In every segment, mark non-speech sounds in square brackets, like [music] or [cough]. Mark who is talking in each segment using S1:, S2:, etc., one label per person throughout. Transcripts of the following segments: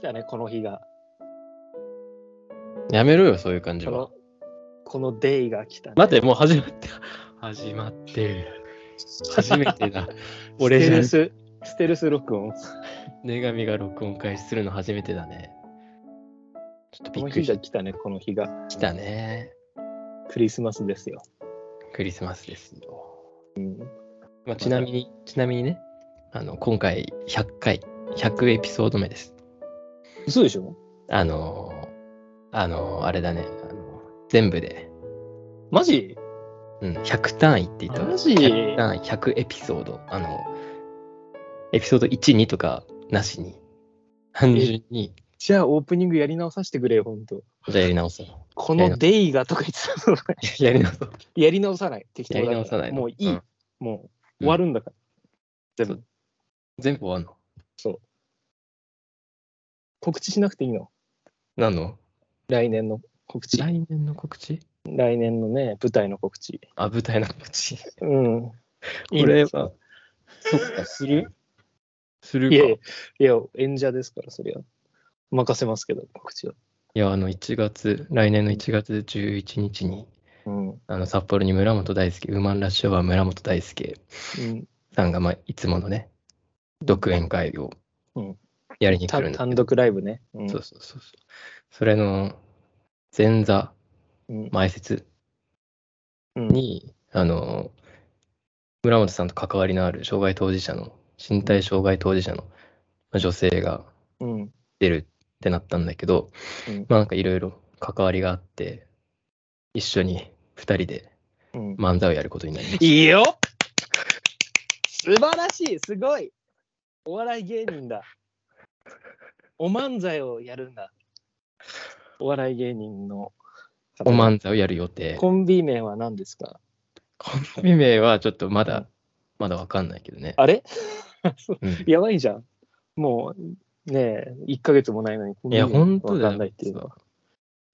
S1: たね、この日が。
S2: やめろよ、そういう感じ
S1: こ
S2: は
S1: の。、このデイが来た、ね。
S2: 待って、もう始まって、始まってる。初めてだ。
S1: 俺
S2: [laughs] 俺
S1: ス
S2: じ
S1: テル
S2: ゃん
S1: ス、ステルス録音。
S2: 女神が録音開始するの初めてだね。ちょっと
S1: こ
S2: び
S1: の
S2: っく
S1: 日
S2: りし
S1: が来たね、この日が。
S2: たね。
S1: クリスマスですよ。
S2: クリスマスですよ。まあ、ちなみに、ちなみにね、あの、今回100回、100エピソード目です。
S1: 嘘でしょ
S2: あのー、あのー、あれだね、あのー全部で、
S1: マジ
S2: うん、100単位って言った
S1: マジ
S2: 100単位、100エピソード。あのー、エピソード1、2とかなしに、単純に、
S1: じゃあオープニングやり直させてくれよ、ほんと。
S2: じゃあやり直そう。
S1: こ
S2: やり
S1: の
S2: 直
S1: デイがとか言ってたの
S2: [laughs] やり直そう。
S1: [laughs] やり直さない。適当
S2: や
S1: だ
S2: り
S1: から
S2: 直さないの
S1: もういい。
S2: うん
S1: もう終わるんだから。全部。
S2: 全部終わんの
S1: 告知しなくていいの。
S2: 何の
S1: 来年の告知。
S2: 来年の告知
S1: 来年のね、舞台の告知。
S2: あ、舞台の告知。こ
S1: うん。いいの
S2: れは、そっか、するする
S1: い
S2: か。
S1: やいや、いや演者ですから、そりゃ。任せますけど、告知は。
S2: いや、あの、1月、来年の1月11日に、
S1: うん。う
S2: あの、札幌に村本大輔、ウーマンラッシュアワー村本大輔
S1: ん。
S2: さんが、まあ、いつものね、独演会を
S1: うん
S2: やりに来
S1: 単
S2: るんだけど、
S1: 単独ライブね。うん
S2: そうそうそうそう。それの前座、
S1: うん
S2: 前説
S1: うん
S2: に、あの、村本さんと関わりのある障害当事者の、身体障害当事者のまあ女性が
S1: うん。
S2: 出るってなったんだけど、
S1: うん
S2: まあなんかいろいろ関わりがあって、一緒に2人で
S1: うん。
S2: 漫才をやることになりまし
S1: いいよ素晴らしいすごいお笑い芸人だ。お漫才をやるんだ。お笑い芸人の
S2: た。お
S1: ん
S2: 漫才をやる予定。コ
S1: コンビ名は何ですか
S2: ンビ名はちょっとまだ、
S1: うん
S2: まだわかんないけどね。
S1: あれそう
S2: うん
S1: やばいじゃん。もうねえ、1ヶ月もないのにコン
S2: い
S1: ビ名
S2: や、本当
S1: わ
S2: だよ。
S1: かんないっていうのは。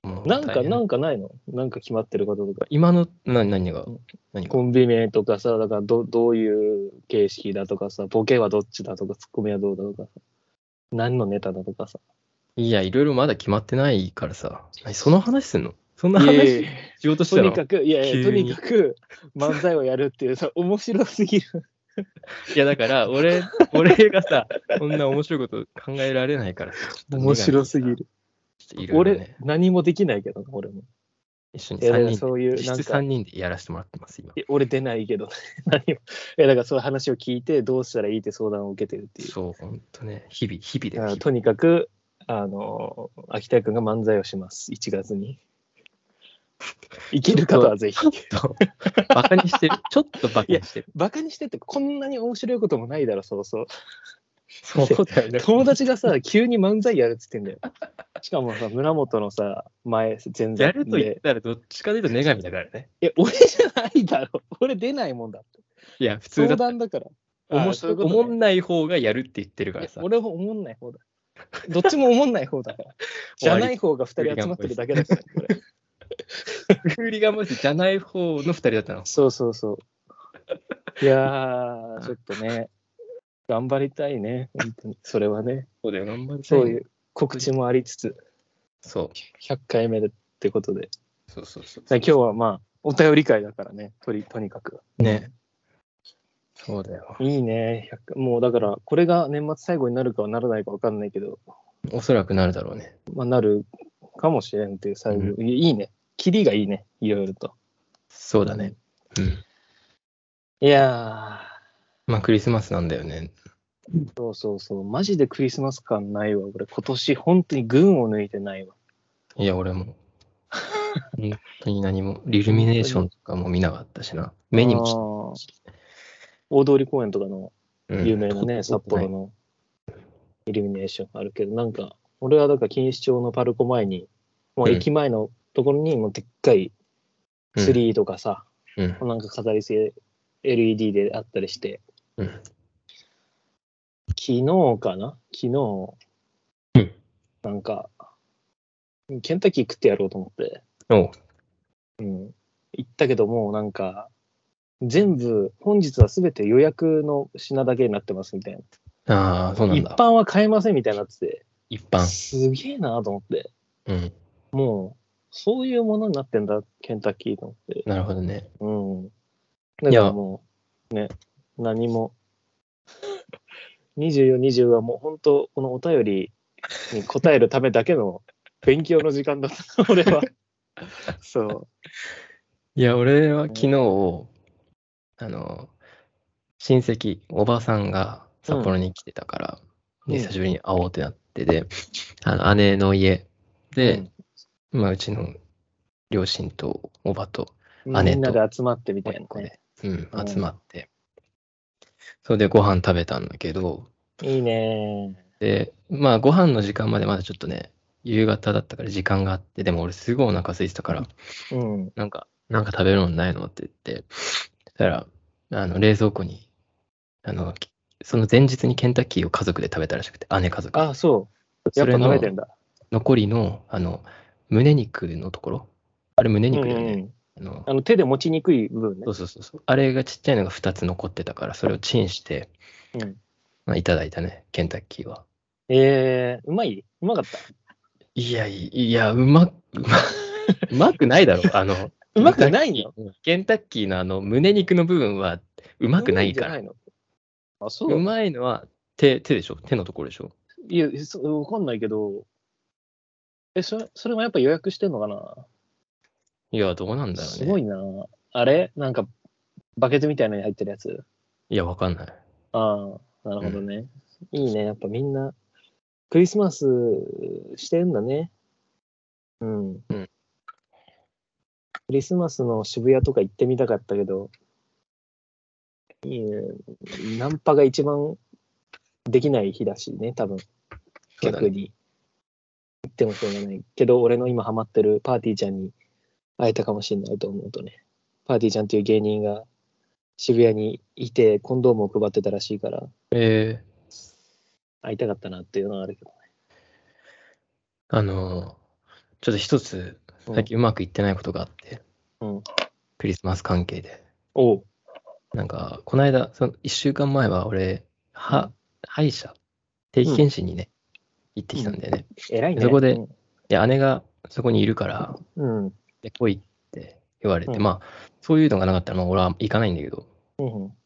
S2: もう
S1: なんか、
S2: 大変
S1: なんかないのなんか決まってることとか。
S2: 今の、な何が
S1: うん
S2: 何が
S1: コンビ名とかさ、だからどどういう形式だとかさ、ボケはどっちだとか、ツッコミはどうだとかさ、何のネタだとかさ。
S2: いや、いろいろまだ決まってないからさ。何その話すんのそんない
S1: やい
S2: 話
S1: やいや
S2: しようとし
S1: と
S2: た
S1: に
S2: の
S1: かく、いやいや、と
S2: 急に
S1: にかく漫才をやるっていうさ、面白す
S2: [laughs]
S1: ぎる。
S2: いや、だから、俺、俺がさ、こんな面白いこと考えられないからさ。ちょっと
S1: 面白すぎる。
S2: ちょっといろいろ
S1: 俺
S2: ね、、
S1: 何もできないけどね、俺も。
S2: 一緒に
S1: いや、だか
S2: 3
S1: ら
S2: 人
S1: そういう、
S2: 実
S1: なん
S2: 質
S1: か
S2: 3、人でやらせてもらってます、今。
S1: いや俺出ないけど [laughs] ね、何も。いや、だからそういう話を聞いて、どうしたらいいって相談を受けてるっていう。
S2: そう、ほんとね、日々、日々
S1: だか
S2: だよ
S1: ら
S2: 日
S1: と
S2: 々。
S1: にかく、あの、秋田君が漫才をします、1月 [laughs] に。いける方はぜひ。
S2: バカに [laughs] してる。ちょっとバカにしてる。
S1: バカにしてってこんなに面白いこともないだろ、そうそう。
S2: そうだよね。
S1: 友達が [laughs] さ、急に漫才やるっつってんだよ。しかもさ、村本のさ、前、全然。
S2: やると言ったら、どっちかというと女神だからね。
S1: え、俺じゃないだろ。俺出ないもんだって。
S2: いや、普通
S1: 相
S2: だったら。
S1: 談だから。
S2: おも
S1: あ
S2: し
S1: そういうことね
S2: おもんない方がやるって言ってるか
S1: い
S2: ら
S1: や
S2: さ。
S1: 俺も思んない方だ。どっちも思んない方だ [laughs] から。じゃない方が2人集まってるだけだから。これ
S2: フーリガンボイスじゃない方の2人だったの。
S1: そうそう
S2: [laughs]
S1: そう。いやー、ちょっとね、頑張りたいね。本当に。それはね。
S2: そうだよ、頑張りたい
S1: そういう告知もありつつ、
S2: そう
S1: 100回目でってことで。
S2: そうそうそう
S1: 今日はまあ、お便り会だからね、とりとにかく。
S2: ね。そうだよ。
S1: いいね、100もうだから、これが年末最後になるかはならないか分かんないけど、
S2: おそらくなるだろうね。
S1: まあ、なるかもしれんっていう最後、
S2: う
S1: いいね、キリがいいね、いろいろと。
S2: そうだね。うん。
S1: いや
S2: まあ、クリスマスなんだよね。
S1: ー、そうそうそう、マジでクリスマス感ないわ、俺、今年、本当に群を抜いてないわ。
S2: いや、
S1: [laughs]
S2: 俺も。本当に何も。リルミネーションとかも見なかったしな。目にもし
S1: し大通公園とかの
S2: うん
S1: 有名なね、札幌。のイルミネーションあるけど、なんか、俺はだから錦糸町のパルコ前に、もう駅前のところに、もうでっかい
S2: うん
S1: ツリーとかさ、
S2: うん。
S1: なんか飾り付け LED であったりして、
S2: うん
S1: 昨日かな昨日、
S2: うん
S1: なんか、ケンタッキー食ってやろうと思って、
S2: おう
S1: うん、行ったけどもうなんか、全部、本日は全て予約の品だけになってますみたいな。
S2: ああ、そうなん
S1: 一
S2: だ。
S1: 般は買えませんみたいになってて、
S2: 一般。
S1: すげえなと思って。
S2: うん。
S1: もう、そういうものになってんだ、ケンタッキーと思って。
S2: なるほどね。
S1: うん。
S2: い
S1: だか
S2: や
S1: らもう、ね、何も。24、20はもう本当、このお便りに答えるためだけの勉強の時間だった、俺
S2: [laughs]
S1: は。そ
S2: いや、俺は昨日、あの、親戚、おばさんが札幌に来てたから、
S1: うん
S2: で久しぶりに会おうってなってで、あの姉の家
S1: う。
S2: で、まあ、うちの両親とおばと、
S1: うん、
S2: 姉
S1: み
S2: と
S1: んなで集まってみたいな、ね。
S2: うん
S1: う、ん
S2: 集まって、それでご飯食べたんだけど、
S1: いいね
S2: で、まあ、ご飯の時間までまだちょっとね、夕方だったから時間があって、でも俺すごいお腹空いてたから、
S1: うん。
S2: なんか、なんか食べるもんないのって言って、そしたら、あの、冷蔵庫に、あの、きその前日にケンタッキーを家族で食べたらしくて、姉家族。
S1: あ、そう。や
S2: そ
S1: っぱ
S2: れ
S1: 食
S2: の
S1: べてんだ。
S2: 残りの、あの、胸肉のところ、あれ胸肉だよ
S1: うんう
S2: ね。
S1: ん
S2: あの
S1: あの手で持ちにくい部分ね
S2: そう。そうそうそう。あれがちっちゃいのが2つ残ってたから、それをチンして、
S1: うん
S2: まあ、いただいたね、ケンタッキーは。
S1: えー、うまいうまかった。
S2: いや、いいや、うま、うま、うまくない
S1: [laughs]
S2: だろ。あの、
S1: うまくないの
S2: ケンタッキーのあの、胸肉の部分は、うまくないか
S1: う
S2: ら。
S1: まんじゃのあ、そうう。
S2: まいのは手、手でしょ手のところでしょ
S1: いや、そうわかんないけど。え、それ、それもやっぱ予約してんのかない
S2: や、どうなんだろうね。
S1: すごいな。あれなんか、バケツみたいなのに入ってるやつ。
S2: いや、わかんない。
S1: ああ、なるほどね。いいね。やっぱみんな、クリスマスしてんだね。うん。
S2: うん
S1: クリスマスの渋谷とか行ってみたかったけど、いいね。ナンパが一番できない日だしね、多分。
S2: そうだ
S1: 逆
S2: ね
S1: に。行ってもしょうがない。けど、俺の今ハマってるパーティーちゃんに会えたかもしれないと思うとね。パーティーちゃんという芸人が渋谷にいて、コンドームを配ってたらしいから、
S2: えー
S1: 会いたかったなっていうのはあるけど
S2: あの、ちょっと一つ、
S1: うん
S2: 最近うまくいってないことがあって、
S1: うん
S2: クリスマス関係で。
S1: おう。
S2: なんか、この間、その1週間前は俺、
S1: う
S2: 歯、歯医者、定期検診にね、行ってきたんだよね。
S1: 偉いね。
S2: そこでで、姉がそこにいるから、
S1: うん。うん。
S2: で、来いって言われて、
S1: うん
S2: まあ、そういうのがなかったら、まあ、俺は行かないんだけど、
S1: うん。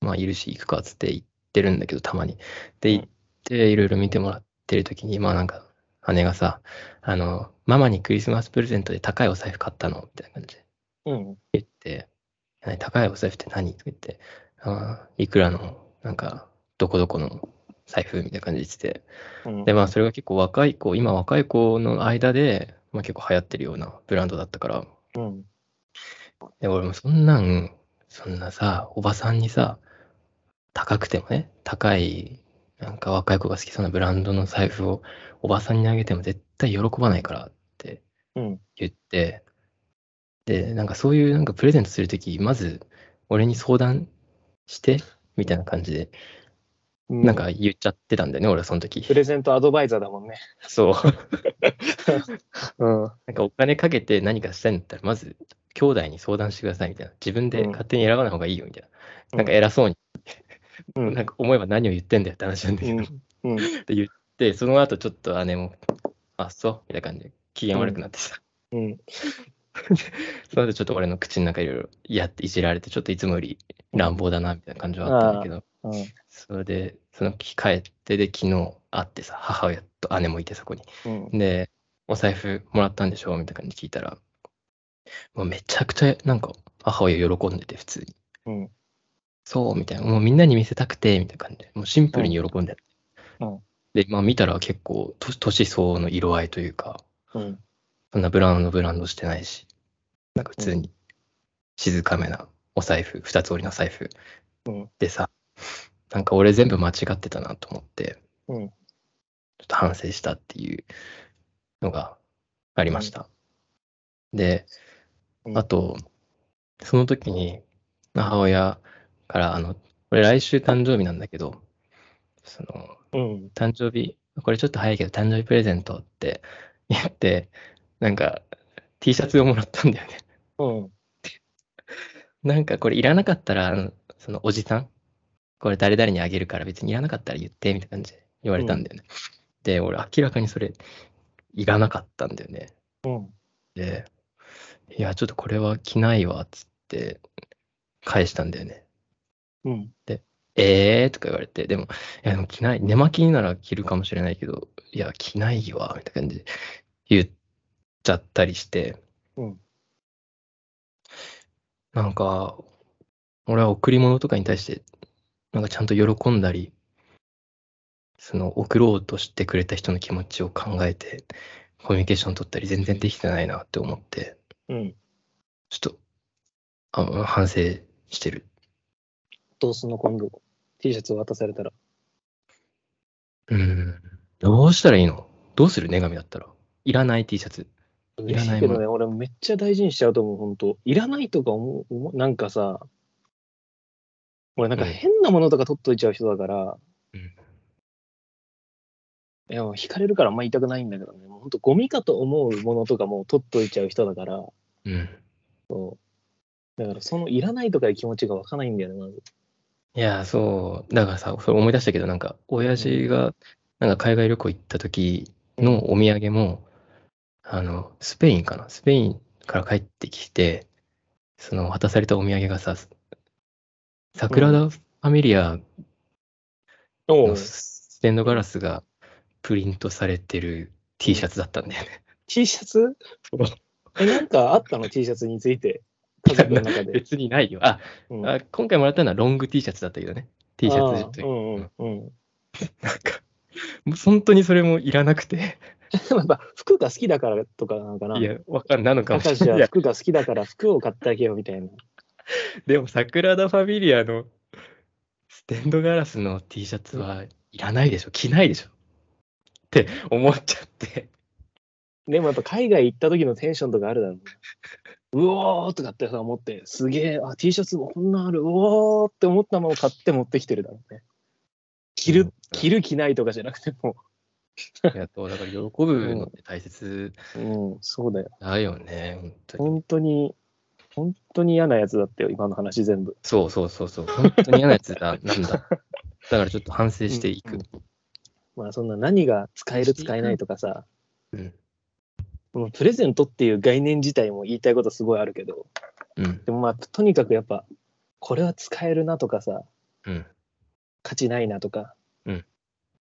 S2: まあ、いるし、行くかっつって行ってるんだけど、たまに。で、
S1: うん
S2: 行って、いろいろ見てもらってる時に、まあ、なんか、姉がさ、あの、ママにクリスマスプレゼントで高いお財布買ったのみたいな感じで
S1: うん。
S2: 何高いお財布って何とか言って、あーいくらの、なんか、どこどこの財布みたいな感じで言って
S1: うん
S2: て、で、まあ、それが結構若い子、今若い子の間で、まあ、結構流行ってるようなブランドだったから、
S1: うん。
S2: で俺もそんなん、そんなさ、おばさんにさ、高くてもね、高い、なんか若い子が好きそうなブランドの財布をおばさんにあげても絶対喜ばないからって
S1: うん。
S2: 言って、で、なんかそういうなんかプレゼントするとき、まず俺に相談して、みたいな感じで、
S1: う
S2: なん、か言っちゃってたんだよね、俺はその時
S1: プ。レゼントアドバイザーだもんね。
S2: そ
S1: う
S2: う。
S1: ん。
S2: なんかお金かけて何かしたいんだったら、まず兄弟に相談してくださいみたいな。自分で勝手に選ばない方がいいよみたいな。
S1: うん
S2: なんか偉そうに、
S1: うん
S2: なんか思えば何を言ってんだよって話なんだけど。
S1: うん。
S2: で、その後ちょっと姉も、あ、そうみたいな感じで機嫌悪くなってさ。
S1: うん。
S2: その後ちょっと俺の口の中いろいろやっていじられて、ちょっといつもより乱暴だなみたいな感じはあったんだけど、
S1: うん。
S2: それで、その日帰ってで昨日会ってさ、母親と姉もいてそこに。
S1: うん。
S2: で、お財布もらったんでしょみたいな感じで聞いたら、もうめちゃくちゃ、なんか、母親喜んでて、普通に。
S1: うん
S2: そう、みたいな。もうみんなに見せたくて、みたいな感じで。もうシンプルに喜んでる。
S1: うん
S2: で、まあ見たら結構、年年相応の色合いというか、
S1: うん。
S2: そんなブランドブランドしてないし、なんか普通に静かめなお財布、二つ折りの財布
S1: うん
S2: でさ、なんか俺全部間違ってたなと思って、
S1: うん
S2: ちょっと反省したっていうのがありました。で
S1: う、ん
S2: あと、その時に母親から、あの、俺来週誕生日なんだけど、その、
S1: うん。
S2: 誕生日、これちょっと早いけど、誕生日プレゼントって言って、なんか T シャツをもらったんだよね。 [laughs]
S1: うん。
S2: なんかこれいらなかったら、あのそのおじさん、これ誰々にあげるから別にいらなかったら言って、みたいな感じで言われたんだよね。で、俺明らかにそれいらなかったんだよね。
S1: うん。
S2: で、いや、ちょっとこれは着ないわ、つって返したんだよね。
S1: うん。
S2: えーとか言われて、でも、いや、でも着ない、寝巻きなら着るかもしれないけど、いや、着ないわ、みたいな感じで言っちゃったりして、
S1: うん
S2: なんか、俺は贈り物とかに対して、なんかちゃんと喜んだり、その、贈ろうとしてくれた人の気持ちを考えて、コミュニケーション取ったり全然できてないなって思って、
S1: うん。
S2: ちょっと、あ反省してる。
S1: どうすんの今度 T シャツ渡されたら。
S2: うん。どうしたらいいのどうする女神だったら。いらない T シャツ。
S1: 嬉しいけどね、俺めっちゃ大事にしちゃうと思う、本当いらないとか思う思う、なんかさ、俺なんか
S2: うん
S1: 変なものとか取っといちゃう人だから、
S2: うん
S1: いや、もう惹かれるからあんま言いたくないんだけどね、もう本当ゴミかと思うものとかも取っといちゃう人だから、
S2: うん。
S1: そう。だからそのいらないとかいう気持ちが湧かないんだよね、まず。
S2: いや、そう。だからさ、それ思い出したけど、なんか、親父が、なんか海外旅行行った時のお土産も、あの、スペインかな。スペインから帰ってきて、その渡されたお土産がさ、サグラダ・ファミリア
S1: お
S2: のステンドガラスがプリントされてる T シャツだったんだよね。
S1: T シャ
S2: [laughs]
S1: ツえ、なんかあったの ?T シャツについて。家族の中で。
S2: 別にないよ。あ、
S1: うん
S2: [laughs] あ今回もらったのはロング T シャツだったけどね。T シャツ
S1: あ
S2: と
S1: ー
S2: いう
S1: うんうんうん。
S2: なんか、もう本当にそれもいらなくて、
S1: でもやっぱ服が好きだからとかなのかな。
S2: いや、わかんないなのかも
S1: 高
S2: し
S1: 橋
S2: れない
S1: は
S2: いや。
S1: 服が好きだから服を買ってあげようみたいな。
S2: でも、桜田ファミリアのステンドガラスの T シャツはいらないでしょ、着ないでしょって思っちゃって、
S1: でもやっぱ海外行った時のテンションとかあるだろうね。うおーとかってさ思って、すげえ、あ、T シャツもこんなある、うおーって思ったまま買って持ってきてるだろうね。着
S2: う
S1: る
S2: ん、
S1: 着る着ないとかじゃなくても
S2: いやそうだから喜ぶのって大切
S1: う、うん、そうだよ。
S2: だよね、本当に。
S1: 本当に、本当に嫌なやつだったよ、今の話全部。
S2: そうそうそうそう、本当に嫌なやつだ、なんだ。だからちょっと反省していく。
S1: まあそんな何が使える使えないとかさ、
S2: うん。
S1: もうプレゼントっていう概念自体も言いたいことすごいあるけど、
S2: うん。
S1: でもまあとにかくやっぱ、これは使えるなとかさ、
S2: うん。
S1: 価値ないなとか、
S2: うん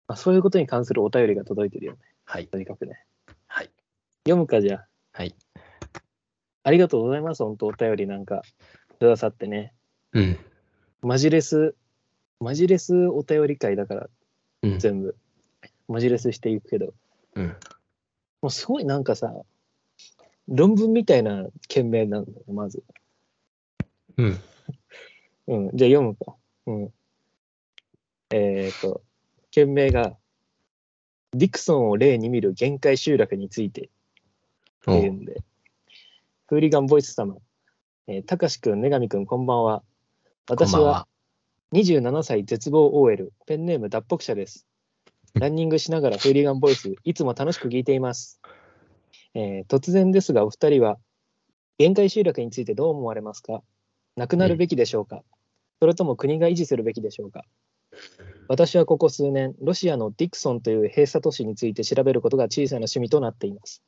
S1: まあ、そういうことに関するお便りが届いてるよね、
S2: はい。
S1: とにかくね。
S2: はい。
S1: 読むか、じゃあ。
S2: はい。
S1: ありがとうございます、本当お便りなんかくださってね。
S2: うん。
S1: マジレス、マジレスお便り会だから、
S2: うん。
S1: 全部。マジレスしていくけど、
S2: うん。
S1: もうすごいなんかさ、論文みたいな件名なんだよ、まず。
S2: うん。
S1: うん、じゃあ読むか。うん。えっ、と、件名が、ディクソンを例に見る限界集落についてっていうんで。フーリガンボイス様、えー、たかしくん、女神くん、こんばんは。私
S2: こんばん
S1: は。27歳絶望 OL、ペンネーム脱北者です。ランニングしながらフーリガンボイス、いつも楽しく聞いています。えー突然ですが、お二人は、限界集落についてどう思われますかなくなるべきでしょうか、それとも国が維持するべきでしょうか私はここ数年、ロシアのディクソンという閉鎖都市について調べることが小さな趣味となっています。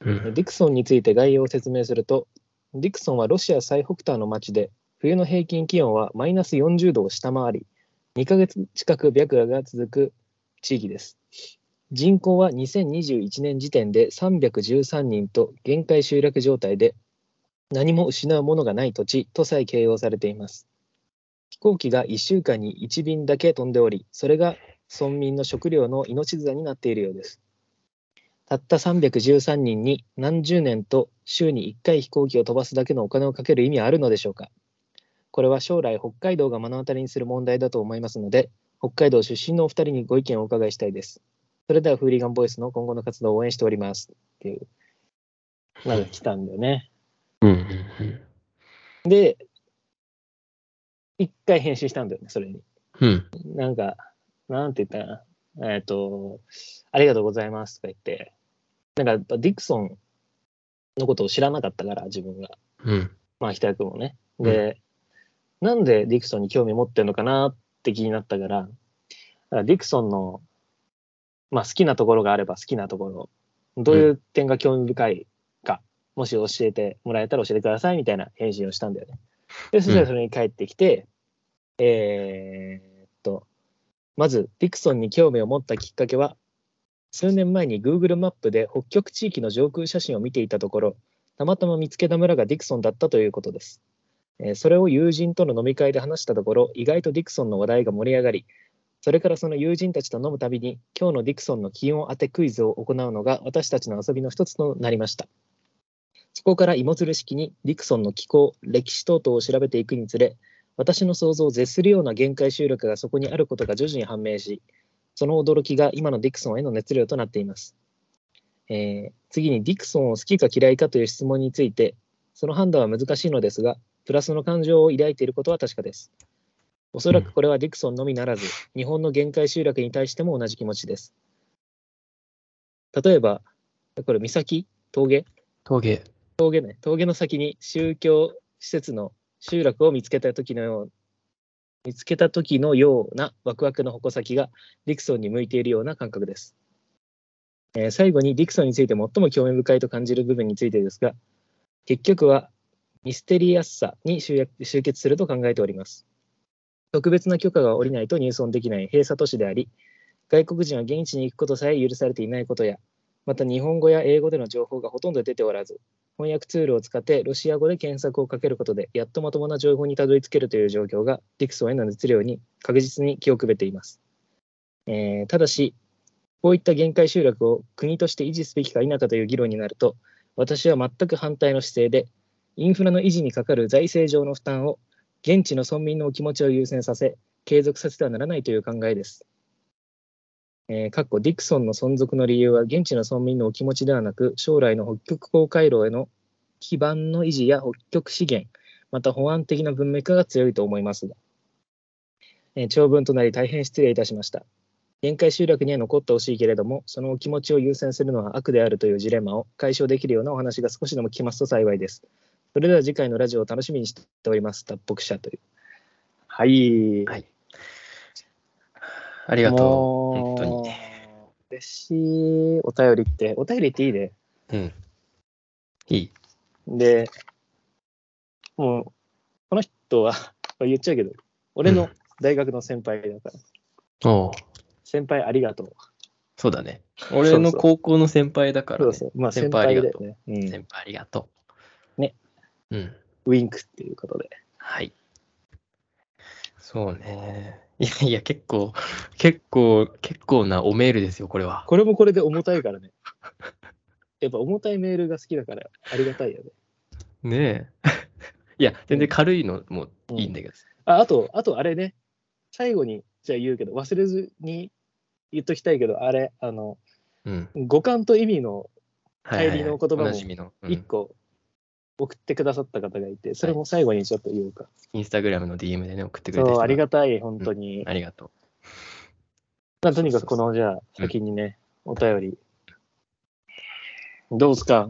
S2: うん。
S1: ディクソンについて概要を説明すると、ディクソンはロシア最北端の町で、冬の平均気温はマイナス40度を下回り、2ヶ月近く白夜が続く地域です。人口は2021年時点で313人と限界集落状態で、何も失うものがない土地とさえ形容されています。飛行機が1週間に1便だけ飛んでおり、それが村民の食料の命綱になっているようです。たった313人に何十年と週に1回飛行機を飛ばすだけのお金をかける意味はあるのでしょうかこれは将来北海道が目の当たりにする問題だと思いますので北海道出身のお二人にご意見をお伺いしたいですそれではフーリガンボイスの今後の活動を応援しておりますっていうまだ来たんだよね
S2: うん。うん。
S1: で一回返信したんだよねそれに
S2: うん。
S1: なんか、なんて言ったかな。えっ、と、ありがとうございますとか言って、なんかやっぱディクソンのことを知らなかったから、自分が。
S2: うん。
S1: まあ、北谷君もね。で、なんでディクソンに興味持ってんのかなって気になったから、だからディクソンのまあ、好きなところがあれば好きなところ、どういう点が興味深いか、もし教えてもらえたら教えてくださいみたいな返信をしたんだよね。で、そしたらそれに帰ってきて、えーっと、まず、ディクソンに興味を持ったきっかけは、数年前に Google マップで北極地域の上空写真を見ていたところ、たまたま見つけた村がディクソンだったということです。えーそれを友人との飲み会で話したところ、意外とディクソンの話題が盛り上がり、それからその友人たちと飲むたびに、今日のディクソンの気温当てクイズを行うのが私たちの遊びの一つとなりました。そこから芋づる式にディクソンの気候、歴史等々を調べていくにつれ、私の想像を絶するような限界集落がそこにあることが徐々に判明し、その驚きが今のディクソンへの熱量となっています。えー次にディクソンを好きか嫌いかという質問について、その判断は難しいのですが、プラスの感情を抱いていることは確かです。おそらくこれはディクソンのみならず、日本の限界集落に対しても同じ気持ちです。例えば、これ、岬峠
S2: 峠。
S1: 峠ね、峠の先に宗教施設の集落を見つけた時のよう見つけた時のようなワクワクの矛先がディクソンに向いているような感覚です。えー最後にディクソンについて最も興味深いと感じる部分についてですが、結局はミステリアスさに集約集結すると考えております。特別な許可が下りないと入村できない閉鎖都市であり、外国人は現地に行くことさえ許されていないことや、また日本語や英語での情報がほとんど出ておらず、翻訳ツールを使ってロシア語で検索をかけることでやっとまともな情報にたどり着けるという状況がディクソンへの熱量に確実に気を配っています、えーただしこういった限界集落を国として維持すべきか否かという議論になると私は全く反対の姿勢でインフラの維持にかかる財政上の負担を現地の村民のお気持ちを優先させ継続させてはならないという考えですえーかっこディクソンの存続の理由は現地の村民のお気持ちではなく将来の北極航海路への基盤の維持や北極資源、また保安的な文明化が強いと思いますが、えー長文となり大変失礼いたしました。限界集落には残ってほしいけれども、そのお気持ちを優先するのは悪であるというジレンマを解消できるようなお話が少しでも聞きますと幸いです。それでは次回のラジオを楽しみにしております。脱北者という。はい。
S2: は
S1: あ
S2: い。ありがとう。本当に。
S1: 嬉しい。お便りって、お便りっていいね。
S2: うん。いい。
S1: で、もう、この人は、 [laughs] これ言っちゃうけど、俺
S2: う
S1: の
S2: ん
S1: 大学の先輩だから、
S2: おう
S1: 先輩ありがとう。
S2: そうだね。
S1: うそう
S2: 俺の高校の先輩だから、ね。
S1: そうそう。まあ
S2: 先
S1: 先
S2: 輩あ
S1: 輩
S2: り
S1: だ
S2: が
S1: よ
S2: とう。
S1: ね。うん、
S2: 先輩ありがとう。
S1: ね。
S2: うん。
S1: ウィンクっていうことで。
S2: はい。そうね。いやいや、結構、結構、結構なおメールですよ、これは。
S1: これもこれで重たいからね。やっぱ重たいメールが好きだからありがたいよね。
S2: ねえ。いや、全然軽いのもいいんだけど。
S1: ああと、あとあれね、最後にじゃあ言うけど、忘れずに言っときたいけど、あれ、あの、
S2: うん。
S1: 五感と意味の
S2: はいはいはい
S1: 帰りの言葉も
S2: おなじみの、うん
S1: 一個送ってくださった方がいて、それも最後にちょっと言おうか。
S2: インスタグラムの DM でね、送ってくれた人
S1: そう、
S2: が
S1: ありがたい、本当に。
S2: ありがとう。
S1: まあ、とにかくこの、じゃあ、
S2: うん
S1: 先にね、お便り。どうすか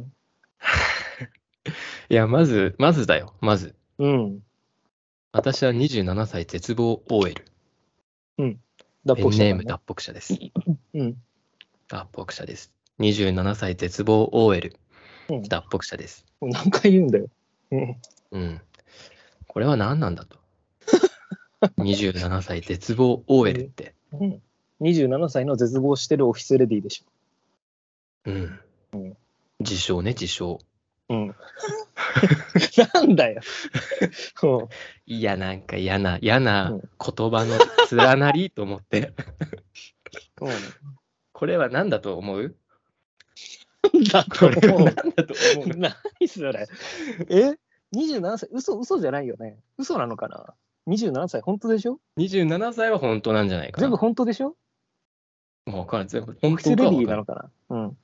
S2: いや、まず、まずだよ、まず。
S1: うん。
S2: 私は27歳絶望 OL。
S1: 脱
S2: ペン
S1: 北
S2: ネ
S1: 者
S2: ーム
S1: だ、ね。
S2: 脱北者です。
S1: うん。
S2: 脱北者です。27歳絶望 OL
S1: うん。
S2: 脱北者です。
S1: もう何回言うんだよ。うん。
S2: うん。これは何なんだと。27歳絶望 OL って。
S1: うん27歳の絶望してるオフィスレディでし
S2: うん。自称ね、自称。
S1: ょ。
S2: [laughs]
S1: うん。なんだよ。も
S2: いや、なんか嫌な、嫌な
S1: うん
S2: 言葉の連なりと思
S1: [laughs]
S2: って。
S1: う、も
S2: これは何だと思う
S1: うなんだ
S2: こ
S1: と
S2: れは
S1: 思
S2: 何
S1: う。
S2: だと思
S1: [laughs]
S2: う
S1: 何それ。え ?27 歳、嘘、嘘じゃないよね。嘘なのかな ?27 歳、本当でしょ
S2: ?27 歳は本当なんじゃないかな。
S1: 全部本当でしょ
S2: もう分からん。全部本
S1: オフィスレ
S2: 当
S1: デ
S2: かは
S1: ィ
S2: 分
S1: な
S2: か
S1: のかなうん。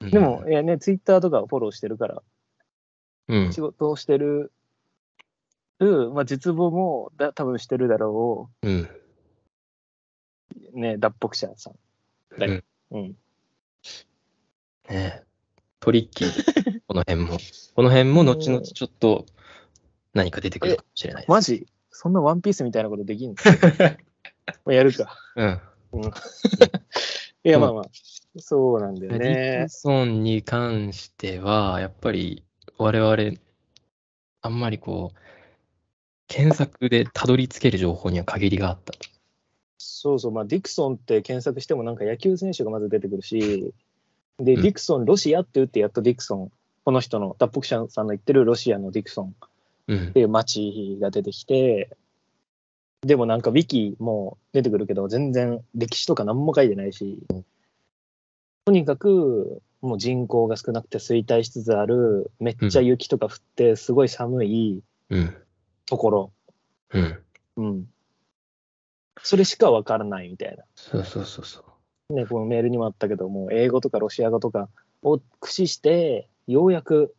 S2: らん
S1: でも、いやね、ツイッターとかをフォローしてるから、
S2: うん
S1: 仕。事をしてる、うんまあ、実望もだ多分してるだろ
S2: うん。
S1: う、ね、脱北者さん。だようん、
S2: ねえトリッキ [laughs] ー。この辺も。この辺も後々ちょっと何か出てくるかもしれないです。
S1: マジそんなワ [laughs] ンピースみたいなことできんのまあやるか。
S2: うん。
S1: うんいや、まあまあ、そうなんだよ
S2: ディ
S1: ね
S2: キ。ソンに関しては、やっぱり我々、あんまりこう、検索でたどり着ける情報には限りがあったと。
S1: そうそう、まあ、ディクソンって検索しても、なんか野球選手がまず出てくるし、で、
S2: うん
S1: ディクソン、ロシアって打って、やっとディクソン、この人の、脱北者さんの言ってるロシアのディクソン
S2: うん
S1: って。いう街が出てきて、でもなんかウィキも出てくるけど、全然歴史とか何も書いてないし、とにかくもう人口が少なくて衰退しつつある、めっちゃ雪とか降ってすごい寒い
S2: うん。
S1: ところ、
S2: うん。
S1: うん。それしかわからないみたい
S2: そうそうそうそう。
S1: な。ね、このメールにもあったけど、もう英語とかロシア語とかを駆使して、ようやく、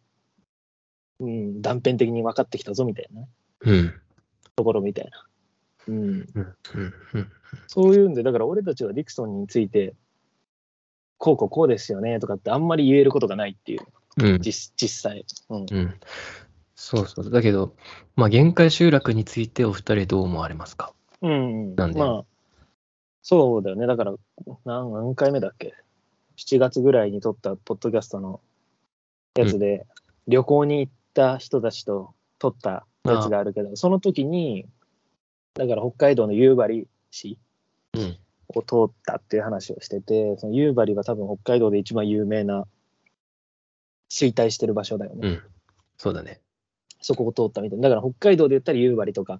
S1: うん、断片的に分かってきたぞみたいな
S2: うん。
S1: ところみたいな。うん。
S2: うん。うん。うん。
S1: そういうんで、だから俺たちはディクソンについて、こうこうこうですよねとかってあんまり言えることがないっていう、
S2: うん。
S1: 実実際。うん。
S2: うん。そうそう。だけど、まあ、限界集落についてお二人どう思われますか
S1: うん、
S2: なんで
S1: まあ、そうだよね。だから、何何回目だっけ ?7 月ぐらいに撮ったポッドキャストのやつで、旅行に行った人たちと撮ったやつがあるけど、その時に、だから北海道の夕張市
S2: うん。
S1: を通ったっていう話をしてて、その夕張は多分北海道で一番有名な衰退してる場所だよね。
S2: うん。そうだね。
S1: そこを通ったみたいな。だから北海道で言ったら夕張とか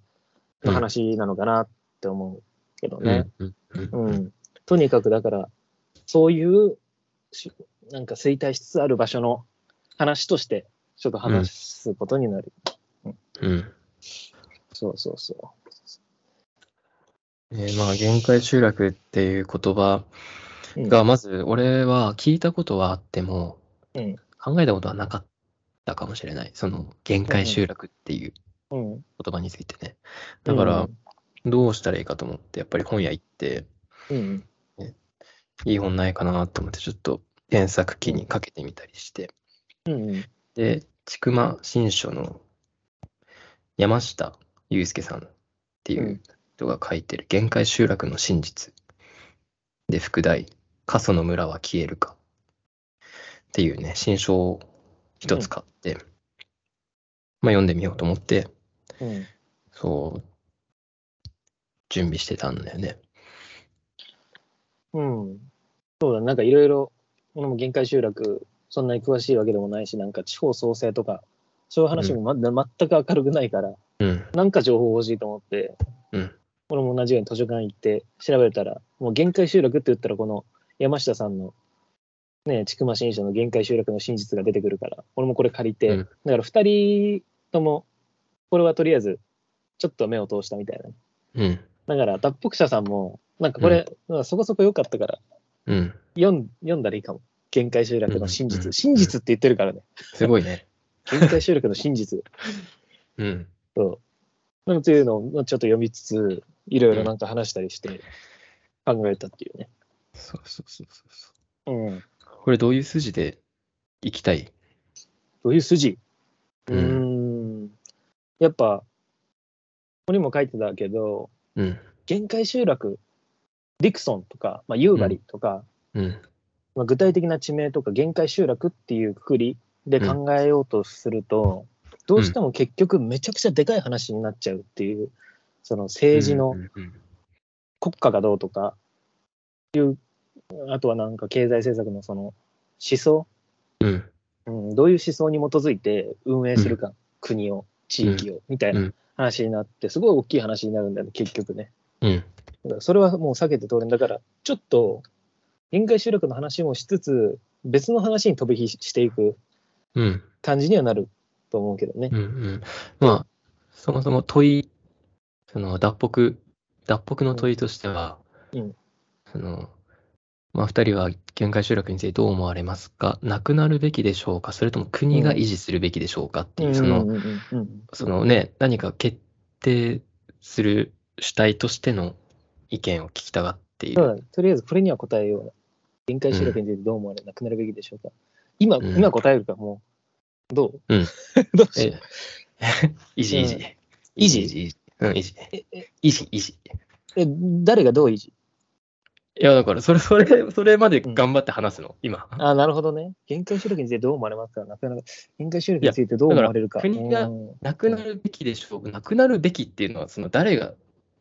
S1: の話なのかなって思うけどね。
S2: うん。うん。
S1: うん。
S2: うん。
S1: とにかくだから、そういうし、なんか衰退しつつある場所の話として、ちょっと話すことになる。
S2: うん
S1: そうそうそ
S2: えーまあ、限界集落っていう言葉
S1: う。うん
S2: が、まず俺は聞いたことはあっても、
S1: うん
S2: 考えたことはなかったかもしれない。その限界集落っていう
S1: うん。
S2: 言葉についてね。だから、どうしたらいいかと思って、やっぱり本屋行って、
S1: うん、
S2: いい本ないかなと思って、ちょっと検索機にかけてみたりして。
S1: うん。うん。うん。
S2: で、千曲新書の山下雄介さんってい
S1: うん
S2: う人が書いてる限界集落の真実で副題「過疎の村は消えるか」っていうね新書を一つ買って、まあ読んでみようと思って
S1: うん
S2: そう準備してたんだよね。
S1: うん。そうだ、なんかいろいろ、俺も限界集落、そんなに詳しいわけでもないし、なんか地方創生とか、そういう話もま、全く明るくないから、
S2: うん
S1: なんか情報欲しいと思って、
S2: うん
S1: 俺も同じように図書館行って調べたら、もう限界集落って言ったら、この山下さんの、ね、千曲新書の限界集落の真実が出てくるから、俺もこれ借りて、
S2: うん
S1: だから2人とも、これはとりあえず、ちょっと目を通したみたいな。
S2: うん
S1: だから、脱北者さんも、なんかこれ、まあそこそこ良かったから、
S2: うん
S1: 読ん読んだらいいかも。限界集落の真
S2: うんうんう
S1: 実。
S2: ん
S1: 真実って言ってるからね。
S2: すごいね。
S1: 限界集落の真実。
S2: うん
S1: そう。なんていうのをちょっと読みつつ、いろいろなんか話したりして考えたっていうね。
S2: そうそうそうそうそ
S1: うん。
S2: う。これどういう筋で行きたい
S1: どういう筋う
S2: う
S1: ー
S2: ん
S1: ん。やっぱ、ここにも書いてたけど、
S2: うん
S1: 限界集落、ディクソンとか、まあ、夕張とか、
S2: うん
S1: まあ、具体的な地名とか限界集落っていうくくりで考えようとすると、どうしても結局めちゃくちゃでかい話になっちゃうっていうその政治の
S2: うんうん
S1: 国家がどうとかいうあとはなんか経済政策のその思想、
S2: うんうん
S1: うん、どういう思想に基づいて運営するか、国を地域をみたいうなん話になってすごい大きい話になるんだよね結局ね。
S2: うん
S1: だからそれはもう避けて通れんだからちょっと限界集落の話もしつつ別の話に飛び火していく
S2: うん
S1: 感じにはなると思うけどね
S2: う。んうん。まあ、そもそも問い、その脱北、脱北の問いとしては、
S1: うん
S2: その、まあ、二人は限界集落についてどう思われますかなくなるべきでしょうかそれとも国が維持するべきでしょうかっていう、その、そのね、何か決定する主体としての意見を聞きたがってい
S1: ただ
S2: る。
S1: とりあえずこれには答えよう。限界集落についてどう思われ、なくなるべきでしょうか。今、
S2: うん
S1: 今答えるか、もう。どう、
S2: うん
S1: [laughs] どうしよ
S2: え維持、
S1: うん
S2: 維持。
S1: 維持
S2: 維持。うん、維持。
S1: ええ
S2: 維持、維持。
S1: え誰がどう維持
S2: いや、だから、それ、それ、それまで頑張って話すの、今。
S1: あなるほどね。限界集落についてどう思われますかなかなか限界集落についてどう思われるか。
S2: いやだから
S1: うん
S2: なくなるべきでしょう。なくなるべきっていうのは、その誰が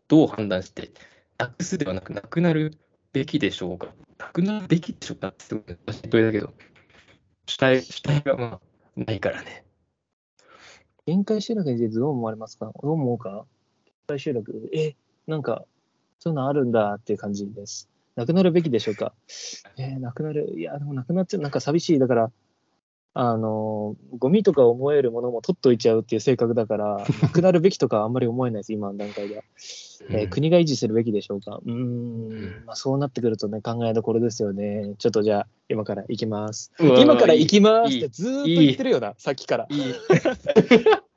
S2: どう判断して、なくすではなく、なくなるべきでしょうか。なくなるべきでしょうかってすごい難しい問いだけど、主体、主体がまあ、ないからね。
S1: 限界集落についてどう思われますかどう思うか限界集落、え、なんか、そういうのあるんだっていう感じです。なくなるべきでしょうかえーなくなる、いや、でもなくなっちゃう、なんか寂しい。だから、あのー、ゴミとか思えるものも取っといちゃうっていう性格だから、
S2: [laughs]
S1: なくなるべきとかあんまり思えないです、今の段階では。えー
S2: うん
S1: 国が維持するべきでしょうかうー
S2: うん
S1: ん、まあ、そうなってくるとね、考えどころですよね。ちょっとじゃあ、今から行きます。
S2: うわー
S1: 今から行きま
S2: い
S1: す
S2: い
S1: ってずーっと言ってるよな、さっきから。
S2: いい。いい
S1: っ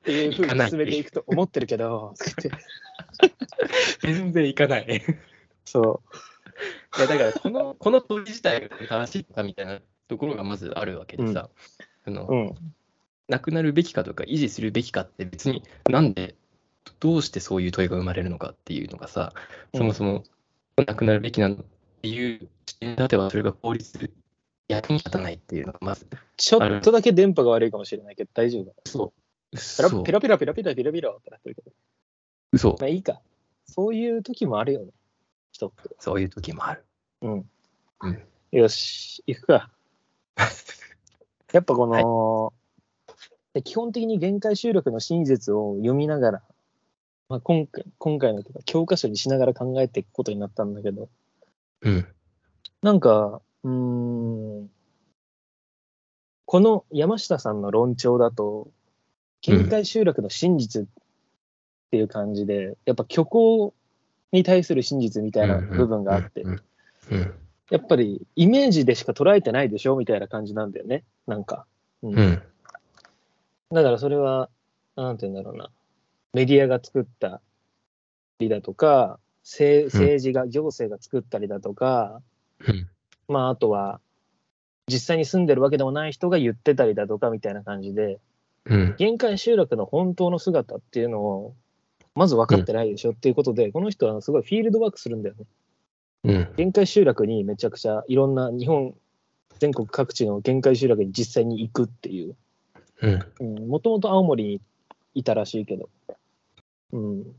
S1: ていうふうに進めていくと思ってるけど、
S2: 全然いかない。 [laughs] い
S1: そ
S2: や、だから、この、この問い自体が正しいのかみたいなところがまずあるわけでさ、その
S1: う、うん、
S2: なくなるべきかとか維持するべきかって別になんでどうしてそういう問いが生まれるのかっていうのがさ
S1: うん
S2: そもそもなくなるべきなのっていう視点だてはそれが効率役に立たないっていうのがまず
S1: ちょっとだけ電波が悪いかもしれないけど、大丈夫だ。
S2: そう
S1: ペラ
S2: 嘘
S1: ペラペラペラペラペラペラってなってるけど、
S2: 嘘
S1: まあいいか。そういう時もあるよね、人って。
S2: そういう時もある
S1: うん。
S2: うん
S1: よし、行くか。やっぱこの、で基本的に限界集落の真実を読みながら、まあ、今回今回のというか教科書にしながら考えていくことになったんだけど、
S2: うん
S1: なんか、うーん、この山下さんの論調だと、限界集落の真実っていう感じで、やっぱ虚構に対する真実みたいな部分があって
S2: う、んうん
S1: やっぱりイメージでしか捉えてないでしょみたいな感じなんだよね、なんか。うん
S2: うん
S1: だからそれは、なんて言うんだろうな、メディアが作ったりだとか、せい政治が、行政が作ったりだとか、
S2: うん
S1: まあ、あとは、実際に住んでるわけでもない人が言ってたりだとかみたいな感じで、
S2: うん
S1: 限界集落の本当の姿っていうのを、まず分かってないでしょっていうことで、この人はすごいフィールドワークするんだよね。
S2: うん
S1: 限界集落にめちゃくちゃいろんな日本全国各地の限界集落に実際に行くっていう
S2: うん
S1: もともと青森にいたらしいけど、うん、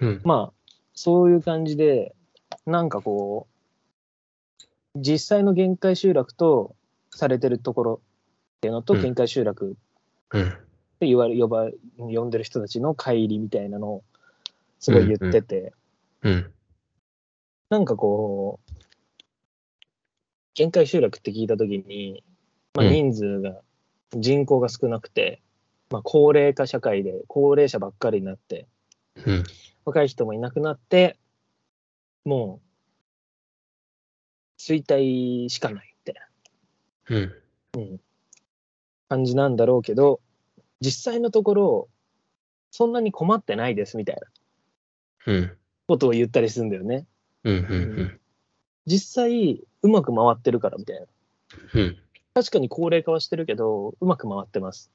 S2: うん
S1: まあそういう感じでなんかこう実際の限界集落とされてるところっていうのと
S2: うん
S1: 限界集落
S2: う
S1: っ
S2: ん
S1: て言われ呼ば呼んでる人たちの乖離みたいなのをすごい言ってて、
S2: うん
S1: なんかこう、限界集落って聞いたときに、まあ、
S2: うん
S1: 人数が、人口が少なくて、まあ、高齢化社会で高齢者ばっかりになって、
S2: うん
S1: 若い人もいなくなって、もう、衰退しかないみたいな
S2: うん
S1: 感じなんだろうけど、実際のところ、そんなに困ってないですみたいな
S2: うん
S1: ことを言ったりするんだよね。
S2: うんうん
S1: 実際、うまく回ってるからみたいな。
S2: うん
S1: 確かに高齢化はしてるけど、うまく回ってます。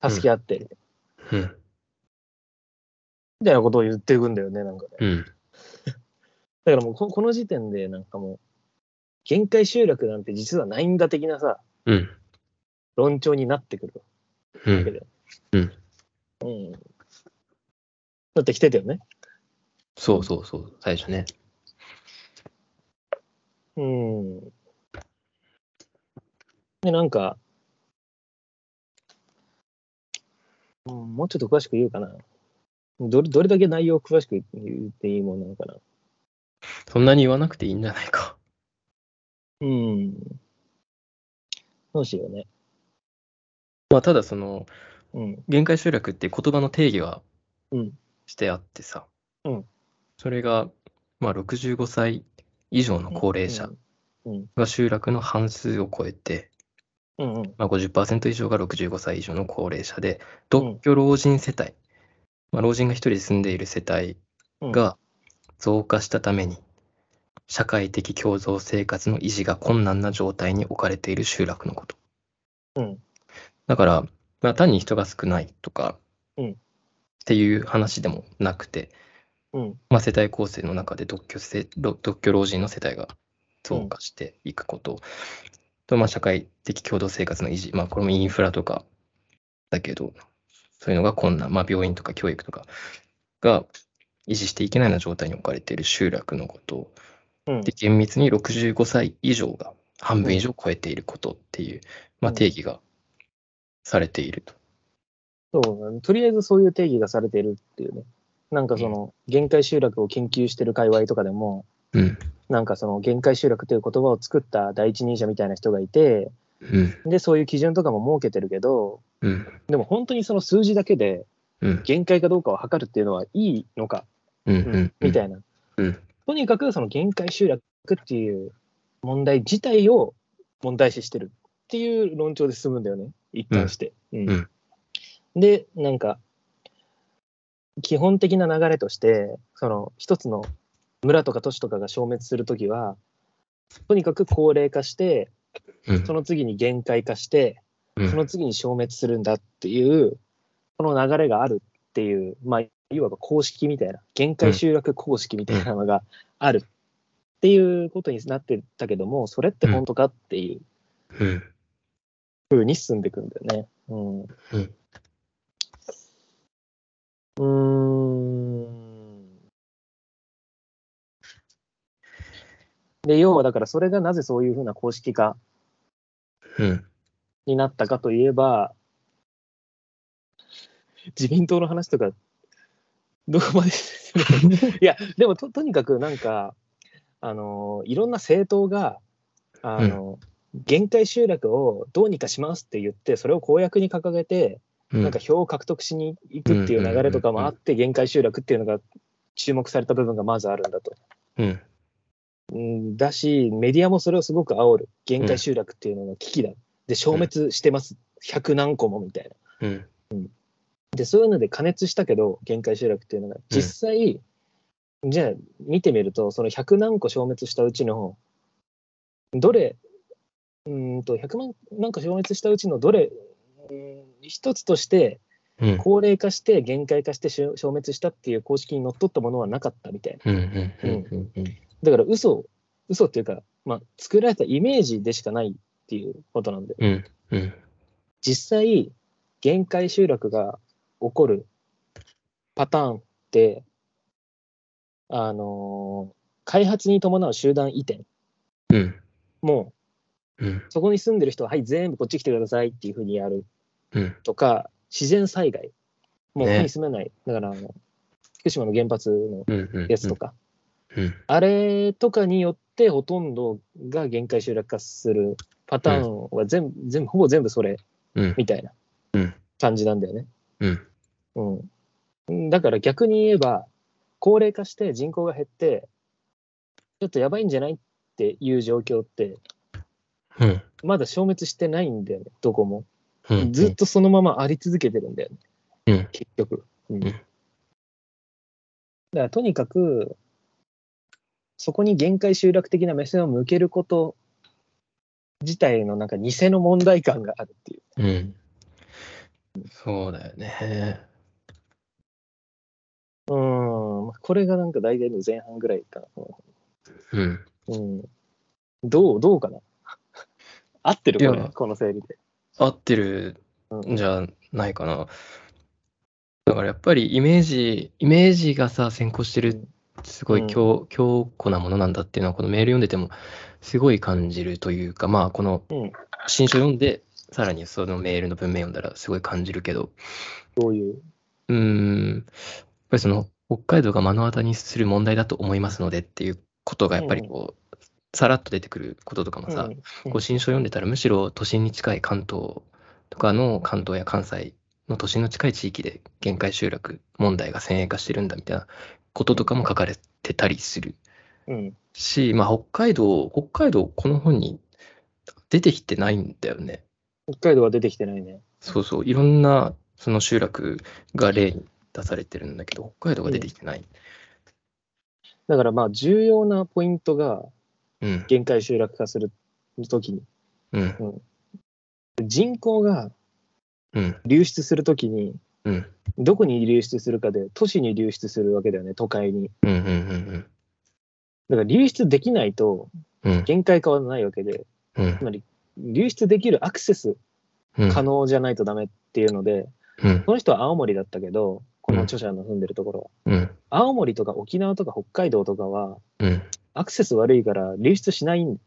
S1: 助け合ってる。
S2: うん
S1: みたいなことを言っていくんだよね、なんかね。
S2: うん
S1: だからもうこ、この時点で、なんかもう、限界集落なんて実はないんだ的なさ、
S2: うん
S1: 論調になってくる
S2: う
S1: わけ
S2: ん
S1: だよ。
S2: うん
S1: うん。なってきてたよね。
S2: そうそうそう最初ね
S1: うん。で、なんか、うんもうちょっと詳しく言うかな。どれどれだけ内容を詳しく言っていいものなのかな。
S2: そんなに言わなくていいんじゃないか [laughs]
S1: うん。どうしようね。
S2: まあただその
S1: うん。
S2: 限界集落っていう言葉の定義は
S1: うん
S2: してあってさ、
S1: うん
S2: それがまあ65歳以上の高齢者
S1: うん。
S2: が集落の半数を超えて、
S1: うんうん。
S2: まあ、50%以上が65歳以上の高齢者で独居老人世帯、まあ、老人が一人で住んでいる世帯
S1: うん、
S2: が増加したために社会的共存生活の維持が困難な状態に置かれている集落のこと。
S1: うん
S2: だから、まあ、単に人が少ないとか、
S1: うん
S2: っていう話でもなくて、
S1: うん。
S2: まあ、世帯構成の中で独居せ独独居老人の世帯が増加していくこと、と、まあ、社会的共同生活の維持、まあ、これもインフラとかだけど、そういうのが困難、まあ、病院とか教育とかが維持していけないような状態に置かれている集落のことを
S1: うん
S2: で、厳密に65歳以上が半分以上超えていることっていう、まあ、
S1: うん
S2: 定義がされていると。
S1: そうだねとりあえずそういう定義がされてるっていうね。なんかその、限界集落を研究してる界隈とかでも、
S2: うん。
S1: なんかその、限界集落という言葉を作った第一人者みたいな人がいて、
S2: うん。
S1: で、そういう基準とかも設けてるけど、
S2: うん。
S1: でも本当にその数字だけで、
S2: うん。
S1: 限界かどうかを測るっていうのはいいのか、
S2: うん。
S1: うん
S2: うん。
S1: みたいな。
S2: うん
S1: とにかくその限界集落っていう問題自体を問題視してるっていう論調で進むんだよね、一貫して。うん
S2: うん
S1: で、なんか、基本的な流れとして、その一つの村とか都市とかが消滅するときは、とにかく高齢化して、
S2: うん。
S1: その次に限界化して、
S2: うん
S1: その次に消滅するんだっていう、この流れがあるっていう、まあ、いわば公式みたいな、限界集落公式みたいなのがあるっていうことになってたけども、それって本当かっていう
S2: うん。
S1: ふうに進んでいくんだよね。うん。う
S2: うん
S1: ーん。で、要はだからそれがなぜそういうふうな公式化
S2: うん。
S1: になったかといえば、自民党の話とか、どこまで [laughs] いや、でもととにかくなんか、あのいろんな政党が、あの限界集落をどうにかしますって言って、それを公約に掲げて、
S2: うん
S1: なんか票を獲得しに行くっていう流れとかもあって、限界集落っていうのが注目された部分がまずあるんだと。
S2: うん。
S1: うんだし、メディアもそれをすごく煽る。限界集落っていうのが危機だ。で、消滅してます。100何個もみたいな。
S2: うん。
S1: で、そういうので加熱したけど、限界集落っていうのが。実際、じゃあ見てみると、その100何個消滅したうちの、どれ、うーんと、100万何個消滅したうちのどれ、うん一つとして、
S2: うん。
S1: 高齢化して、限界化してし消滅したっていう公式にのっとったものはなかったみたいな。
S2: うん。うん。うん。うん。
S1: だから嘘、嘘っていうか、まあ、作られたイメージでしかないっていうことなんで、
S2: うん。うん。
S1: 実際、限界集落が起こるパターンって、あのー開発に伴う集団移転、
S2: うん。
S1: も
S2: うん
S1: う。そこに住んでる人は、はい、全部こっち来てくださいっていうふうにやる
S2: うん。
S1: とか、自然災害、もう
S2: ね
S1: ここに住めない、だからあの、福島の原発の
S2: うん。うん。
S1: やつとか、
S2: うん。
S1: あれとかによってほとんどが限界集落化するパターンは全部、全部ほぼ全部それ
S2: うん。
S1: みたいな
S2: うん
S1: 感じなんだよね。
S2: うん。
S1: うん、だから逆に言えば高齢化して人口が減ってちょっとやばいんじゃないっていう状況って
S2: うん。
S1: まだ消滅してないんだよねどこも。
S2: うん。
S1: ずっとそのままあり続けてるんだよね、
S2: うん
S1: 結局。うん
S2: ん
S1: だからとにかく、そこに限界集落的な目線を向けること自体のなんか偽の問題感があるっていう。
S2: うん。そうだよね。
S1: うーん、これがなんか大体の前半ぐらいかな。
S2: うん。
S1: うん、どう、どうかな [laughs] 合ってる
S2: いや
S1: これ、この整理で。
S2: 合ってるんじゃないかな。だからやっぱりイメージ、イメージがさ、先行してる、すご
S1: うん
S2: い強,、強固なものなんだっていうのは、このメール読んでても、すごい感じるというか、まあ、この
S1: うん
S2: 新書読んで、さらにそのメールの文面読んだら、すごい感じるけど、
S1: どういう。
S2: うーん、やっぱりその、北海道が目の当たりにする問題だと思いますのでっていうことが、やっぱりこう、さらっと出てくることとかもさ、
S1: うん
S2: こう新書読んでたらむしろ都心に近い関東とかの関東や関西の都心の近い地域で限界集落問題が先鋭化してるんだみたいなこととかも書かれてたりする
S1: うん、
S2: し、まあ、北海道北海道この本に出てきてないんだよね。
S1: 北海道は出てきてないね。
S2: そうそういろんなその集落が例に出されてるんだけど北海道が出てきてない。
S1: だからまあ重要なポイントが
S2: うん
S1: 限界集落化するときに、
S2: うん
S1: 人口が
S2: うん
S1: 流出するときに、
S2: うん
S1: どこに流出するかで、都市に流出するわけだよね、都会に。
S2: うんうんうん
S1: だから流出できないと、
S2: うん。
S1: 限界化はないわけで、
S2: うん
S1: つ。まり流出できるアクセス
S2: うん。
S1: 可能じゃないとダメっていうので、
S2: うん。
S1: この人は青森だったけど、この著者の住んでるところは、
S2: うん。
S1: 青森とか沖縄とか北海道とかは、
S2: うん。
S1: アクセス悪いから流出しないん
S2: うん。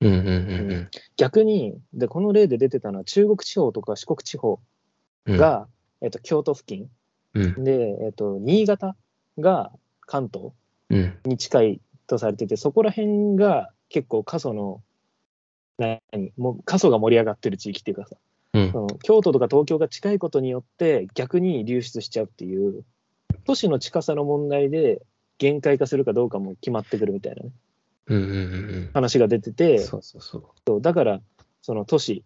S2: うん。うん。
S1: 逆にで、この例で出てたのは、中国地方とか四国地方
S2: うん。、
S1: が、えっと、京都付近
S2: うん。
S1: で、えっと、新潟が関東
S2: うん。
S1: に近いとされてて、そこら辺が結構過疎の、何もう過疎が盛り上がってる地域っていうかさ、
S2: うん
S1: そ。の京都とか東京が近いことによって逆に流出しちゃうっていう都市の近さの問題で限界化するかどうかも決まってくるみたいな、ね、
S2: うん。うん。
S1: 話が出てて
S2: そうそうそう。
S1: そうだからその都市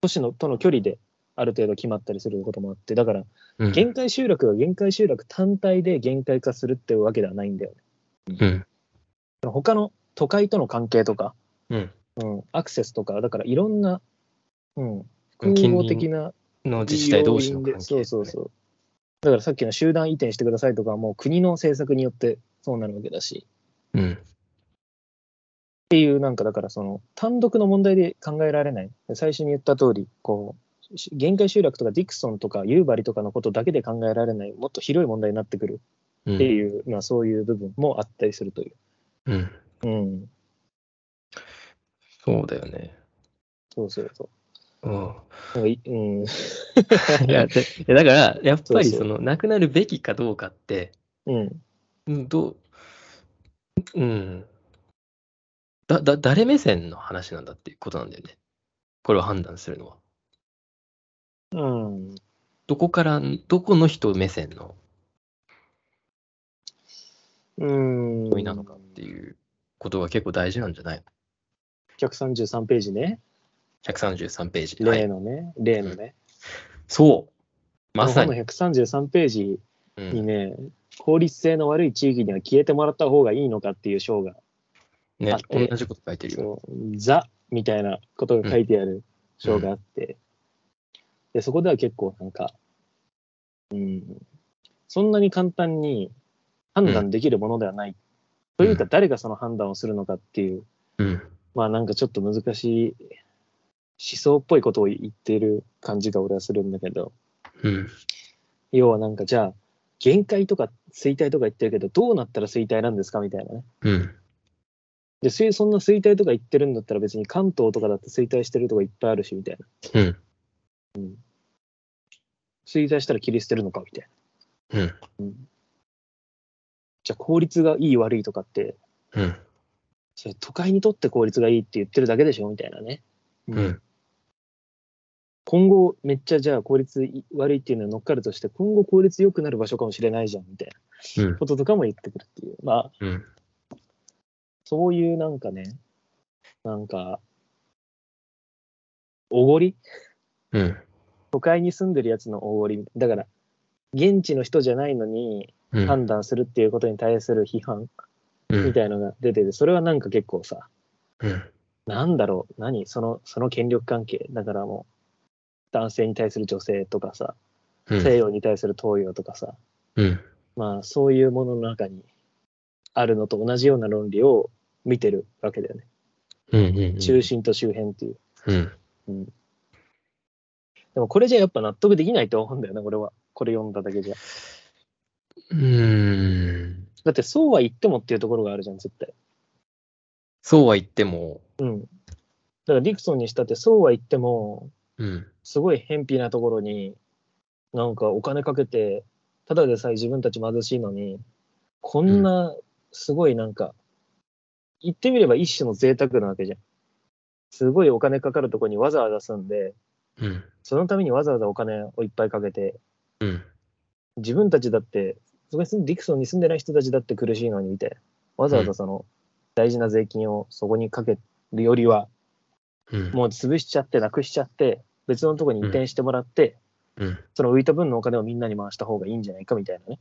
S1: 都市のとの距離である程度決まったりすることもあってだから
S2: うん。
S1: 限界集落が限界集落単体で限界化するってわけではないんだよね
S2: うん。
S1: 他の都会との関係とか、
S2: うん。
S1: うん、アクセスとかだからいろんな、うん、複
S2: 近
S1: 合
S2: 隣
S1: 的な
S2: の自治体同士の関係、
S1: そうそうそう。だからさっきの集団移転してくださいとかはもう国の政策によってそうなるわけだし、
S2: う。うん。
S1: っていうなんかだからその単独の問題で考えられない。最初に言った通り、こう、し限界集落とかディクソンとか夕張とかのことだけで考えられない、もっと広い問題になってくる
S2: うん
S1: っていう、まあそういう部分もあったりするという。
S2: うん。
S1: うん。
S2: そうだよね。
S1: そうそうそう。
S2: うん。
S1: なんかいうん。
S2: [laughs] いや、でいやだから、やっぱり
S1: そうそう
S2: その、なくなるべきかどうかって、
S1: [laughs] うん。
S2: うんどう、うん。だ、だ、誰目線の話なんだっていうことなんだよね。これを判断するのは。
S1: うん。
S2: どこから、どこの人目線の
S1: うん。
S2: 問いなのかっていうことが結構大事なんじゃない
S1: 133ページね。
S2: ?133 ページ。は
S1: 例
S2: い。
S1: のね。例のね。
S2: そう。まさに。
S1: この133ページ
S2: う
S1: に
S2: ん、
S1: ね、効率性の悪い地域には消えてもらった方がいいのかっていう章が、あ
S2: ね
S1: っ、て
S2: 同じこと書いてるよ。
S1: そうザみたいなことが書いてある章があって、でそこでは結構なんか、うん、そんなに簡単に判断できるものではない。というか、
S2: う
S1: 誰がその判断をするのかっていう、
S2: うん。
S1: まあなんかちょっと難しい思想っぽいことを言ってる感じが俺はするんだけど、
S2: うん。
S1: 要はなんかじゃあ限界とか衰退とか言ってるけどどうなったら衰退なんですかみたいなね
S2: うん。
S1: でそそんな衰退とか言ってるんだったら別に関東とかだって衰退してるとかいっぱいあるしみたいな
S2: うん。
S1: 衰退したら切り捨てるのかみたいな
S2: うん。
S1: じゃあ効率がいい悪いとかって
S2: うん。
S1: それ都会にとって効率がいいって言ってるだけでしょみたいなね、
S2: うん。
S1: 今後めっちゃじゃあ効率い悪いっていうのは乗っかるとして今後効率良くなる場所かもしれないじゃんみたいな
S2: うん
S1: こととかも言ってくるっていうまあ
S2: うん。
S1: そういうなんかね、なんか、おごり
S2: うん。
S1: 都会に住んでるやつのおごり。だから、現地の人じゃないのに
S2: うん。
S1: 判断するっていうことに対する批判
S2: うん
S1: みたいのが出てて、それはなんか結構さ、
S2: うん。
S1: なんだろう、何その、その権力関係。だからもう、男性に対する女性とかさ、
S2: うん
S1: 西洋に対する東洋とかさ、
S2: うん。
S1: まあそういうものの中にあるのと同じような論理を見てるわけだよね。
S2: うん。うん。
S1: 中心と周辺っていう。
S2: うん。
S1: でもこれじゃやっぱ納得できないと思うんだよね、俺は。これ読んだだけじゃ。
S2: うーん。
S1: だってそうは言ってもっていうところがあるじゃん、絶対。
S2: そうは言っても、
S1: だからディクソンにしたってそうは言っても、
S2: うん。
S1: すごい偏僻なところに、なんかお金かけて、ただでさえ自分たち貧しいのに、こんなすごいなんか、言ってみれば一種の贅沢なわけじゃん。すごいお金かかるところにわざわざ住んで、
S2: うん。
S1: そのためにわざわざお金をいっぱいかけて、
S2: うん。
S1: 自分たちだって、そこに住んディクソンに住んでない人たちだって苦しいのにみたいな。わざわざその、大事な税金をそこにかけるよりは、
S2: うん。
S1: もう潰しちゃって、なくしちゃって、別のとこに移転してもらって、
S2: うん。
S1: その浮いた分のお金をみんなに回した方がいいんじゃないかみたいなね、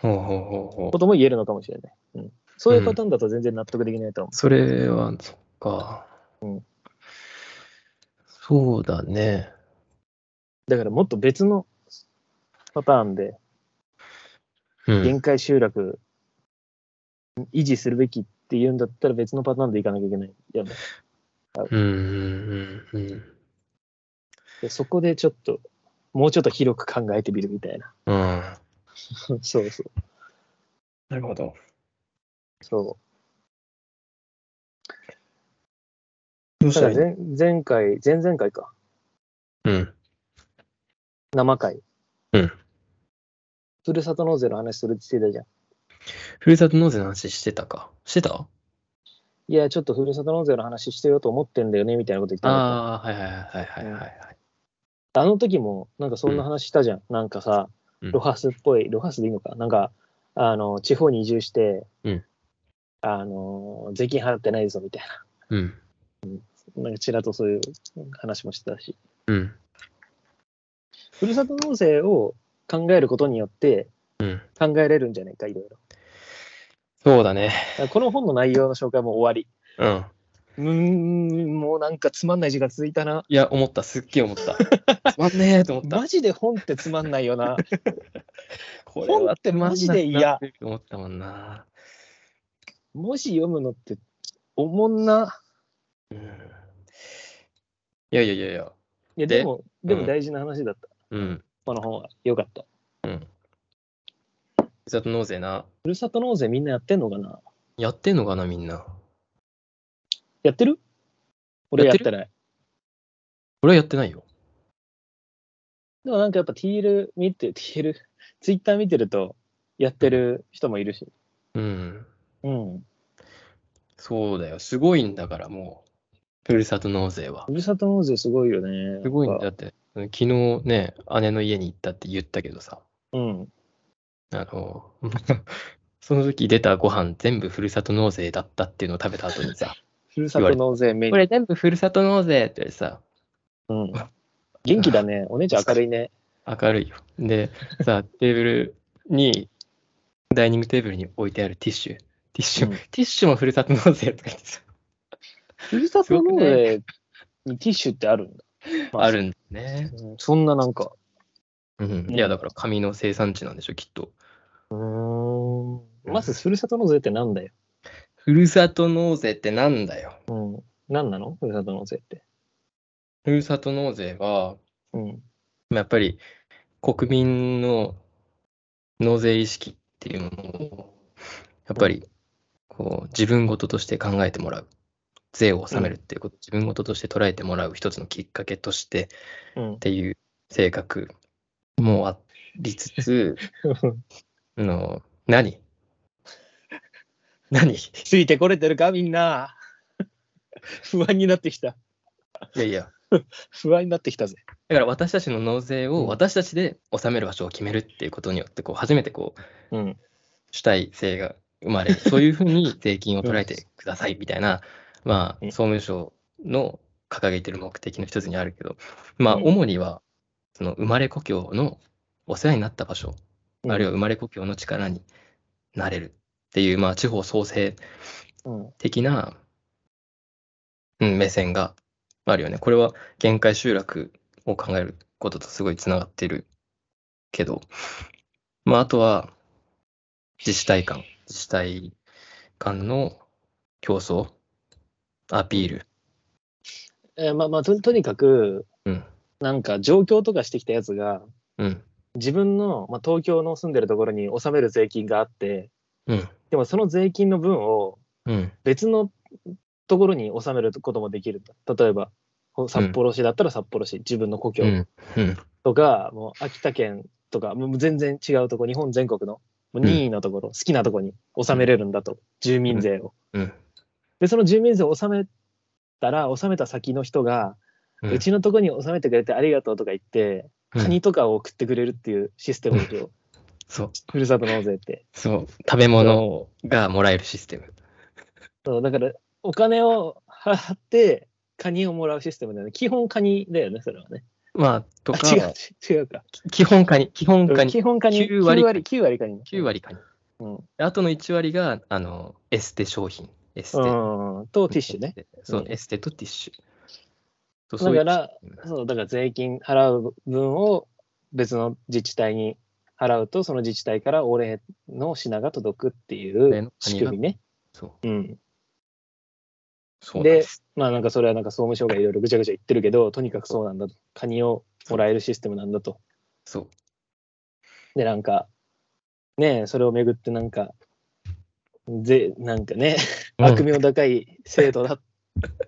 S2: ほうほうほうほ
S1: こ
S2: う。
S1: とも言えるのかもしれない。うん、そういうパターンだと全然納得できないと思
S2: それは、そっか。そうだね。
S1: う。だからもっと別のパターンで、
S2: うん。
S1: 限界集落維持するべきって言うんだったら別のパターンで行かなきゃいけないよね。
S2: うんうんうんうん。
S1: でそこでちょっと、もうちょっと広く考えてみるみたいな。 [laughs]
S2: うん。
S1: そうそう。
S2: なるほど。
S1: そ
S3: どう
S1: う。
S3: した
S1: た
S3: らい
S1: だ
S3: いの
S1: 前前回、前々回か。
S2: うん。
S1: 生回。
S2: うん。
S1: ふるさと納税の話するって言ってたじゃん。
S2: ふるさと納税の話してたかしてた
S1: いや、ちょっとふるさと納税の話してよと思ってんだよね、みたいなこと言ってなかった
S2: ああ、はいはいはいはいはいはい。
S1: あの時も、なんかそんな話したじゃん。なんかさ、
S2: うん
S1: ロハスっぽい、ロハスでいいのかなんか、あの、地方に移住して、
S2: うん
S1: あの、税金払ってないぞ、みたい
S2: うん。
S1: な。なんかちらっとそういう話もしてたし。
S2: うん。
S1: ふるさと納税を考えることによって
S2: うん。
S1: 考えれるんじゃないか、いろいろ。
S2: そうだね。
S1: だからこの本の内容の紹介も終わり。
S2: うん。
S1: うーん、もうなんかつまんない時間続いたな。
S2: いや、思った。すっげえ思った。つまんねえと思った。
S1: マジで本ってつまんないよ
S2: [laughs]
S1: な。
S2: こ
S1: れはつまんなくなってるマジで嫌
S2: と思ったもんな。
S1: もし読むのって、おもんな。
S2: うん。いやいやいやいや。
S1: いや、
S2: で
S1: でも、で
S2: う
S1: も
S2: ん
S1: 大事な話だった。
S2: うん。
S1: この本は。よかった。
S2: ふるさと納税な。
S1: ふるさと納税みんなやってんのかな
S2: やってんのかな、みんな。
S1: やってる俺
S2: や
S1: や
S2: っ
S1: って
S2: る
S1: てない。
S2: 俺はやってないよ。
S1: でもなんかやっぱティール見て、ティール、ツイッター見てると、やってる人もいるし。
S2: うん。
S1: うん。
S2: そうだよ。すごいんだから、もう。ふるさと納税は
S1: ふ。るさと納税すごいよね。
S2: すごいんだ。だ
S1: やっぱ
S2: って、昨日ね、姉の家に行ったって言ったけどさ。
S1: うん。
S2: あの、 [laughs] その時出たご飯全部ふるさと納税だったっていうのを食べた後にさ、
S1: ふるさと納税メニ
S2: [laughs] こ
S1: ュー。
S2: れ全部ふるさと納税って言われてさ、
S1: うん。元気だね。お姉ちゃん明るい [laughs] ね。
S2: 明るいよ。で、 [laughs] さ、テーブルに、ダイニングテーブルに置いてあるティッシュ、ティッシュ、
S1: うん
S2: ティッシュもふるさと納税とか言ってさ、
S1: ふるさと納税にティッシュってあるんだ。ま
S2: あるんだね。
S1: うんそんななんか。
S2: うん。いや、だから紙の生産地なんでしょ、きっと。
S1: うーん。まず、ふるさと納税ってなんだよ。
S2: ふるさと納税ってなんだよ。
S1: うん。何なのふるさと納税って。
S2: ふるさと納税は、
S1: うん。
S2: まあやっぱり国民の納税意識っていうものを、やっぱりこう自分事として考えてもらう。税を納めるっていうこと、自分事として捉えてもらう一つのきっかけとして
S1: うん
S2: っ。ていう性格もありつ
S1: [laughs]
S2: つ、あの何 [laughs] 何い
S1: ついてこれてるかみんな。 [laughs] 不安になってきた。
S2: やいや、
S1: 不安になってきたぜ。
S2: だから私たちの納税
S1: う
S2: を
S1: ん
S2: 私たちで納める場所を決めるっていうことによって、こう初めてこう
S1: うん。
S2: 主体性が生ま
S1: [laughs]
S2: れ、そういうふうに税金を捉えてくださいみたいな、まあ、
S1: うん
S2: 総務省の掲げてる目的の一つにあるけど、まあ、
S1: うん
S2: 主には、その生まれ故郷のお世話になった場所、あるいは生まれ故郷の力になれるっていう、まあ、地方創生
S1: うん。
S2: 的な、うん、目線があるよね。これは限界集落を考えることとすごいつながってるけど、まあ、あとは自治体間、自治体間の競争、アピール。
S1: えーまあまあと、とにかく、
S2: うん、
S1: なんか上京とかしてきたやつが、
S2: うん、
S1: 自分の、まあ、東京の住んでるところに納める税金があって、
S2: うん、
S1: でもその税金の分を
S2: うん、
S1: 別のところに納めることもできるんだ。例えば、ほ札幌市だったら札幌市、自分の故
S2: う
S1: 郷
S2: ん、うん、
S1: とか、もう秋田県とか、もう全然違うとこ、日本全国のもう任意のところ、好きなとこに納めれるんだと、住民税を。
S2: うん。
S1: で、その住民税を納めたら、納めた先の人が、うちのとこに納めてくれてありがとうとか言って、
S2: うん
S1: カニとかを送ってくれるっていうシステム
S2: [laughs]
S1: ですよ、
S2: そう、
S1: ふるさと納税って。
S2: そう、食べ物がもらえるシステム。
S1: そうだから、お金を払って、カニをもらうシステムだよね。基本カニだよね、それはね。
S2: まあ、と
S1: あ
S2: か、
S1: 違う、違うか。
S2: 基本カニ、基本カニ
S1: 基、本カニ、
S2: 9
S1: 9
S2: 割
S1: 割、9割カニ。
S2: 9割カニ。
S1: うん。
S2: であとの1割が、あの、エステ商品。エステ。
S1: うん。と、ティッシュね。。
S2: そう、
S1: うん
S2: エステとティッシュ。そう
S1: だから、
S2: そういう
S1: そう、だから税金払う分を別の自治体に払うと、その自治体からお礼の品が届くってい
S2: お礼
S1: う
S2: の
S1: 仕
S2: 品が
S1: 組みね。。
S2: そう
S1: うん。
S2: そうなんです。
S1: まあなんかそれはなんか総務省がいろいろぐちゃぐちゃ言ってるけど、とにかくそうなんだと。カニをもらえるシステムなんだと。
S2: そう。
S1: で、なんか、ねえ、それをめぐってなんか、ぜ、なんかね、
S2: うん
S1: 悪名高い制度だっ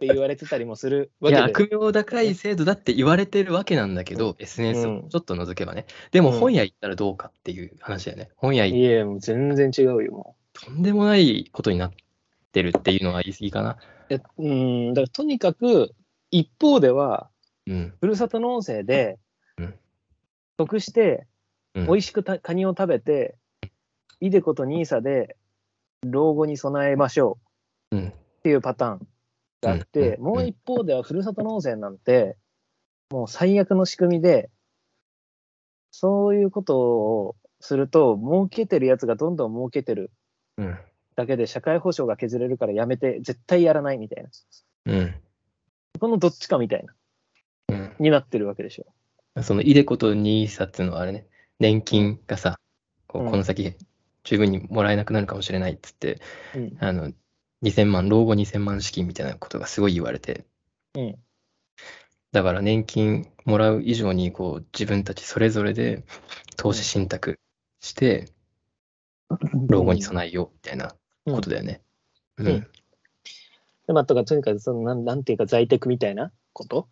S1: て言われてたりもするわ
S2: い
S1: けで。
S2: や悪名高い制度だって言われてるわけなんだけど、SNS
S1: うん
S2: をちょっと除けばね。でも
S1: うん
S2: 本屋行ったらどうかっていう話だよね。本屋行っ
S1: いや、もう全然違うよ、も
S2: とんでもないことになってるっていうのが言い過ぎかな。
S1: う。いやうん、だからとにかく、一方では、
S2: うん。
S1: ふるさと納税で
S2: うん、
S1: 得して、
S2: うん、
S1: 美味しくたカニを食べて、イデコとニーサで老後に備えましょ
S2: うん。
S1: うっていうパターンがあって、
S2: うん
S1: もう一方ではふるさと納税なんて、もう最悪の仕組みで、そういうことをすると、儲けてるやつがどんどん儲けてる
S2: うん。
S1: だけで社会保障が削れるからやめて、絶対やらないみたいな。
S2: うん。
S1: このどっちかみたいな、
S2: うん
S1: になってるわけでしょ。
S2: そのイデコとニーサっていうのはあれね、年金がさ、こ
S1: う
S2: うんこの先十分にもらえなくなるかもしれないっつって、
S1: うん。
S2: あの、2000万、老後2000万資金みたいなことがすごい言われて、
S1: うん。
S2: だから年金もらう以上にこう自分たちそれぞれで投資信託して、老後に備えようみたいなことだよね。うん
S1: でまあ、とか、とにかくそのなん、なんていうか、在宅みたいなこと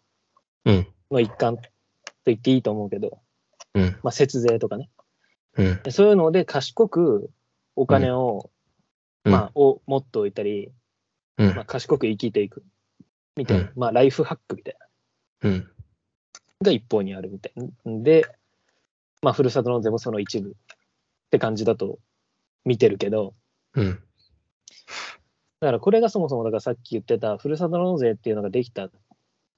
S2: うん。
S1: の一環と言っていいと思うけど、
S2: うん。
S1: まあ、節税とかね。
S2: うん。
S1: でそういうので、賢くお金を、
S2: うん
S1: まあ、を持っておいたり、
S2: うん
S1: まあ、賢く生きていく。みたいな、
S2: うん
S1: まあ、ライフハックみたいな、
S2: うん。
S1: が一方にあるみたいな。で、まあ、ふるさと納税もその一部って感じだと見てるけど、
S2: うん。
S1: だからこれがそもそもだからさっき言ってたふるさと納税っていうのができた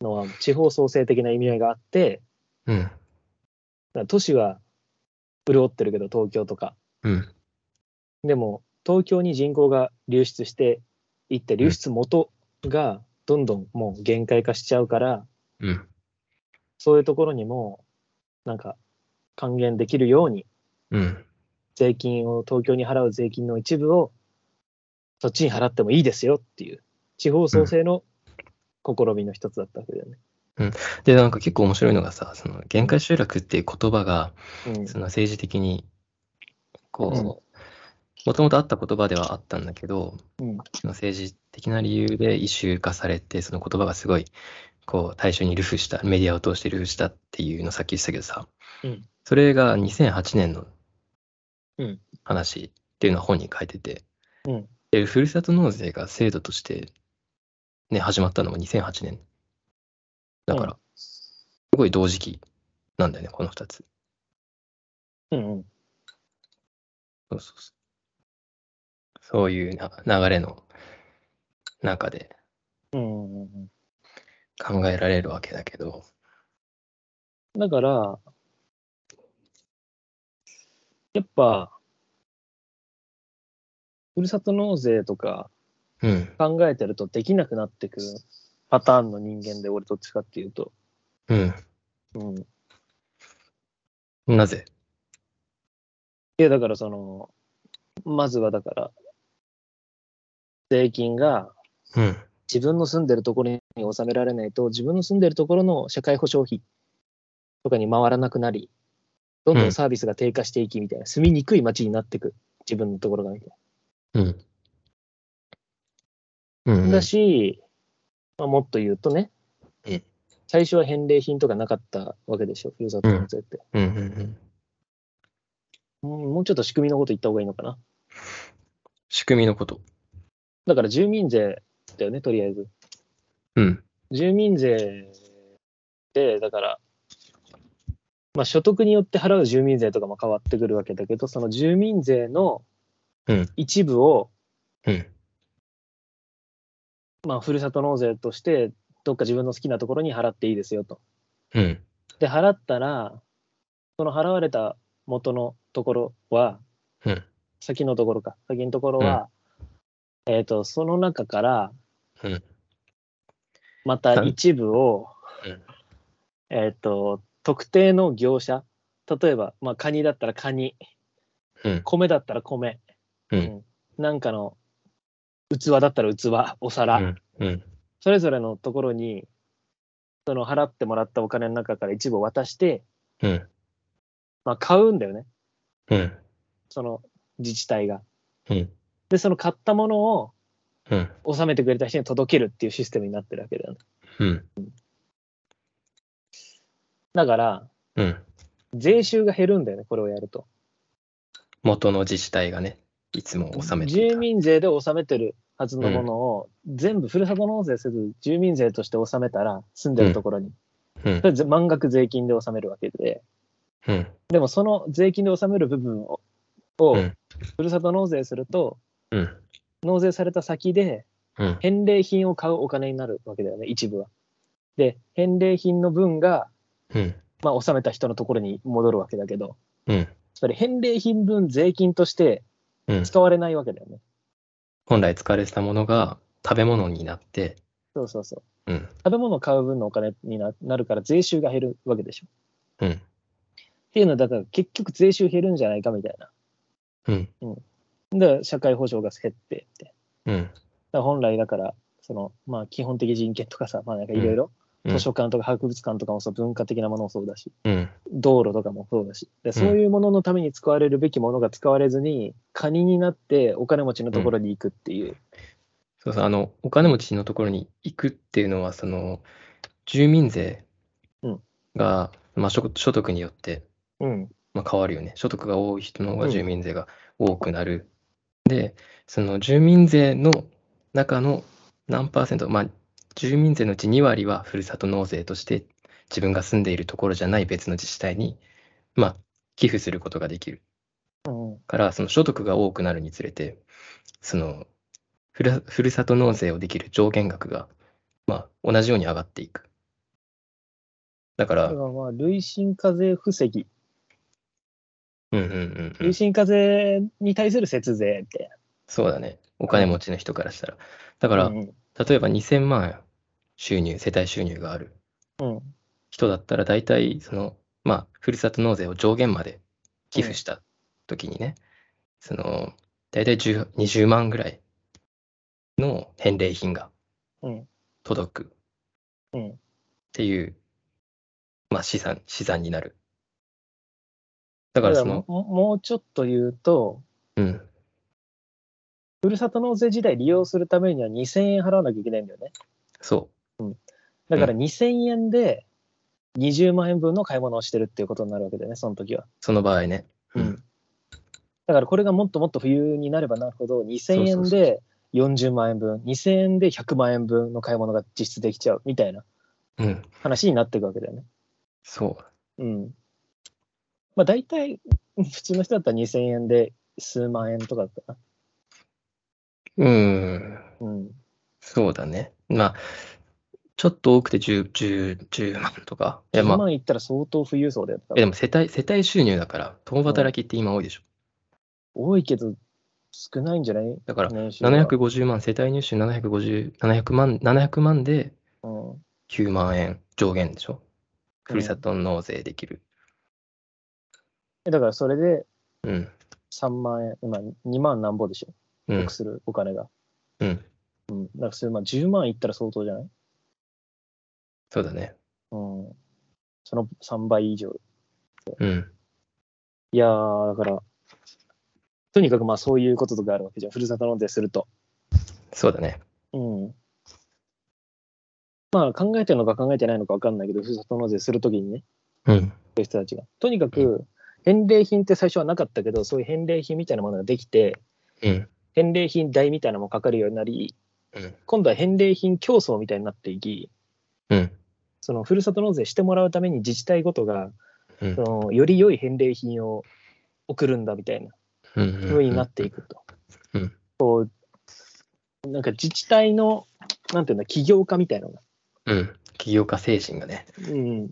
S1: のは地方創生的な意味合いがあって
S2: うん。
S1: だから都市は潤ってるけど東京とか
S2: うん。
S1: でも東京に人口が流出していって流出元がどんどんもう限界化しちゃうから
S2: うん。
S1: そういうところにもなんか還元できるように
S2: うん。
S1: 税金を東京に払う税金の一部をそっちに払ってもいいですよっていう地方創生の試みの一つだったわけだよね。
S2: で、なんか結構面白いのがさ、その限界集落っていう言葉が、
S1: うん
S2: その政治的に、
S1: うん
S2: こう、もともとあった言葉ではあったんだけど、
S1: うん
S2: その政治的な理由で異臭化されて、その言葉がすごい、こう、対象に流布した、メディアを通して流布したっていうのをさっき言ってたけどさ、
S1: うん
S2: それが2008年の
S1: うん
S2: 話っていうのは本に書いてて、
S1: うん
S2: で、ふるさと納税が制度として、ね、始まったのも2008年。だから、
S1: う
S2: すごい同時期なんだよね、この2つ。
S1: うんうん
S2: そうそうそう。そういうな流れの中で
S1: うんうんうん
S2: 考えられるわけだけど、
S1: だから、やっぱ、ふるさと納税とか
S2: うん、
S1: 考えてるとできなくなってくパターンの人間で、俺どっちかっていうと。
S2: うん、
S1: うん。い
S2: なぜ
S1: や、だからその、まずはだから、税金が
S2: うん、
S1: 自分の住んでるところに納められないと、自分の住んでるところの社会保障費とかに回らなくなり、どんどんサービスが低下していきみたいな、住みにくい街になってく、自分のところがみたい
S2: うん。うん、う
S1: な。
S2: ん
S1: だ、し、まあ、もっと言うとね
S2: うん、
S1: 最初は返礼品とかなかったわけでしょ、ふるさと納税って。
S2: うん、うんうん。
S1: うんもうちょっと仕組みのこと言った方がいいのかな。
S2: 仕組みのこと。
S1: だから住民税だよね、とりあえず。
S2: うん、
S1: 住民税で、だから、まあ、所得によって払う住民税とかも変わってくるわけだけど、その住民税の
S2: うん
S1: 一部を、
S2: うん、
S1: まあ、ふるさと納税として、どっか自分の好きなところに払っていいですよと。
S2: うん、
S1: で、払ったら、その払われた元のところは、
S2: うん、
S1: 先のところか、先のところは、えっ、と、その中から、
S2: うん
S1: また一部を、
S2: うん
S1: えっ、と、特定の業者、例えば、まあ、カニだったらカニ、
S2: うん、
S1: 米だったら米、
S2: うん
S1: なんかの器だったら器、お皿、
S2: うん。うん。
S1: それぞれのところに、その払ってもらったお金の中から一部を渡して、
S2: うん。
S1: まあ、買うんだよね、
S2: うん。
S1: その自治体が。
S2: うん。
S1: で、その買ったものを
S2: うん。
S1: 納めてくれた人に届けるっていうシステムになってるわけだよね。
S2: うん。
S1: だから、
S2: うん。
S1: 税収が減るんだよね、これをやると。
S2: 元の自治体がね、いつも納めていた。
S1: 住民税で納めてるはずのものを、全部ふるさと納税せず、住民税として納めたら、住んでるところに、
S2: うん
S1: そ。れぜ満額税金で納めるわけで、
S2: うん。
S1: でもその税金で納める部分を、を
S2: うん
S1: ふるさと納税すると、
S2: うん。
S1: 納税された先で、
S2: うん。
S1: 返礼品を買うお金になるわけだよね、一部は。で、返礼品の分が、
S2: うん。
S1: まあ、納めた人のところに戻るわけだけど、
S2: うん。
S1: それ返礼品分税金として
S2: うん。
S1: 使われないわけだよね。
S2: 本来使われてたものが食べ物になって、
S1: そうそうそう。
S2: うん。
S1: 食べ物を買う分のお金にななるから税収が減るわけでしょ。
S2: うん。
S1: っていうのだから結局税収減るんじゃないかみたいな。
S2: うん。
S1: だから社会保障が減ってって。だか
S2: うん。
S1: ら本来だから、そのまあ基本的人権とかさ、まあなんかいろいろ
S2: うん
S1: 図書館とか博物館とかもそう文化的なものもそうだし、
S2: うん。
S1: 道路とかもそうだし、でそういうもののために使われるべきものが使われずに、カニになってお金持ちのところに行くっていう。
S2: そうそう、あの、お金持ちのところに行くっていうのは、その、住民税
S1: うん
S2: が、まあ、所所得によって、
S1: うん。
S2: まあ、変わるよね。所得が多い人の方
S1: う
S2: が
S1: ん
S2: 住民税が多くなる。で、その住民税の中の何パーセント、まあ、住民税のうち2割はふるさと納税として、自分が住んでいるところじゃない別の自治体に、まあ、寄付することができる。
S1: うん。
S2: から、その所得が多くなるにつれて、そのふるふるさと納税をできる上限額が、まあ、同じように上がっていく。だか
S1: だ
S2: ら、
S1: か
S2: うん
S1: らまあ、累進課税不正
S2: うんうんうん
S1: 累。進課税に対する節税みたいな。
S2: そうだね。お金持ちの人からしたら。だか
S1: だ
S2: ら、
S1: うん
S2: 例えば2000万円収入、世帯収入がある
S1: うん
S2: 人だったら、大体、その、まあ、ふるさと納税を上限まで寄付した時にね、その、大体10 20万ぐらいの返礼品が
S1: うん
S2: 届く
S1: う
S2: っ
S1: ん
S2: ていう、まあ、資産、資産になる。だから、その、
S1: ももうちょっと言うと、
S2: うん、
S1: ふるさと納税自体利用するためには2000円払わなきゃいけないんだよね。
S2: そ
S1: だから
S2: う
S1: 2000円で20万円分の買い物をしてるっていうことになるわけだよね、その時は。
S2: う、その場合ね。うん
S1: だからこれがもっともっと冬になればなるほど、2000円で40万円分、2000円で100万円分の買い物が実質できちゃうみたいな
S2: うん、
S1: 話になっていくわけだよね。
S2: そう。
S1: うん。まあ大体、普通の人だったら2000円で数万円とかだったか
S2: うん、
S1: な。うん。
S2: そうだね。まあ、ちょっと多くて10、10、10万とか。いや、
S1: 1
S2: まあ、
S1: 万いったら相当富裕層だよ。多分
S2: えでも世帯、世帯収入だから、共働きって今多いでしょ。
S1: 多いけど少ないんじゃない
S2: だから、
S1: 年収は
S2: 750万、世帯入手750、700万、700万で
S1: うん
S2: 9万円上限でしょ。ふるさと納税できる。
S1: えだからそれで
S2: うん、
S1: 3万円、今2万なんぼでしょ、
S2: う
S1: 得
S2: ん、
S1: するお金が。
S2: うん。
S1: うん、だからそれまあ10万いったら相当じゃない、
S2: そうだね。
S1: うん、その3倍以上。
S2: うん、
S1: いやー、だから、とにかくまあそういうこととかあるわけじゃん、ふるさと納税すると。
S2: そうだね。
S1: うん。まあ考えてるのか考えてないのか分かんないけど、ふるさと納税するときにね、
S2: うん、
S1: そういう人たちが。とにか
S2: う
S1: く、返礼品って最初はなかったけど、そういう返礼品みたいなものができて、
S2: うん、
S1: 返礼品代みたいなのもかかるようになり、
S2: うん、
S1: 今度は返礼品競争みたいになっていき、
S2: うん、
S1: そのふるさと納税してもらうために自治体ごとが、
S2: うん
S1: そ、のより良い返礼品を送るんだみたいな
S2: うん、うん
S1: 風になっていくと。
S2: うん
S1: こうなんか自治体の、なんていうんだ、起業家みたいなのが。
S2: うん、起業家精神がね。
S1: うん、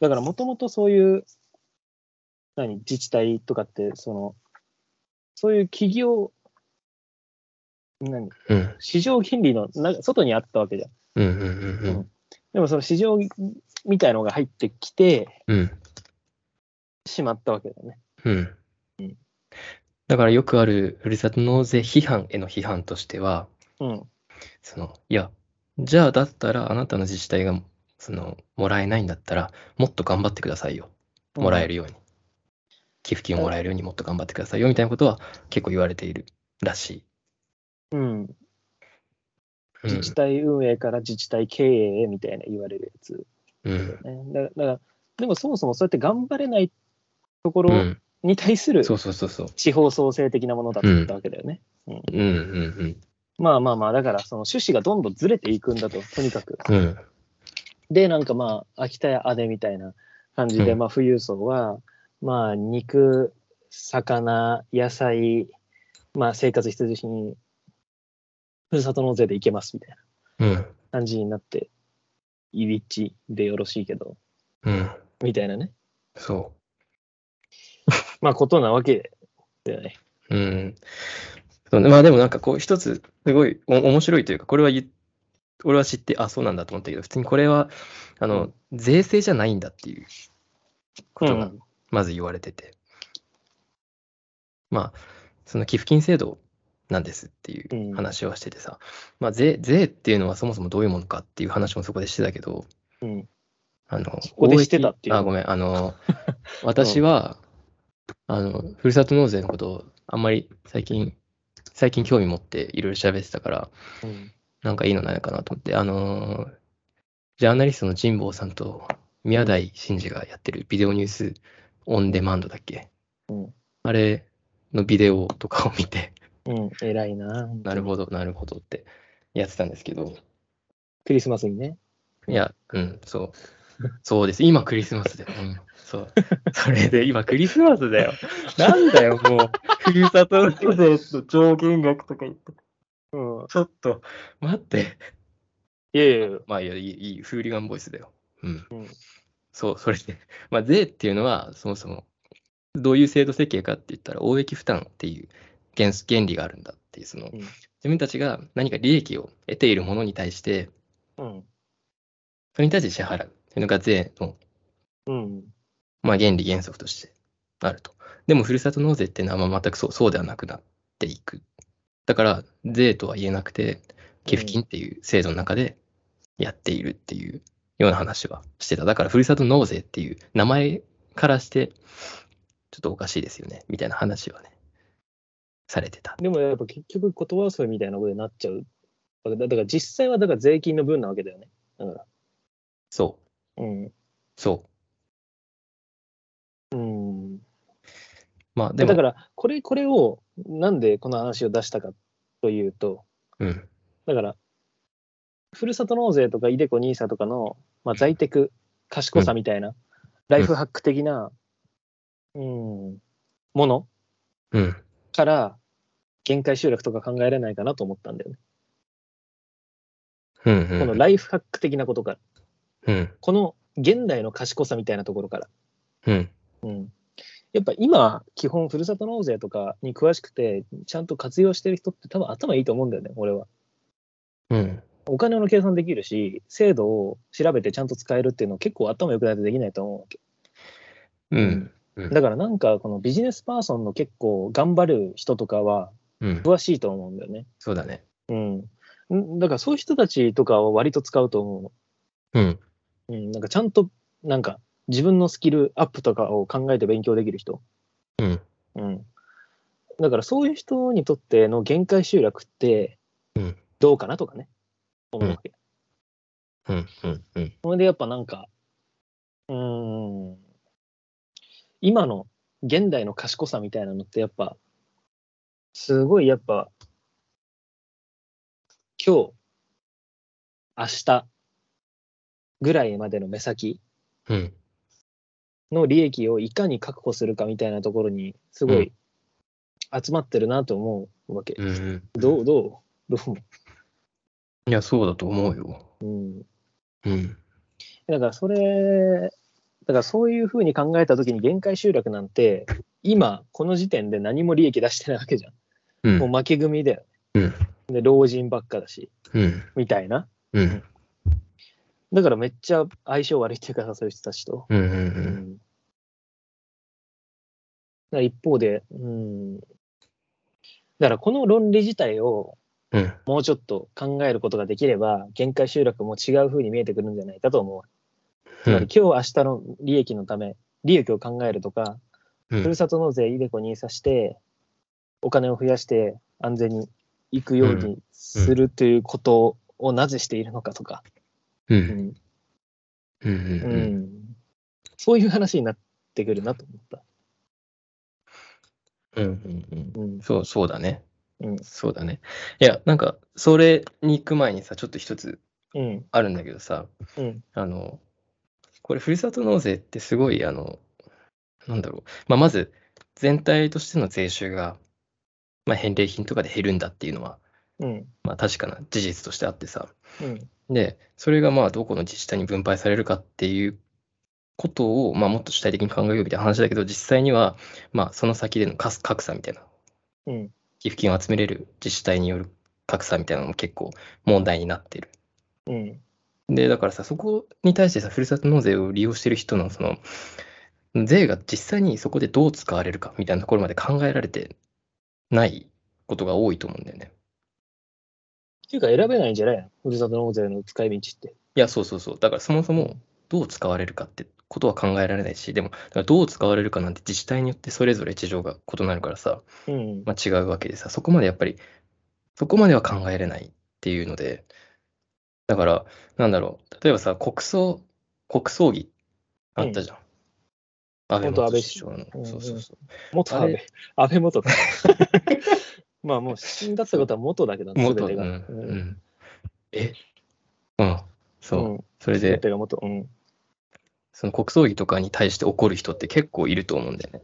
S1: だからもともとそういう何自治体とかってそのそういう企業何
S2: うん、
S1: 市場原理のな外にあったわけじゃん
S2: うん、うん、うん、
S1: でもその市場みたいのが入ってきて
S2: うん、
S1: しまったわけだよね
S2: うん。だからよくあるふるさと納税批判への批判としては、
S1: うん。
S2: その、いや、じゃあだったらあなたの自治体が、その、もらえないんだったら、もっと頑張ってくださいよ。もらえ
S1: る。
S2: るように。寄付金をもらえるようにもっと頑張ってくださいよ、みたいなことは結構言われているらし
S1: うん。
S2: い。
S1: 自治体運営から自治体経営へみたいな言われるやつ、
S2: うん。う
S1: ね。
S2: ん。
S1: だだから、でもそもそもそうやって頑張れないとこ
S2: う
S1: ろ
S2: ん。
S1: に対する
S2: そうそうそうそう。
S1: 地方創生的なものだったわけだよね。
S2: うんうん
S1: まあまあまあ、だからその趣旨がどんどんずれていくんだと、とにかく。
S2: うん。うん。
S1: で、なんかまあ、秋田や姉みたいな感じで、
S2: うん
S1: まあ、富裕層は、まあ、肉、魚、野菜、まあ、生活必需品、ふるさと納税でいけますみたいな
S2: うん。
S1: 感じになって、いびっちでよろしいけど、
S2: うん。
S1: みたいなね、
S2: そ
S1: まあ、ことなわけだよね。
S2: う。うん。そうねまあでもなんかこう一つすごいお面白いというか、これは言っ俺は知って、あ、そうなんだと思ったけど、普通にこれは、あの、税制じゃないんだっていうことが
S1: ん、
S2: まず言われてて。まあ、その寄付金制度なんですっていう話をしててさ、まあ税、税っていうのはそもそもどういうものかっていう話もそこでしてたけど、
S1: うん
S2: あの、
S1: そこでしてたっていう
S2: 貿易あ、ごめん、あの、 [laughs] 私は、あの、ふるさと納税のことをあんまり最近、最近興味持っていろいろ喋ってたから、
S1: うん
S2: なんかいいのないかなと思って、あのージャーナリストの神保さんと宮台真司がやってるビデオニュースオンデマンドだっけ、
S1: うん
S2: あれのビデオとかを見て、 [laughs]
S1: うん、偉いな。
S2: なる
S1: ど。
S2: ほど、なるほどってやってたんですけど、
S1: クリスマスにね。
S2: いや、うん、そう。そうです。今クリスマスだよ。うん、
S1: [laughs]
S2: そう。それで今クリスマスだよ。なんだよ、もう。ふるさと納税の上限額とか言って。
S1: うん。
S2: ちょっと、待って。
S1: いやいやいや
S2: まあいや、いい、いい、フーリガンボイスだよ。うん。
S1: うん
S2: そう、それで、まあ、税っていうのは、そもそも、どういう制度設計かって言ったら、応益負担っていう原則原理があるんだっていう、その、
S1: うん
S2: 自分たちが何か利益を得ているものに対して、
S1: うん。
S2: それに対して支払うっていうのが税の、
S1: うん。
S2: まあ、原理原則としてあると。でも、ふるさと納税っていうのは、まあ、全くそう、そうではなくなっていく。だから、税とは言えなくて、寄付金っていう制度の中でやっているっていうような話はしてた。だから、ふるさと納税っていう名前からして、ちょっとおかしいですよね、みたいな話はね、されてた。
S1: でもやっぱ結局言葉遊びみたいなことになっちゃうわけだ。だから実際はだから税金の分なわけだよね。だから。
S2: そ
S1: うん。
S2: う、そう。
S1: うん、
S2: まあ、で
S1: だ
S2: も、
S1: からこれ、これをなんでこの話を出したかというと、
S2: うん、
S1: だから、ふるさと納税とかイデコニーサとかの、まあ、在宅、賢さみたいな、ライフハック的な、うん、もの
S2: うん。
S1: から限界集落とか考えられないかなと思ったんだよね。
S2: うん、
S1: この
S2: うん、
S1: ライフハック的なことから、
S2: うん、
S1: この現代の賢さみたいなところから。
S2: うん、
S1: うん、やっぱ今、基本、ふるさと納税とかに詳しくて、ちゃんと活用してる人って多分頭いいと思うんだよね、俺は。
S2: うん、
S1: お金の計算できるし、制度を調べてちゃんと使えるっていうのは結構頭良くないとできないと思うわけ。
S2: うん、
S1: だからなんか、このビジネスパーソンの結構頑張る人とかは
S2: うん、
S1: 詳しいと思うんだよね。
S2: そうだね。
S1: うん。んだからそういう人たちとかは割と使うと思うの。
S2: うん、
S1: うん。なんかちゃんと、なんか自分のスキルアップとかを考えて勉強できる人。
S2: うん、
S1: うん、だからそういう人にとっての限界集落って
S2: うん
S1: どうかなとかね、思うわけ。
S2: うん、うん、うん。
S1: それでやっぱなんか、うーん、今の現代の賢さみたいなのってやっぱ、すごいやっぱ、今日、明日ぐらいまでの目先
S2: うん、
S1: の利益をいかに確保するかみたいなところに、すごい集まってるなと思うわけ。
S2: うん。
S1: どうどうどう思
S2: いや、そうだと思うよ。
S1: う、うん、
S2: うん。
S1: だからそれ、だからそういうふうに考えたときに限界集落なんて、今、この時点で何も利益出してないわけじゃん。
S2: う。
S1: もうん負け組だよ。
S2: うん
S1: で、老人ばっかだし、
S2: うん。
S1: みたいな。
S2: うん。
S1: だからめっちゃ相性悪いっていうかさ、そういう人たちと。
S2: うん。う。
S1: うんんだから一方で、うん、だからこの論理自体を
S2: うん。
S1: もうちょっと考えることができれば、限界集落も違う風に見えてくるんじゃないかと思う。つ
S2: う
S1: まり今
S2: ん。
S1: 日明日の利益のため、利益を考えるとか、
S2: う
S1: ふる
S2: ん。
S1: さと納税、イデコにさして、お金を増やして安全に行くようにするということをなぜしているのかとか、
S2: う。
S1: うんん
S2: うん。う。
S1: うんん、そういう話になってくるなと思った。
S2: うん。
S1: うん
S2: そう、そうだね。
S1: うん
S2: そうだね。いや、なんか、それに行く前にさ、ちょっと一つ
S1: うん
S2: あるんだけどさ、
S1: うん
S2: あの、これ、ふるさと納税ってすごい、あの、なんだろう。まあ、まず、全体としての税収が、まあ、返礼品とかで減るんだっていうのは、
S1: うん
S2: まあ、確かな事実としてあってさ、
S1: うん
S2: で、それがまあどこの自治体に分配されるかっていうことを、まあ、もっと主体的に考えようみたいな話だけど、実際には、まあ、その先でのかす格差みたいな、
S1: うん
S2: 寄付金を集めれる自治体による格差みたいなのも結構問題になってる。
S1: うん
S2: で、だからさ、そこに対してさ、ふるさと納税を利用してる人の、その、税が実際にそこでどう使われるかみたいなところまで考えられてないことが多いと思うんだよね。
S1: っていうか選べないんじゃないふるさと納税の使い道って。
S2: いや、そうそうそう。だからそもそもどう使われるかってことは考えられないし、でも、だからどう使われるかなんて自治体によってそれぞれ事情が異なるからさ、
S1: うん
S2: まあ、違うわけでさ、そこまでやっぱり、そこまでは考えれないっていうので、だから、なんだろう、例えばさ、国葬、国葬儀あったじゃん。安倍
S1: 本当
S2: 元
S1: 安倍
S2: 首相の、
S1: うんうん
S2: そうそうそう。
S1: 元
S2: あ
S1: 安倍
S2: れ、
S1: 安倍元か。 [laughs] まあもう死んだってことは元だけど、すべ
S2: 元、う
S1: て
S2: ん、
S1: が。
S2: う
S1: うん
S2: ん。えうん、そう。
S1: ん
S2: それ
S1: 全
S2: で、
S1: てが元。うん。
S2: その国葬儀とかに対して怒る人って結構いると思うんだよね。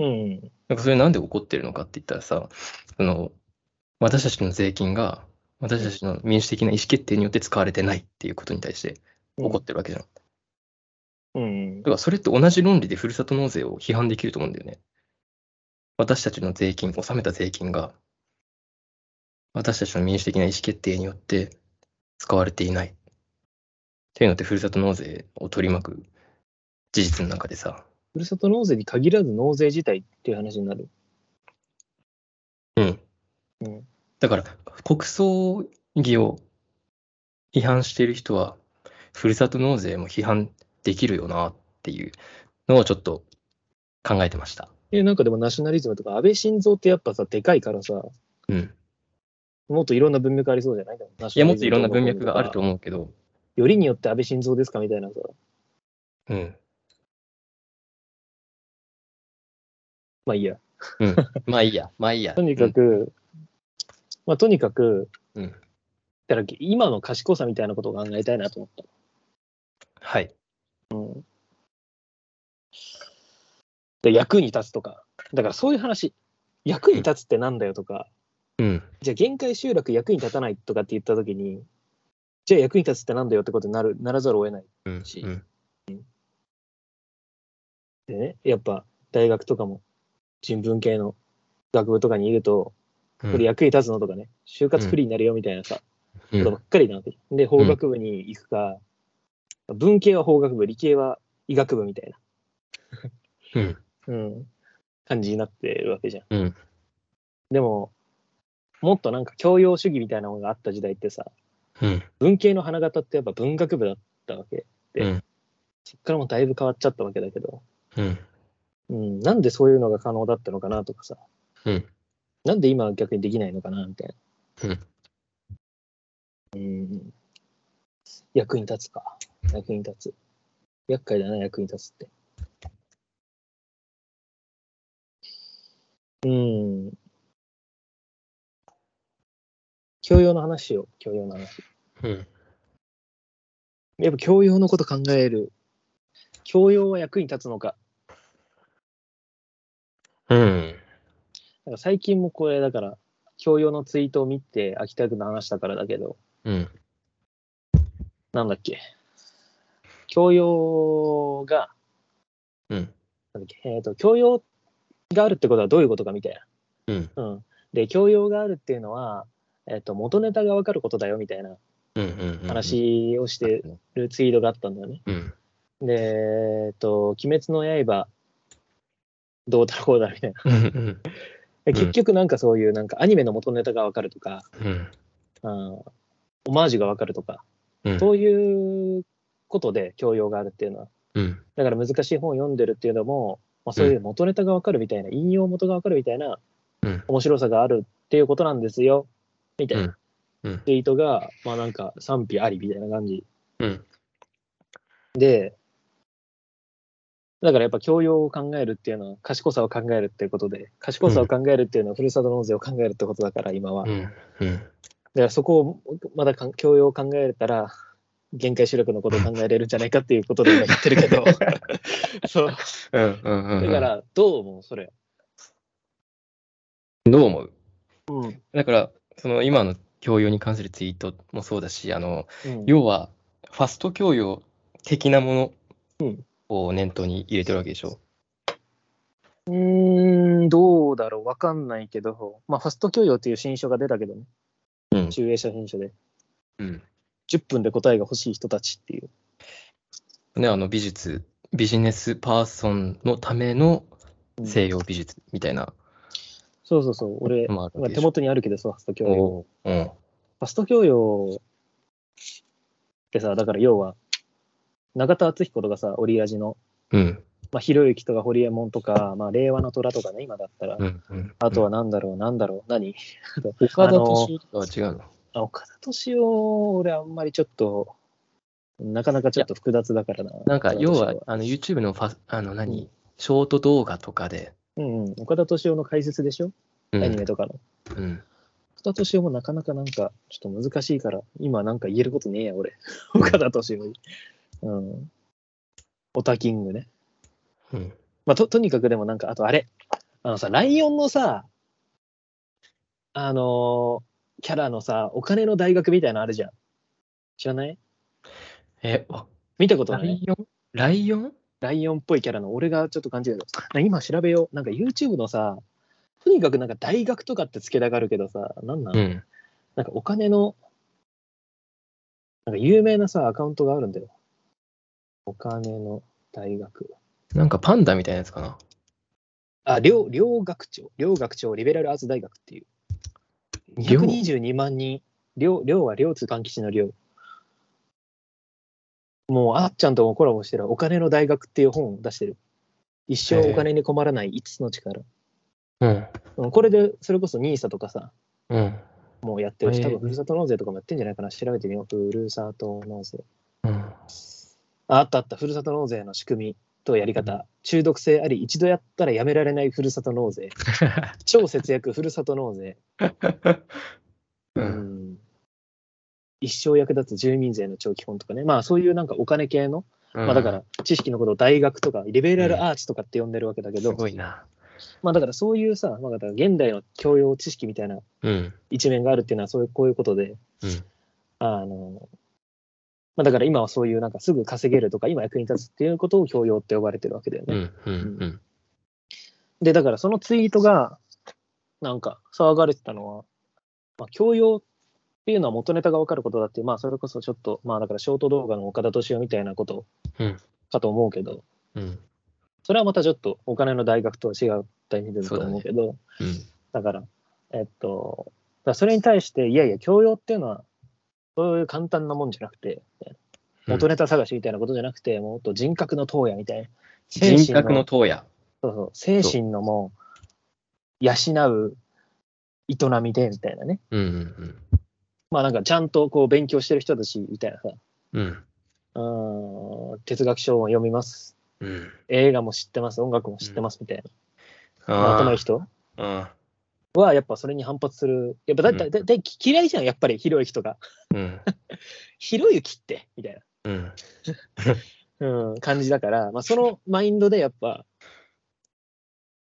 S1: うん。
S2: なんかそれなんで起こってるのかって言ったらさ、その私たちの税金が私たちの民主的な意思決定によって使われてないっていうことに対して起こってるわけじゃん。だ
S1: うん。
S2: からそれって同じ論理でふるさと納税を批判できると思うんだよね。私たちの税金、納めた税金が私たちの民主的な意思決定によって使われていない。っていうのってふるさと納税を取り巻く事実の中でさ、
S1: ふるさと納税に限らず納税自体っていう話になる。
S2: うん
S1: うん。
S2: だから、国葬儀を批判している人は、ふるさと納税も批判できるよなっていうのをちょっと考えてました。
S1: え、なんかでもナショナリズムとか安倍晋三ってやっぱさ、でかいからさ、
S2: うん。
S1: もっといろんな文脈ありそうじゃないい
S2: いや、もっといろんな文脈があると思うけど、
S1: よりによって安倍晋三ですかみたいなさ、
S2: うん。
S1: まあいいや。
S2: うん。まあいいや、まあいいや。
S1: とにかく、まあとにかく、
S2: うん。うん。
S1: だから今の賢さみたいなことを考えたいなと思った。
S2: はい。
S1: で役に立つとか、だからそういう話、役に立つってなんだよとか、
S2: うん。
S1: じゃあ限界集落役に立たないとかって言ったときに、じゃあ役に立つってなんだよってことになるならざるを得ない。
S2: うん。
S1: し
S2: うん
S1: でね、やっぱ大学とかも人文系の学部とかにいると、
S2: うん
S1: これ役に立つのとかね、就活不利になるよみたいなさ、
S2: う
S1: ことばっかりなわけ。で、法学部に行くか、文系は法学部、理系は医学部みたい
S2: ん。
S1: な、うん、感じになってるわけじゃん。
S2: うん。
S1: でも、もっとなんか教養主義みたいなものがあった時代ってさ、
S2: うん。
S1: 文系の花形ってやっぱ文学部だったわけで、
S2: うん
S1: そっからもだいぶ変わっちゃったわけだけど、
S2: うん。
S1: うん、なんでそういうのが可能だったのかなとかさ、
S2: うん。
S1: なんで今は逆にできないのかなみたいな。う
S2: うん
S1: ん役に立つか。役に立つ。厄介だな、役に立つって。うん。教養の話を、教養の話。
S2: うん。
S1: やっぱ教養のこと考える。教養は役に立つのか。
S2: うん。
S1: だから最近もこれ、だから、教養のツイートを見て、秋田区の話したからだけど、
S2: うん。
S1: なんだっけ。教養が、
S2: うん。
S1: なんだっけ、えっ、と、教養があるってことはどういうことかみたい
S2: うん。
S1: な。うん。で、教養があるっていうのは、えっ、と、元ネタがわかることだよみたいな
S2: うん。
S1: 話をして
S2: うん
S1: るツイートがあったんだよね。
S2: うん。
S1: で、えっ、と、鬼滅の刃、どうだろうこうだろうみたいな。
S2: うん。
S1: 結局なんかそういうなんかアニメの元ネタがわかるとか、
S2: うん。
S1: あーオマージュがわかるとか、
S2: うん。
S1: そういうことで教養があるっていうのは、
S2: うん。
S1: だから難しい本を読んでるっていうのも、まあ、そういう元ネタがわかるみたいな、引用元がわかるみたいな
S2: うん。
S1: 面白さがあるっていうことなんですよ、みたいな。
S2: うん
S1: ツイートが、まあなんか賛否ありみたいな感じ。
S2: うん。
S1: で、だからやっぱ教養を考えるっていうのは、賢さを考えるっていうことで、賢さを考えるっていうのは、ふるさと納税を考えるってことだから、今は。
S2: う
S1: だか
S2: ん。うん。
S1: らそこを、まだかん教養を考えれたら、限界集落のことを考えれるんじゃないかっていうことで今言ってるけ
S2: [laughs]
S1: ど、そう。だ
S2: うん。うん。うん。
S1: から、どう思うそれ。
S2: どう思う
S1: うん。
S2: だから、その今の教養に関するツイートもそうだし、あの、
S1: うん
S2: 要は、ファスト教養的なも
S1: う
S2: の
S1: ん
S2: を念頭に入れてるわけでしょ。
S1: うーん、どうだろう、わかんないけど、まあ、ファスト教養っていう新書が出たけどね、
S2: うん。
S1: 集英社新書で、
S2: うん。
S1: 10分で答えが欲しい人たちっていう。
S2: ね、あの、美術、ビジネスパーソンのための
S1: うん
S2: 西洋美術みたいな
S1: そうそうそう、俺、
S2: のもある
S1: 今
S2: わ
S1: 手
S2: けでしょ。
S1: 元にあるけどさ、ファスト教養。
S2: おううん。
S1: ファスト教養ってさ、だから要は、永田敦彦とかさ、オリラジの、
S2: うん。
S1: まあ、ひろゆきとかホリエモンとか、まあ、令和の虎とかね、今だったら、
S2: うん。うん
S1: あとは、なんだろう、なんだろう、何
S2: 岡田
S1: あの
S2: 敏夫とは違うの。
S1: あ岡田敏夫、俺あんまりちょっと、なかなかちょっと複雑だからな。
S2: なんか、
S1: 岡田
S2: 要
S1: 敏夫
S2: は、あの、YouTube のファス、あの、何、ショート動画とかで、
S1: うんうん、岡田敏夫の解説でしょ、
S2: うん
S1: アニメとかの。
S2: うん。
S1: 岡田敏夫もなかなかなんか、ちょっと難しいから、今なんか言えることねえや、俺。 [laughs] 岡田敏夫に。うん。オタキングね。
S2: うん。
S1: まあ、と、とにかくでもなんか、あとあれ、あのさ、ライオンのさ、あのーキャラのさ、お金の大学みたいなのあるじゃん。知らない
S2: え、わ
S1: 見たこと
S2: ラ
S1: ない
S2: イオンライオン
S1: ライオンっぽいキャラの、俺がちょっと感じる。な今調べよう。なんか YouTube のさ、とにかくなんか大学とかって付けたがるけどさ、なんなん、
S2: うん。
S1: なんかお金の、なんか有名なさ、アカウントがあるんだよ。お金の大学。
S2: なんかパンダみたいなやつかな。
S1: あ、両、両学長。両学長、リベラルアーツ大学っていう。
S2: 両
S1: 122万人。両、両は両津勘吉の両。もう、あっちゃんともコラボしてる。お金の大学っていう本を出してる。一生お金に困らない5つの力。
S2: うん。
S1: うんこれで、それこそ NISA とかさ、
S2: うん。
S1: もうやってるし、
S2: へえ
S1: 多分ふるさと納税とかもやってんじゃないかな。調べてみよう。ふるさと納税。
S2: [laughs] うん。
S1: ああったあった、ふるさと納税の仕組みとやり方、
S2: うん
S1: 中毒性あり、一度やったらやめられないふるさと納税、超節約ふるさと納税、
S2: う。
S1: うんん一生役立つ住民税の長期本とかね、まあそういうなんかお金系の、まあだから知識のことを大学とか、リベラルアーチとかって呼んでるわけだけ
S2: うん、
S1: ど、
S2: すごいな。
S1: まあだからそういうさ、まあ、だから現代の教養知識みたいな
S2: うん。
S1: 一面があるっていうのは、そういうこういうことで、
S2: うん。
S1: あの、まあだから今はそういうなんかすぐ稼げるとか、今役に立つっていうことを教養って呼ばれてるわけだよね。
S2: うん。うん。うん。
S1: で、だからそのツイートが、なんか騒がれてたのは、まあ、教養っていうのは元ネタが分かることだっていう、まあ、それこそちょっと、まあ、だからショート動画の岡田敏夫みたいなこと
S2: うん
S1: かと思うけど、
S2: うん。
S1: それはまたちょっとお金の大学とは違った意味でだと
S2: そうだね
S1: 思うけど、
S2: うん。
S1: だから、えっと、だからそれに対して、いやいや、教養っていうのは、そういう簡単なもんじゃなくて、元ネタ探しみたいなことじゃなくて、もっと人格の投野みたいな。
S2: 人格の塔や。
S1: そうそう、精神のもう、養う営みで、みたいなね。
S2: うん。うん
S1: まあなんかちゃんとこう勉強してる人たち、みたいなさ、
S2: うん。
S1: うーん、哲学書を読みます。
S2: うん。うん。
S1: 映画も知ってます、音楽も知ってますみたいな、まあ
S2: あ
S1: 頭いい
S2: ー
S1: 人
S2: あ
S1: はやっぱそれに反発する。やっぱだって、
S2: うん
S1: だだ嫌いじゃん、やっぱりひろゆきとか。
S2: ー。うん。
S1: ひろゆきって、みたい
S2: うん。
S1: な、うん、感じだから、まあそのマインドでやっぱ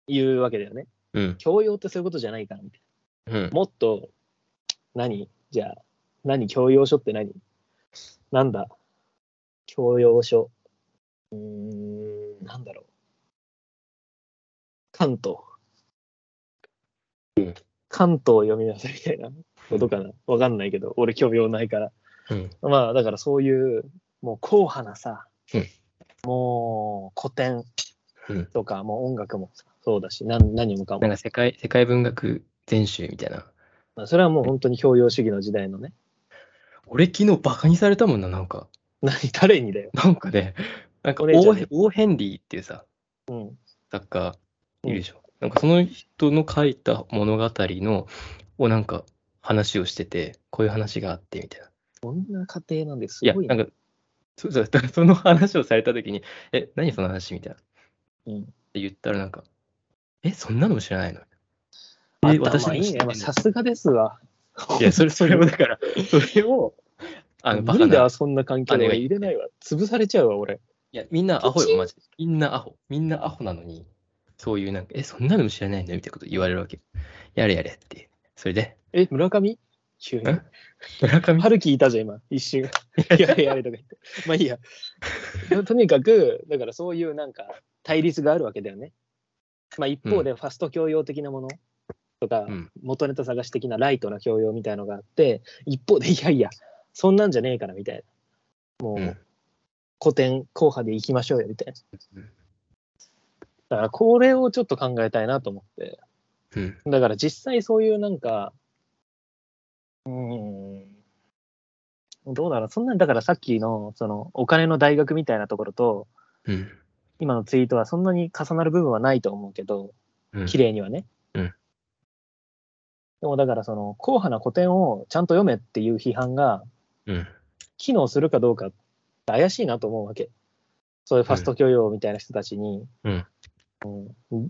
S1: 言うわけだよね。
S2: うん。
S1: 教養ってそういうことじゃないから、みたいな。
S2: うん。
S1: もっと、何じゃあ、何教養書って何なんだ教養書。うーん、なんだろう。関東。
S2: うん
S1: 関東を読みなさいみたいなことかな。わかんないけど、俺教養ないから。
S2: うん。
S1: まあ、だからそういう、もう硬派なさ、
S2: うん
S1: もう古典
S2: うん
S1: とか、もう音楽もさ、そうだし、なん何もか
S2: なん
S1: も。
S2: か世界、世界文学全集みたいな。
S1: まあ、それはもう本当に教養主義の時代のね。 [laughs]
S2: 俺昨日バカにされたもんな、なんか。
S1: 何、誰にだよ。
S2: なんかね、なんか
S1: お姉ちゃ
S2: オ
S1: んね
S2: ーオーヘンリーっていうさ、
S1: うん。
S2: 作家いるでしょ。なんかその人の書いた物語の、をなんか話をしてて、こういう話があってみたいな。
S1: こんな家庭なんです
S2: いや、
S1: ごい
S2: な
S1: ね
S2: んか、そうそう、だからその話をされたときに、え、何その話みたいな。
S1: うん
S2: って言ったらなんか、え、そんなのも知らないのえ、私
S1: 頭
S2: の
S1: いい
S2: 知って
S1: ね。ま
S2: んの
S1: あさすがですわ。 [laughs]
S2: いや、それ、それをだから、それを、あの、バ
S1: 無
S2: カ
S1: 理だ
S2: な
S1: わ、。そんな環境で
S2: 姉が
S1: 俺入れないわ。潰されちゃうわ、俺。
S2: いや、みんなアホ
S1: プチ
S2: よ、
S1: ン
S2: マジで。みんなアホ。みんなアホなのに、そういうなんか、え、そんなのも知らないのみたいなこと言われるわけ。やれやれって。それで、
S1: え、村上急に。
S2: ん村上
S1: 春樹いたじゃん、今。一
S2: [laughs]
S1: 瞬。やれやれとか言って。まあいいや。でもとにかく、だからそういうなんか対立があるわけだよね。まあ一方で、ファスト教養的なものとか、
S2: うん
S1: 元ネタ探し的なライトな教養みたいのがあって、一方で、いやいや、そんなんじゃねえからみたいな。もう、
S2: うん
S1: 古典、硬派でいきましょうよみたいな
S2: うん。
S1: だからこれをちょっと考えたいなと思って。
S2: うん。
S1: だから実際そういうなんか、うーん、どうだろう、そんなにだからさっきのそのお金の大学みたいなところと、
S2: うん。
S1: 今のツイートはそんなに重なる部分はないと思うけど、
S2: うん
S1: 綺麗にはね。
S2: うん
S1: でもだからその、硬派な古典をちゃんと読めっていう批判が
S2: うん。
S1: 機能するかどうかって怪しいなと思うわけ。そういうファスト教養みたいな人たちに、
S2: うん
S1: うん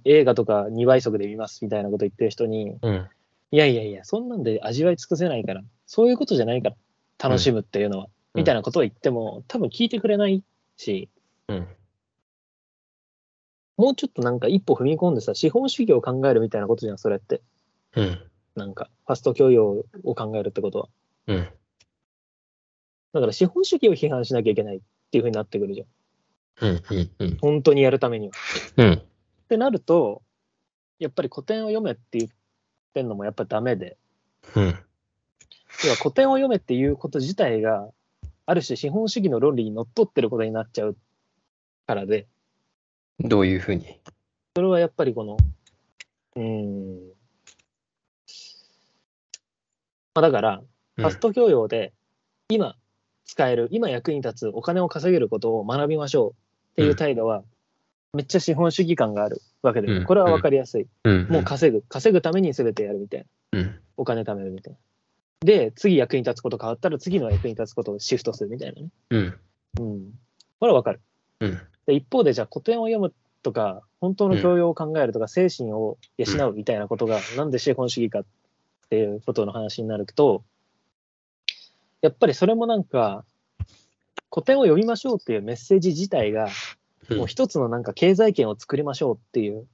S1: 映画とか2倍速で見ますみたいなこと言ってる人に、
S2: うん。
S1: いやいやいや、そんなんで味わい尽くせないから、そういうことじゃないから、楽しむっていうのは、
S2: うん
S1: みたいなことを言っても、多分聞いてくれないし、
S2: うん。
S1: もうちょっとなんか一歩踏み込んでさ、資本主義を考えるみたいなことじゃん、それって。
S2: うん。
S1: なんか、ファスト教養を考えるってことは。
S2: うん。
S1: だから資本主義を批判しなきゃいけないっていうふうになってくるじゃん。
S2: うん。うん。うん。
S1: 本当にやるためには。
S2: うん。
S1: ってなると、やっぱり古典を読めって言ってんのもやっぱダメで、
S2: うん。
S1: 要は古典を読めっていうこと自体が、ある種資本主義の論理にのっとってることになっちゃうからで、
S2: どういうふうに
S1: それはやっぱりこの、うーん。まあ、だから、ファスト教養で今使える、今役に立つお金を稼げることを学びましょうっていう態度は、めっちゃ資本主義感があるわけで、
S2: うん
S1: これは分かりやすい。
S2: うん。
S1: もう稼ぐ、稼ぐために全てやるみたいな。
S2: うん。
S1: お金貯めるみたいな。で、次役に立つこと変わったら次の役に立つことをシフトするみたいなね。
S2: うん。
S1: うん。これはわかる。
S2: うん。
S1: で、一方でじゃあ古典を読むとか、本当の教養を考えるとか、精神を養うみたいなことが、なんで資本主義かっていうことの話になると、やっぱりそれもなんか、古典を読みましょうっていうメッセージ自体が、
S2: うん
S1: もう一つのなんか経済圏を作りましょうっていう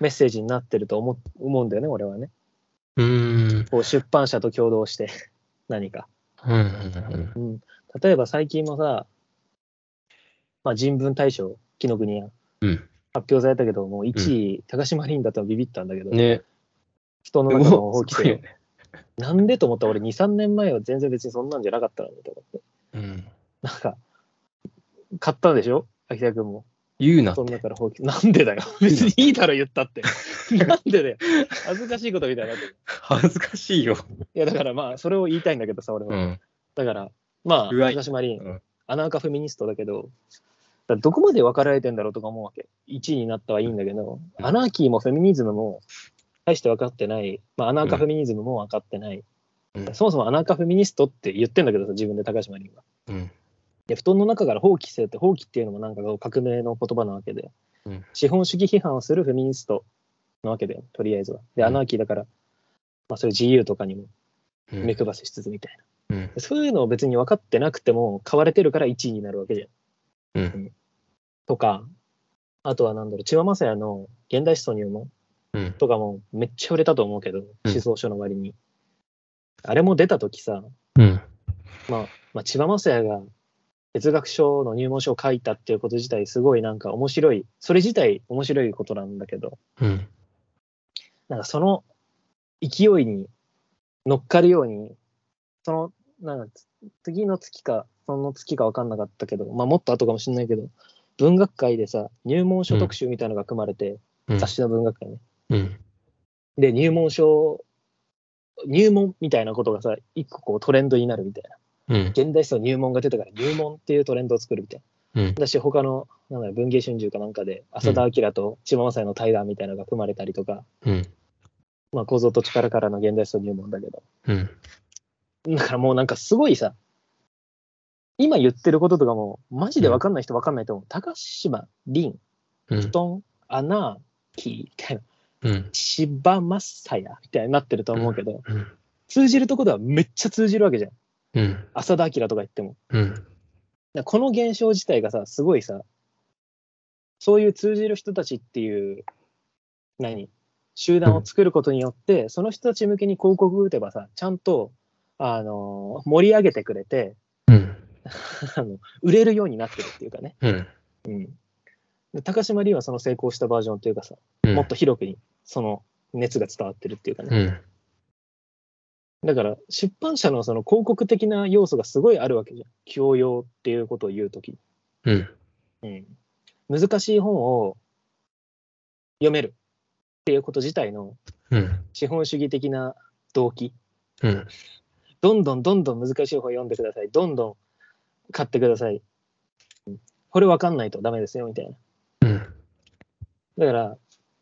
S1: メッセージになってると思う思うんだよね、俺はね。
S2: うん。
S1: こう出版社と共同して [laughs] 何か。
S2: うん。
S1: うん、例えば最近もさ、まあ、人文大賞、紀の国や
S2: うん。
S1: 発表されたけど、もう1位、高島凛だったらビビったんだけど、
S2: ね。
S1: 人の中の大きさ
S2: すごいよね。
S1: なんでと思ったら俺2、3年前は全然別にそんなんじゃなかったのに
S2: [laughs]
S1: と思って。
S2: うん。
S1: なんか、買ったんでしょ秋田君も。
S2: 言うなっ
S1: そん
S2: て
S1: な。から放棄。なんでだよ。別にいいだろ言ったって。なんでだよ。恥ずかしいことみたいになってる。
S2: 恥ずかしいよ。
S1: いやだからまあ、それを言いたいんだけどさ、俺は。
S2: うん。
S1: だから、まあ、
S2: うわい
S1: 高島凛、
S2: うん
S1: アナーカフェミニストだけど、だからどこまで分かられてんだろうとか思うわけ。1位になったはいいんだけど、
S2: うん
S1: アナーキーもフェミニズムも大して分かってない、まあ、アナーカフェミニズムも分かってない、
S2: うん
S1: そもそもアナーカフェミニストって言ってんだけどさ、自分で高島凛は。
S2: うん。
S1: で、布団の中から放棄せよって、放棄っていうのもなんかこう革命の言葉なわけで、
S2: うん
S1: 資本主義批判をするフェミニストなわけだよ、とりあえずは。で、
S2: うん
S1: アナーキーだから、まあ、そういう自由とかにも
S2: うん
S1: 目配せしつつみたいな。
S2: うん。
S1: そういうのを別に分かってなくても、買われてるから1位になるわけじゃん。
S2: うん。
S1: とか、あとはなんだろう、千葉雅也の現代思想入門
S2: うん。
S1: とかもめっちゃ売れたと思うけど、
S2: ん
S1: 思想書の割に。あれも出た時さ、
S2: うん。
S1: まあ、千葉雅也が哲学書の入門書を書いたっていうこと自体すごいなんか面白い、それ自体面白いことなんだけど、
S2: うん。
S1: なんかその勢いに乗っかるように、その、なんかつ次の月か、その月か分かんなかったけど、まあもっと後かもしれないけど、文学界でさ、入門書特集みたいなのが組まれて、
S2: うん
S1: 雑誌の文学会ね。
S2: うん。
S1: で、入門書、入門みたいなことがさ、一個こうトレンドになるみたいな。
S2: うん。
S1: 現代思想入門が出たから入門っていうトレンドを作るみたいな。
S2: うん
S1: 私、他の、なんだろう、文芸春秋かなんかで、浅田明と千葉雅也の対談みたいなのが組まれたりとか、
S2: うん。
S1: まあ、構造と力からの現代思想入門だけど。
S2: うん。
S1: だからもうなんかすごいさ、今言ってることとかも、マジで分かんない人分かんないと思う。高島凛、
S2: うん
S1: 布。団、アナーキーみたいな、
S2: うん。
S1: 千葉雅也みたいになってると思うけど、
S2: うん。
S1: 通じるとこではめっちゃ通じるわけじゃん。
S2: うん。
S1: 浅田明とか言っても。
S2: う
S1: だ
S2: ん。
S1: からこの現象自体がさ、すごいさ、そういう通じる人たちっていう、何集団を作ることによって、その人たち向けに広告打てばさ、ちゃんと、あのー盛り上げてくれて、
S2: うん。
S1: [laughs] あの売れるようになってるっていうかね、
S2: うん。
S1: うん、で高島凛はその成功したバージョンというかさ、
S2: うん
S1: もっと広くにその熱が伝わってるっていうか
S2: う
S1: ね、
S2: ん。
S1: だから出版社のその広告的な要素がすごいあるわけじゃん教養っていうことを言うとき、
S2: うん。
S1: うん、難しい本を読めるっていうこと自体の
S2: うん。
S1: 資本主義的な動機
S2: うん。
S1: どんどんどんどん難しい本読んでくださいどんどん買ってください、うんこれ分かんないとダメですよみたいな
S2: うん。
S1: だから、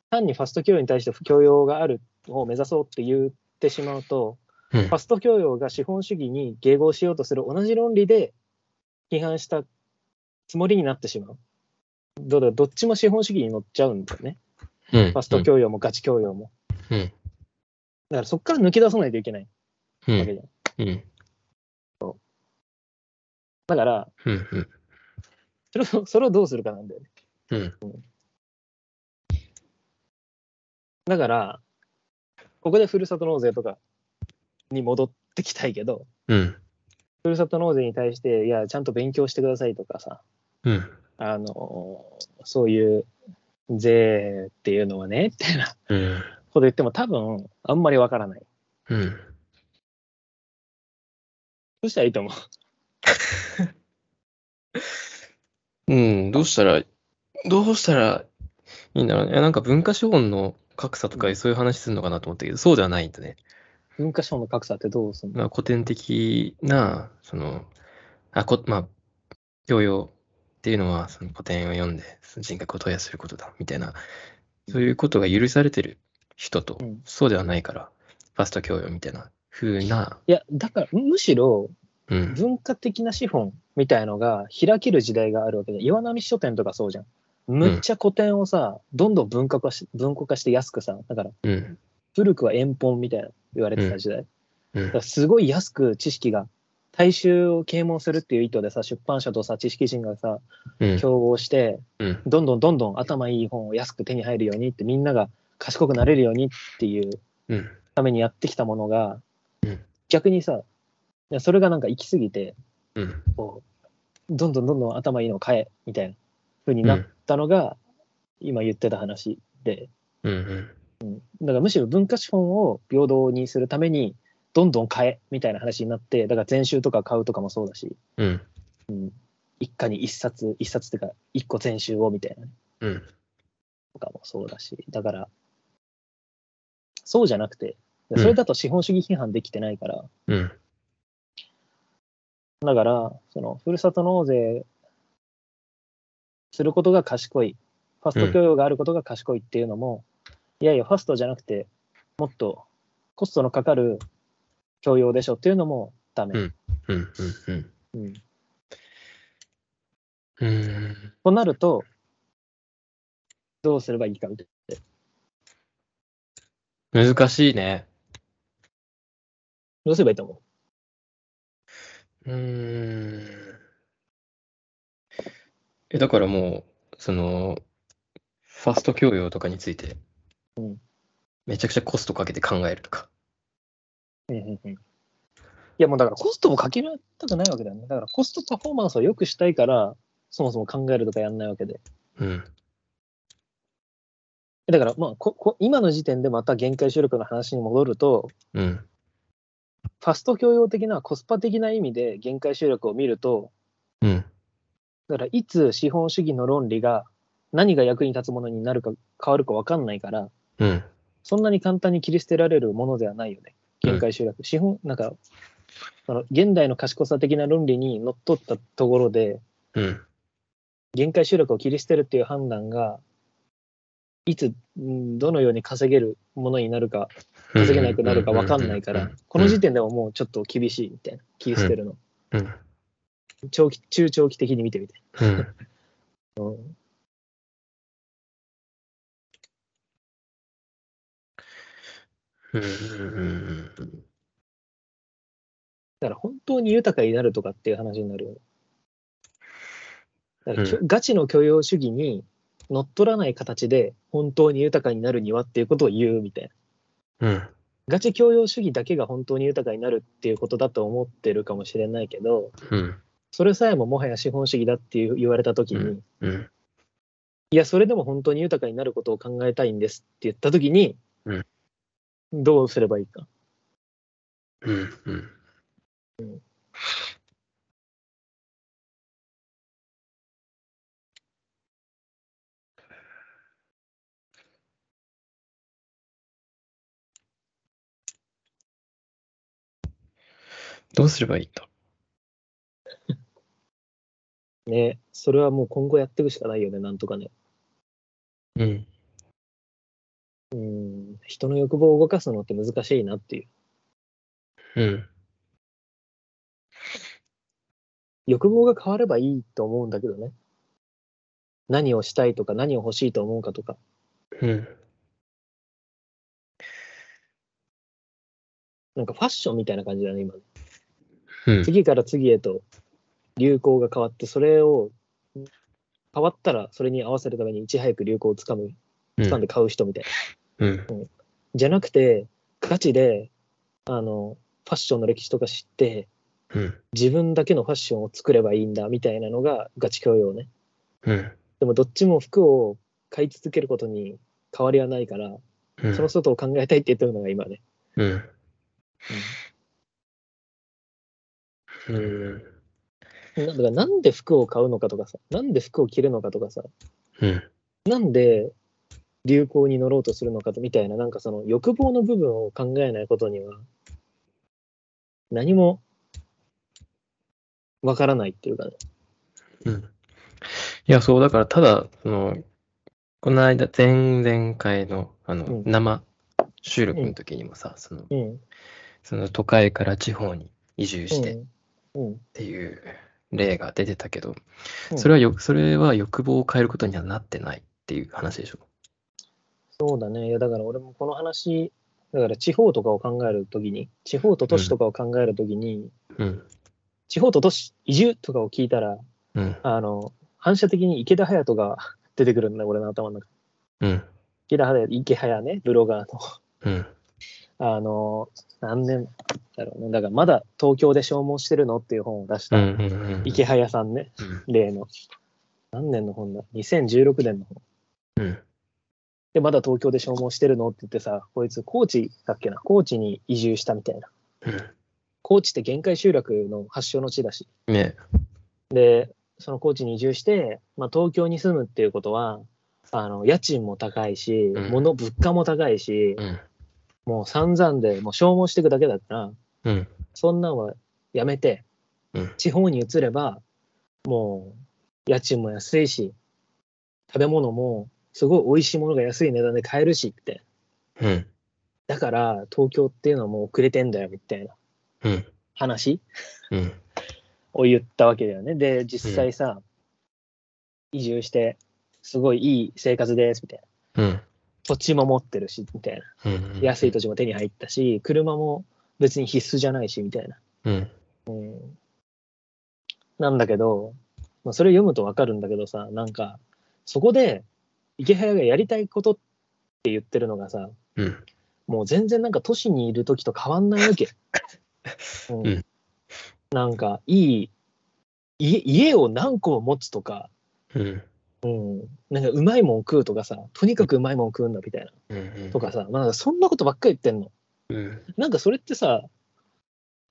S1: 単にファスト教養に対して教養がある方を目指そうって言ってしまうと、
S2: うん
S1: ファスト教養が資本主義に迎合しようとする同じ論理で批判したつもりになってしまう。どうだどっちも資本主義に乗っちゃうんだよね。
S2: うん。
S1: ファスト教養もガチ教養も。
S2: うん
S1: だからそこから抜け出さないといけない
S2: うん。
S1: わけじゃん。
S2: うん。
S1: だから
S2: うん。うん。
S1: それを、それをどうするかなんだよね。
S2: うん。
S1: だから、ここでふるさと納税とかに戻ってきたいけど、
S2: うん。
S1: ふるさと納税に対して、いや、ちゃんと勉強してくださいとかさ、
S2: うん。
S1: あの、そういう税っていうのはね、みたいなこ
S2: うん。
S1: と言っても多分、あんまりわからない。
S2: うん。
S1: そしたらいいと思う。
S2: うん、どうしたら、どうしたらいいんだろうね。いやなんか文化資本の格差とかそういう話するのかなと思ったけど、そうではないんだね。
S1: 文化省の格差ってどうすんの
S2: まあ、古典的な、その、あ、こ、まあ、教養っていうのは、その古典を読んで、その人格を投影することだ、みたいな、そういうことが許されてる人と
S1: うん、
S2: そうではないから、ファスト教養みたいな風な、
S1: いや、だから、むしろ
S2: うん、
S1: 文化的な資本みたいのが開ける時代があるわけで、岩波書店とかそうじゃん。むっちゃ古典をさ、どんどん文化化し文庫化して安くさ、だから
S2: うん、
S1: 古くは円本みたいな言われてた時代。
S2: うん
S1: だから、すごい安く知識が、大衆を啓蒙するっていう意図でさ、出版社とさ、知識人がさ、
S2: うん、
S1: 競合して、
S2: うん、
S1: どんどんどんどん頭いい本を安く手に入るようにって、みんなが賢くなれるようにっていう
S2: うん、
S1: ためにやってきたものが
S2: うん、
S1: 逆にさ、いやそれがなんか行き過ぎて、
S2: うん、
S1: こう、どんどんどんどん頭いいのを買え、みたいな風になったのが、今言ってた話で、
S2: うん、うん、
S1: だからむしろ文化資本を平等にするために、どんどん買え、みたいな話になって、だから全集とか買うとかもそうだし、
S2: うん、
S1: うん一家に一冊、一冊っていうか、一個全集をみたいなね。
S2: うん、
S1: とかもそうだし、だから、そうじゃなくて、
S2: ん
S1: それだと資本主義批判できてないから、
S2: うん、
S1: だから、その、ふるさと納税することが賢い、ファスト教養があることが賢いっていうのも、いやいや、ファストじゃなくて、もっとコストのかかる教養でしょっていうのもダメ。
S2: うん、うん。
S1: うん
S2: うーん
S1: となると、どうすればいいかみたいな。
S2: 難しいね。
S1: どうすればいいと思
S2: うーん。え、だからもう、その、ファスト教養とかについて
S1: うん、
S2: めちゃくちゃコストかけて考えるとか。
S1: う、いや、もうだからコストもかけられたくないわけだよね。だからコストパフォーマンスを良くしたいから、そもそも考えるとかやんないわけで。
S2: うん。
S1: だから、まあここ、今の時点でまた限界集力の話に戻ると、
S2: うん。
S1: ファスト教養的なコスパ的な意味で限界集力を見ると、
S2: うん。
S1: だからいつ資本主義の論理が何が役に立つものになるか変わるか分かんないから、
S2: うん。
S1: そんなに簡単に切り捨てられるものではないよね。限界集落。資本、なんか、その現代の賢さ的な論理にのっとったところで、
S2: うん。
S1: 限界集落を切り捨てるっていう判断が、いつ、んどのように稼げるものになるか、稼げなくなるか分かんないか
S2: うん
S1: ら、この時点ではもうちょっと厳しいみたいな、切り捨てるの。
S2: うん。
S1: 長期、中長期的に見てみて。
S2: うん。
S1: うん
S2: うんうん
S1: だから本当に豊かになるとかっていう話になるよね。だからきょ
S2: う
S1: ガチの許容主義に乗っ取らない形で本当に豊かになるにはっていうことを言うみたいな。
S2: うん。
S1: ガチ教養主義だけが本当に豊かになるっていうことだと思ってるかもしれないけど、
S2: うん。
S1: それさえももはや資本主義だっていう言われた時に、
S2: うん。
S1: いや、それでも本当に豊かになることを考えたいんですって言った時に、
S2: うん
S1: どうすればいいか。
S2: うん。うん。どうすればいいと。
S1: ね、それはもう今後やっていくしかないよね、なんとかね。
S2: うん。
S1: うん、人の欲望を動かすのって難しいなっていう。
S2: うん。
S1: 欲望が変わればいいと思うんだけどね。何をしたいとか、何を欲しいと思うかとか。
S2: うん。
S1: なんかファッションみたいな感じだね、今。
S2: うん。
S1: 次から次へと流行が変わって、それを変わったら、それに合わせるためにいち早く流行をつかむ、
S2: う
S1: つかん
S2: ん
S1: で買う人みたいな。
S2: うん。
S1: じゃなくて、ガチで、あの、ファッションの歴史とか知って、
S2: うん。
S1: 自分だけのファッションを作ればいいんだ、みたいなのがガチ教養ね。
S2: うん。
S1: でもどっちも服を買い続けることに変わりはないから、
S2: うん。
S1: その外を考えたいって言ってるのが今ね。
S2: うん。うん。
S1: なだからなんで服を買うのかとかさ、なんで服を着るのかとかさ、
S2: うん。
S1: なんで流行に乗ろうとするのかとみたいな、なんかその欲望の部分を考えないことには、何もわからないっていうかね。
S2: うん。いや、そう、だから、ただ、その、この間、前々回の、あの、
S1: うん
S2: 生収録の時にもさ、その、
S1: うん。
S2: その都会から地方に移住してっ
S1: うん。うん。
S2: ていう例が出てたけど、
S1: うん
S2: それはよ、それは欲望を変えることにはなってないっていう話でしょ。
S1: そうだね。いや、だから俺もこの話、だから地方とかを考えるときに、地方と都市とかを考えるときに、
S2: うん。
S1: 地方と都市移住とかを聞いたら、
S2: うん。
S1: あの、反射的に池田隼人が [laughs] 出てくるんだ、俺の頭の中。
S2: うん。
S1: 池田隼人、池隼ね、ブロガーの。
S2: うん。
S1: あの、何年だろうね。だから、まだ東京で消耗してるのっていう本を出し
S2: う
S1: た、
S2: ん。うん。
S1: 池早さんね、
S2: うん。
S1: 例の。何年の本だ ?2016 年の本。
S2: うん。
S1: で、まだ東京で消耗してるのって言ってさ、こいつ、高知だっけな、高知に移住したみたいな。高知って限界集落の発祥の地だし。
S2: うん。ね。
S1: で、その高知に移住して、まあ、東京に住むっていうことは、あの家賃も高いし、
S2: うん
S1: 物、物価も高いし、
S2: うん。
S1: もう散々で、もう消耗していくだけだから、
S2: うん。
S1: そんなんはやめて
S2: うん、
S1: 地方に移れば、もう家賃も安いし、食べ物もすごい美味しいものが安い値段で買えるしって、
S2: うん。
S1: だから東京っていうのはもう遅れてんだよみたいな
S2: うん。
S1: 話
S2: うん。
S1: を言ったわけだよね。で、実際さ、移住して、すごいいい生活ですみたいな。
S2: うん。
S1: 土地も持ってるし、みたいな。
S2: うん。
S1: 安い土地も手に入ったし、車も別に必須じゃないし、みたいな。
S2: うん。
S1: なんだけど、まあ、それ読むとわかるんだけどさ、なんか、そこで、池早がやりたいことって言ってるのがさ、
S2: うん。
S1: もう全然なんか都市にいる時と変わんない
S2: [laughs]
S1: わけ。うん
S2: うん
S1: なんか、いい家、家を何個持つとか、
S2: うん。
S1: なんかうまいもん食うとかさ、とにかくうまいもん食うんだみたいな。
S2: うん。
S1: とかさ、まあ、なんかそんなことばっかり言ってんの。
S2: うん。
S1: なんかそれってさ、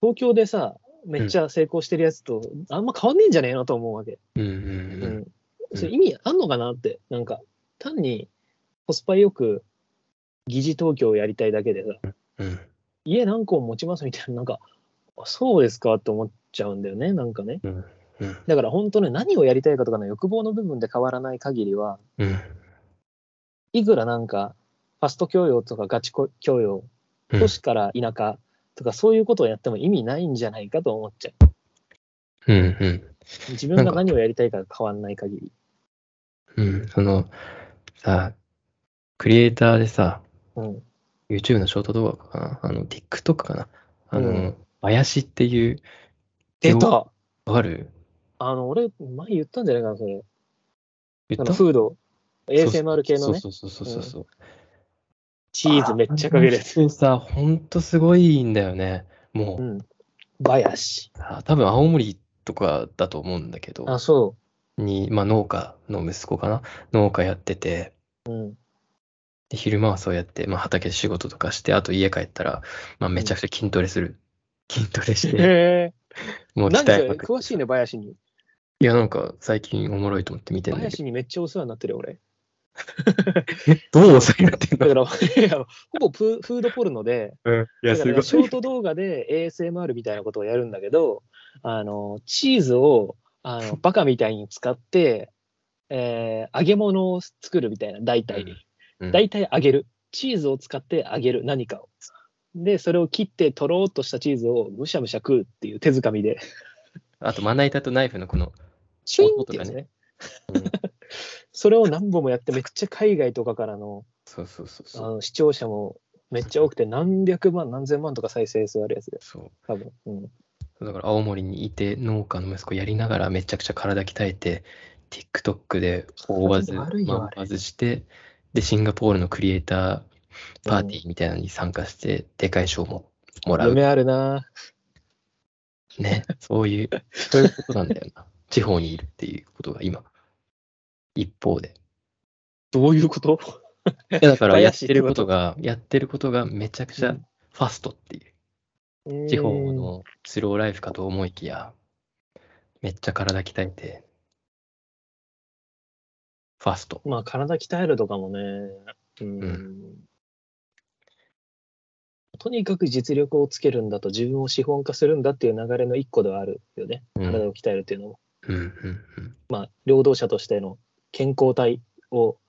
S1: 東京でさ、めっちゃ成功してるやつと、あんま変わんねえんじゃねえのと思うわけ。
S2: うん。うん。
S1: それ意味あんのかなって、なんか、単にコスパよく疑似東京をやりたいだけでさ、
S2: うん。
S1: 家何個も持ちますみたいな、なんか、あそうですかって思っちゃうんだよね、なんかね。
S2: うん。うん。
S1: だから本当ね、何をやりたいかとかの欲望の部分で変わらない限りは、
S2: うん。
S1: いくらなんか、ファスト教養とかガチこ教養、
S2: うん
S1: 都市から田舎とかそういうことをやっても意味ないんじゃないかと思っちゃ
S2: うん。うん。
S1: う。自分が何をやりたいかが変わらない限り。
S2: うん、その、さ、クリエイターでさ、
S1: うん。
S2: YouTube のショート動画かな、あの、TikTok かな、あ
S1: う
S2: の
S1: ん、
S2: 林っていう、
S1: 出
S2: 手を
S1: た
S2: わかる
S1: あの、俺、前言ったんじゃないかな、それ。
S2: 言
S1: あの
S2: った
S1: フード、ASMR 系のね、
S2: そうそうそうそうそうそう。
S1: チーズめっちゃかけるやつ。
S2: そうさ、ほんとすごいんだよね。も
S1: う。
S2: うん
S1: バヤシ。
S2: さ、多分青森とかだと思うんだけど、
S1: あ、そ
S2: に、まあ農家の息子かな、農家やってて、
S1: う。うん。
S2: で昼間はそうやって、まあ、畑で仕事とかして、あと家帰ったら、まあ、めちゃくちゃ筋トレする。 [laughs] 筋トレして、
S1: へえ。
S2: もう
S1: なん
S2: 鍛え
S1: で
S2: まくって
S1: 詳しいね、バヤシに。
S2: いや、なんか最近おもろいと思って見てん
S1: バ
S2: だ
S1: ヤ
S2: けど
S1: シにめっちゃお世話になってるよ、俺。
S2: え、どうお世話になってん
S1: だ
S2: の [laughs]
S1: から、いやほぼプーフードポルノで、
S2: うん。い
S1: だ
S2: や、
S1: から
S2: すご
S1: ね
S2: い。
S1: ショート動画で ASMR みたいなことをやるんだけど、あの、チーズを、あ
S2: [laughs]
S1: の、バカみたいに使って、えー揚げ物を作るみたいな、大体。
S2: うん
S1: 大体揚げる。チーズを使って揚げる、何かを。で、それを切って、とろーっとしたチーズをむしゃむしゃ食うっていう手づかみで、
S2: あと、まな板とナイフのこの、
S1: シュインってやつね。
S2: うん
S1: [laughs] それを何本もやって、めっちゃ海外とかからの
S2: そうそうそう
S1: あ
S2: そう。
S1: の視聴者もめっちゃ多くて、何百万、何千万とか再生数あるやつで、
S2: そ
S1: 多分。うん、
S2: う。だから、青森にいて、農家の息子やりながら、めちゃくちゃ体鍛えて、TikTok で大バズ、
S1: 体悪いよ
S2: まあ
S1: あれ
S2: バズして、で、シンガポールのクリエイターパーティーみたいなのに参加して、でかい賞ももらう。
S1: 夢あるな
S2: ね、そういう、そういうことなんだよな。 [laughs] 地方にいるっていうことが今、一方で。
S1: どういうこと
S2: いやだからやっ
S1: 林って
S2: てることが、やってることがめちゃくち
S1: う
S2: ゃ
S1: ん
S2: ファストっていう、地方のスローライフかと思いきや、めっちゃ体鍛えて、ファスト。
S1: まあ、体鍛えるとかもね、うん
S2: う
S1: とにかく実力をつけるんだと、自分を資本化するんだっていう流れの一個ではあるよね。
S2: うん、うん、
S1: 体を鍛えるっていうのも。
S2: うん、
S1: 労働者としての健康体を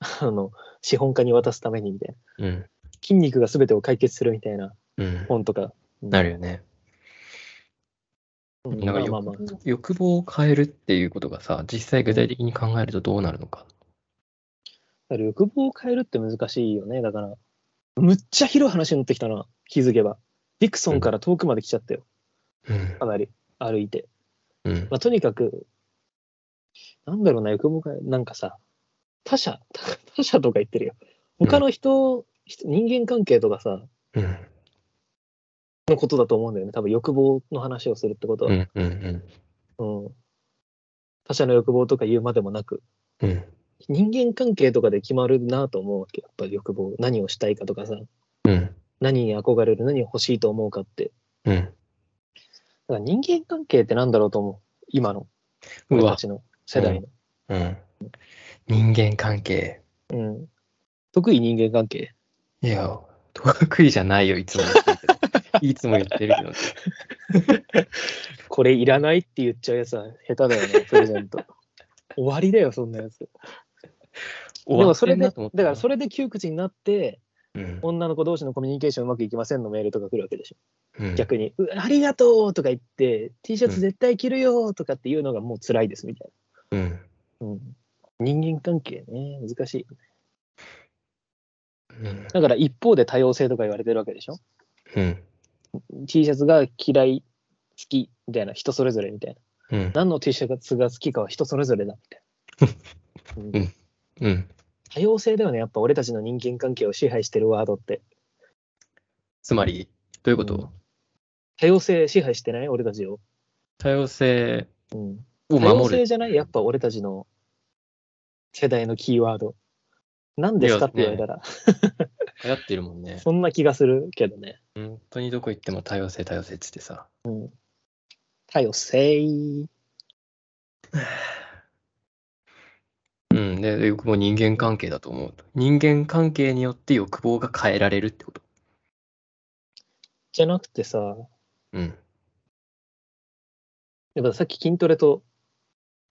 S1: あの資本家に渡すためにみたいな。
S2: うん、うん
S1: 筋肉が全てを解決するみたいな
S2: うん。
S1: 本とか。
S2: なるよね。
S1: うん
S2: な
S1: ま
S2: んか
S1: あ
S2: 欲
S1: ま
S2: 望,、
S1: あまあ。
S2: 欲望を変えるっていうことがさ、実際具体的に考えるとどうなるのか。
S1: だから欲望を変えるって難しいよね。だから、むっちゃ広い話になってきたな、気づけば。ディクソンから遠くまで来ちゃったよ、
S2: うん
S1: か、なり歩いて。
S2: うん
S1: ま、あ、とにかく、なんだろうな、欲望が、なんかさ、他者、 [laughs] 他者とか言ってるよ。他の人、人人間関係とかさ、
S2: うん、
S1: のことだと思うんだよね。多分欲望の話をするってこと
S2: う
S1: は。
S2: ん、うん、うん、
S1: うん他者の欲望とか言うまでもなく、
S2: うん。
S1: 人間関係とかで決まるなと思うわけ。やっぱり欲望、何をしたいかとかさ、
S2: うん。
S1: 何に憧れる、何を欲しいと思うかって。
S2: うん。
S1: だから人間関係ってなんだろうと思う。今の、
S2: う
S1: 俺
S2: わ
S1: た。ちの世代の。
S2: うん。人間関係。
S1: うん。得意人間関係。
S2: いや、得意じゃないよ、いつも言ってるけど。いつも言ってるけど。
S1: これいらないって言っちゃうやつは下手だよ
S2: [laughs]
S1: ね、プレゼント。終わりだよ、そんなやつ。でもそれで、だからそれ
S2: れ。
S1: で窮屈になって、
S2: うん
S1: 女の子同士のコミュニケーションうまくいきませんのメールとか来るわけでしょ。
S2: うん
S1: 逆に、うありがとうとか言って、T シャツ絶対着るよとかっていうのがもう辛いですみたい
S2: うん。
S1: な。うん、人間関係ね、難しい。
S2: うん。
S1: だから一方で多様性とか言われてるわけでしょ。
S2: うん。
S1: T シャツが嫌い、好きみたいな、人それぞれみたいな。
S2: うん。
S1: 何の T シャツが好きかは人それぞれだみたいな。うん
S2: うん。
S1: 多様性だよね、やっぱ俺たちの人間関係を支配してるワードって。
S2: つまり、どういうこ
S1: うん
S2: と
S1: 多様性支配してない俺たちを。
S2: 多様性
S1: うん、
S2: を
S1: 多様
S2: 守る
S1: 性。じゃないやっぱ俺たちの世代のキーワード。何ですかって言われたら、
S2: 流行ってるもんね。
S1: そんな気がするけどね。
S2: 本当にどこ行っても多様性、多様性っつってさ。
S1: 多様性。
S2: うん。で、欲望人間関係だと思うと。人間関係によって欲望が変えられるってこと。
S1: じゃなくてさ、
S2: うん。
S1: やっぱさっき筋トレと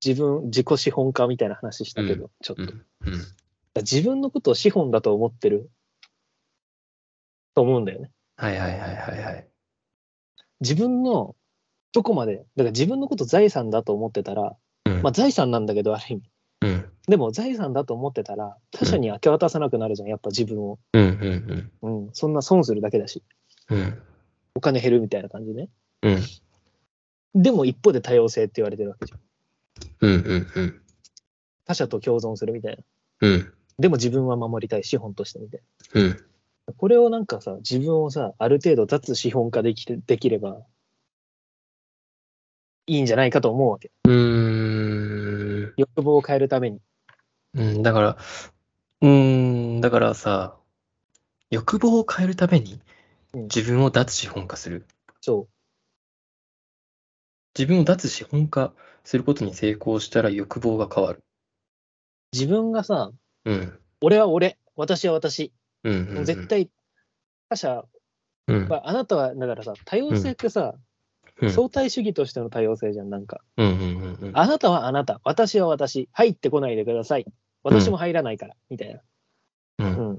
S1: 自分、自己資本化みたいな話したけど、ちょっと。
S2: う
S1: だか
S2: ん。うん。
S1: ら自分のことを資本だと思ってると思うんだよね。
S2: はいはいはいはいはい。
S1: 自分のどこまで、だから自分のこと財産だと思ってたら、
S2: うん。
S1: まあ財産なんだけど、ある意味。
S2: うん。
S1: でも財産だと思ってたら、他者に明け渡さなくなるじゃん、やっぱ自分を。
S2: うんうん
S1: うん、そんな損するだけだし、
S2: うん。うん。
S1: お金減るみたいな感じね。
S2: うん。
S1: でも一方で多様性って言われてるわけじゃん。
S2: うんうんうん。
S1: 他者と共存するみたいな。
S2: うん。
S1: でも自分は守りたい、資本としてみたい
S2: うん。
S1: な。これをなんかさ、自分をさ、ある程度脱資本化できてできれば、いいんじゃないかと思うわけ。
S2: うーん。
S1: 欲望を変えるために。
S2: うん、だから、うーん、だからさ、欲望を変えるために
S1: うん
S2: 自分を脱資本化する。
S1: そ
S2: 自分を脱資本化することに成功したら欲望が変わる。
S1: う。自分がさ、
S2: うん。
S1: 俺は俺、私は私。
S2: うんうん
S1: も
S2: う。
S1: うん絶対、他者、
S2: うん。
S1: まあ、あなたは、だからさ、多様性ってさ、
S2: うん。
S1: 相対主義としての多様性じゃん、なんか。
S2: うんうんうんうん。
S1: あなたはあなた、私は私、入ってこないでください。私も入らないから、みたいな。
S2: うん
S1: うん、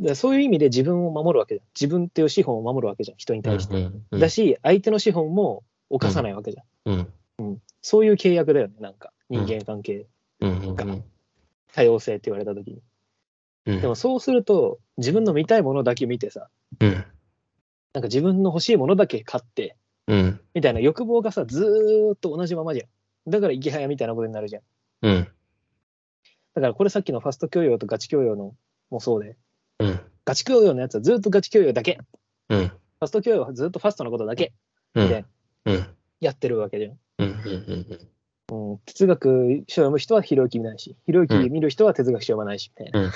S1: でそういう意味で自分を守るわけじゃん。自分っていう資本を守るわけじゃん、人に対して。
S2: うんうん
S1: だし、相手の資本も犯さないわけじゃん。
S2: うん
S1: そういう契約だよね、なんか、
S2: うん
S1: 人間関係、
S2: うんうんうん
S1: 多様性って言われたときに。
S2: うん
S1: でもそうすると、自分の見たいものだけ見てさ、
S2: うん
S1: なんか自分の欲しいものだけ買って、
S2: うん
S1: みたいな欲望がさ、ずーっと同じままじゃん。だから、生きはやみたいなことになるじゃん。
S2: うん
S1: だから、これさっきのファスト教養とガチ教養のもそうで、
S2: うん
S1: ガチ教養のやつはずっとガチ教養だけ、フ
S2: うん
S1: ァスト教養はずっとファストのことだけ
S2: うん
S1: で
S2: うん
S1: やってるわけじゃん。
S2: うんうん
S1: うん、哲学書を読む人はひろゆき見ないし、ひろゆき見る人は哲学書読まないしみたいな。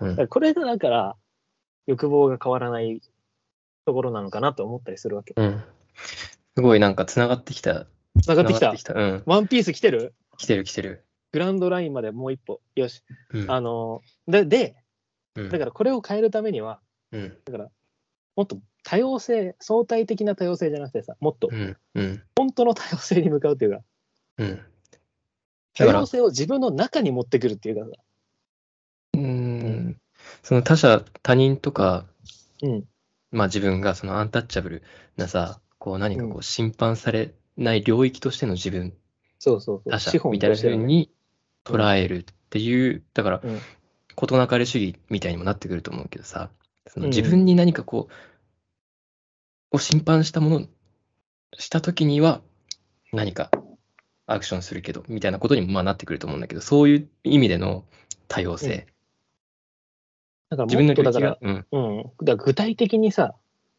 S2: うんうん
S1: だからこれがだから欲望が変わらないところなのかなと思ったりするわけ。
S2: うんすごいなんかつながってきた。
S1: つながってきた。
S2: 繋がうん。
S1: ワンピース来てる
S2: 来てる来てる。
S1: グランドラインまでもう一歩。よし。
S2: うん
S1: あので、で、
S2: うん
S1: だからこれを変えるためには、
S2: うん
S1: もっと多様性、相対的な多様性じゃなくてさ、もっと
S2: うんうん
S1: 本当の多様性に向かうというか、
S2: うん。
S1: 多
S2: だから
S1: 様性を自分の中に持ってくるっていうかさ、
S2: うーんその他者、他人とか、
S1: うん
S2: まあ自分がそのアンタッチャブルなさ、こう何か
S1: う
S2: こう侵犯されない領域としての自分、
S1: そうそうそう、
S2: 他者みた
S1: と
S2: いな
S1: して
S2: 風
S1: のね
S2: に捉えるっていう、だから
S1: うん、
S2: 事なかれ主義みたいにもなってくると思うけどさ、その
S1: うん
S2: 自分に何かこう、を侵犯したもの、した時には何かアクションするけど、みたいなことにもまあなってくると思うんだけど、そういう意味での多様性、
S1: だから
S2: 自分
S1: も
S2: の
S1: っと
S2: 領
S1: だ
S2: 域
S1: から
S2: が、、うん、
S1: うん、だから具体的にさ、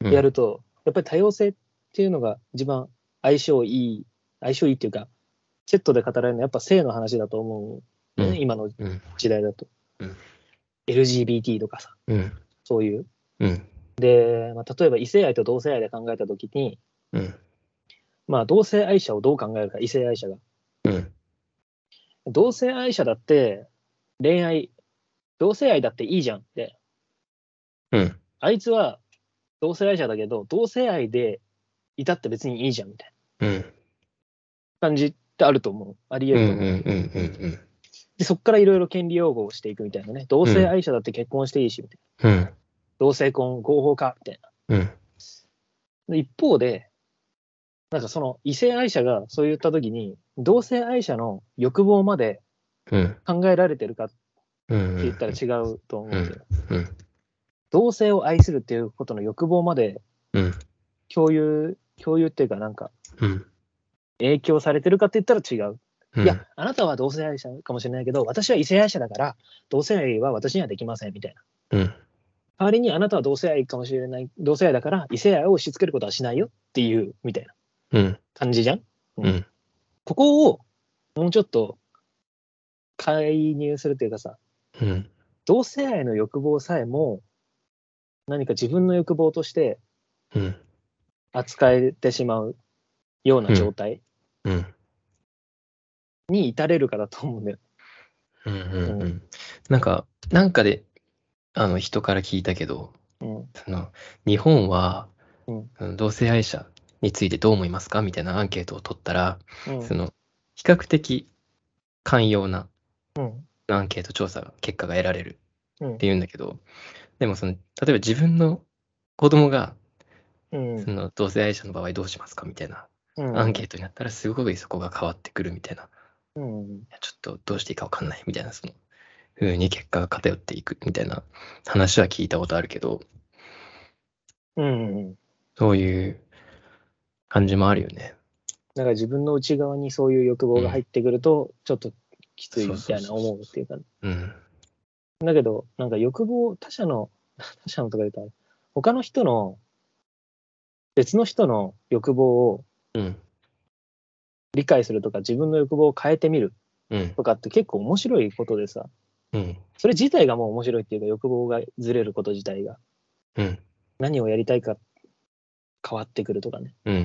S2: うん
S1: やると、やっぱり多様性っていうのが一番相性いい、相性いいっていうか、セットで語られるのはやっぱ性の話だと思う、ね
S2: うん
S1: 今の
S2: うん
S1: 時代だと。
S2: うん
S1: LGBT とかさ、
S2: うん、
S1: そういう。
S2: うん、
S1: で、まあ、例えば異性愛と同性愛で考えたときに、
S2: うん、
S1: まあ、同性愛者をどう考えるか、異性愛者が。
S2: うん、
S1: 同性愛者だって恋愛、同性愛だっていいじゃんって
S2: うん、
S1: あいつは同性愛者だけど、同性愛でいたって別にいいじゃんみたい
S2: うん、
S1: な感じってあると思う。あり
S2: うん、う
S1: 得る
S2: ん
S1: と思う。、
S2: うん、うん、
S1: で、そこからいろいろ権利擁護をしていくみたいなね。同性愛者だって結婚していいし、みたいな。
S2: うん、
S1: 同性婚合法化、みたい
S2: うん、
S1: な。で一方で、なんかその異性愛者がそう言った時に、同性愛者の欲望まで
S2: うん、
S1: 考えられてるかって
S2: うん、
S1: 言ったら違うと思うんですよ。
S2: うん、
S1: 同性を愛するっていうことの欲望まで
S2: うん、
S1: 共有、共有っていうかなんか
S2: うん、
S1: 影響されてるかって言ったら違う。
S2: うん、
S1: いや、あなたは同性愛者かもしれないけど、私は異性愛者だから、同性愛は私にはできませんみたいな。
S2: うん、
S1: 代わりにあなたは同性愛かもしれない、同性愛だから、異性愛を押し付けることはしないよっていうみたいな
S2: うん、
S1: 感じじゃん。
S2: うん、
S1: ここをもうちょっと介入するというかさ、
S2: うん、
S1: 同性愛の欲望さえも、何か自分の欲望として
S2: うん、
S1: 扱えてしまうような状態
S2: うん。
S1: に至れるかだと思うんだよ。
S2: うんうん
S1: う
S2: う。
S1: ん
S2: なんか、なんかで、あの、人から聞いたけど、
S1: うん。
S2: その、日本は
S1: うん、
S2: その同性愛者についてどう思いますかみたいなアンケートを取ったら、
S1: うん
S2: その、比較的寛容な
S1: うん。
S2: アンケート調査が、結果が得られる
S1: うん
S2: っていうんだけど、でもその、例えば自分の子供が、
S1: うん
S2: その、同性愛者の場合どうしますかみたいな
S1: うん。
S2: アンケートになったら、すごいそこが変わってくるみたいな。
S1: うん。
S2: いやちょっとどうしていいか分かんないみたいな、その、風に結果が偏っていくみたいな話は聞いたことあるけど、
S1: うん。
S2: そういう感じもあるよね。
S1: だから自分の内側にそういう欲望が入ってくると、ちょっときついみたいな
S2: そうそうそうそう
S1: 思うっていうか、
S2: うん。
S1: だけど、なんか欲望、他者の、 [laughs] 他者のとか言うとあれ、他の人の、別の人の欲望を
S2: うん。
S1: 理解するとか、自分の欲望を変えてみる
S2: うん。
S1: とかって結構面白いことでさ、
S2: うん。
S1: それ自体がもう面白いっていうか、欲望がずれること自体が、
S2: うん。
S1: 何をやりたいか変わってくるとかね。
S2: うん。う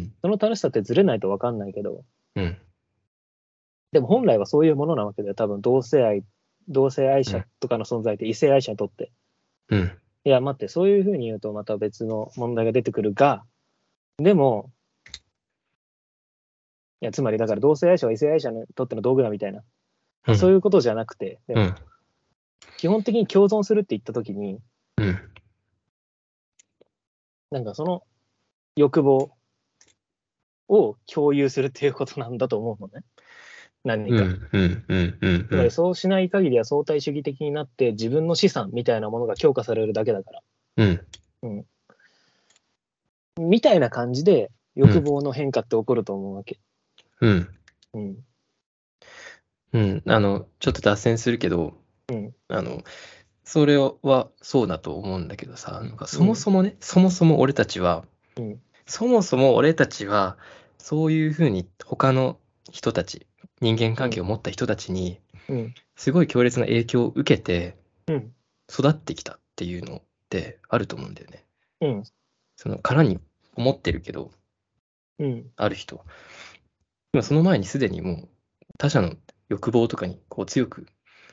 S2: ん。
S1: その楽しさってずれないと分かんないけど、
S2: うん。うん。
S1: でも本来はそういうものなわけだよ、多分同性愛、同性愛者とかの存在って異性愛者にとって。
S2: うん。
S1: いや、待って、そういうふうに言うとまた別の問題が出てくるが、でも、いや、つまりだから同性愛者は異性愛者にとっての道具だみたいな、
S2: うん。
S1: そう
S2: い
S1: いうことじゃなくて、で
S2: う
S1: も
S2: ん。
S1: 基本的に共存するって言ったときに、
S2: うん。
S1: なんかその欲望を共有するっていうことなんだと思うのね。何
S2: うん。う
S1: か。
S2: ん。うん。うん。うん。
S1: つまりそうしない限りは相対主義的になって自分の資産みたいなものが強化されるだけだから。
S2: うん。
S1: みたいな感じで欲望の変化って起こると思うわけ。
S2: うん。
S1: うん。
S2: うん、あの、ちょっと脱線するけど、
S1: うん
S2: あの、それはそうだと思うんだけどさ、なんかそもそもね、そもそも俺たちは、
S1: うん
S2: そもそも俺たちは、そういうふうに他の人たち、人間関係を持った人たちに、
S1: うん。
S2: すごい強烈な影響を受けて
S1: うん。
S2: 育ってきたっていうのってあると思うんだよね。
S1: うん。
S2: その殻に思ってるけど、
S1: うん。
S2: ある人。でもその前にすでにもう他者の欲望とかにこう強く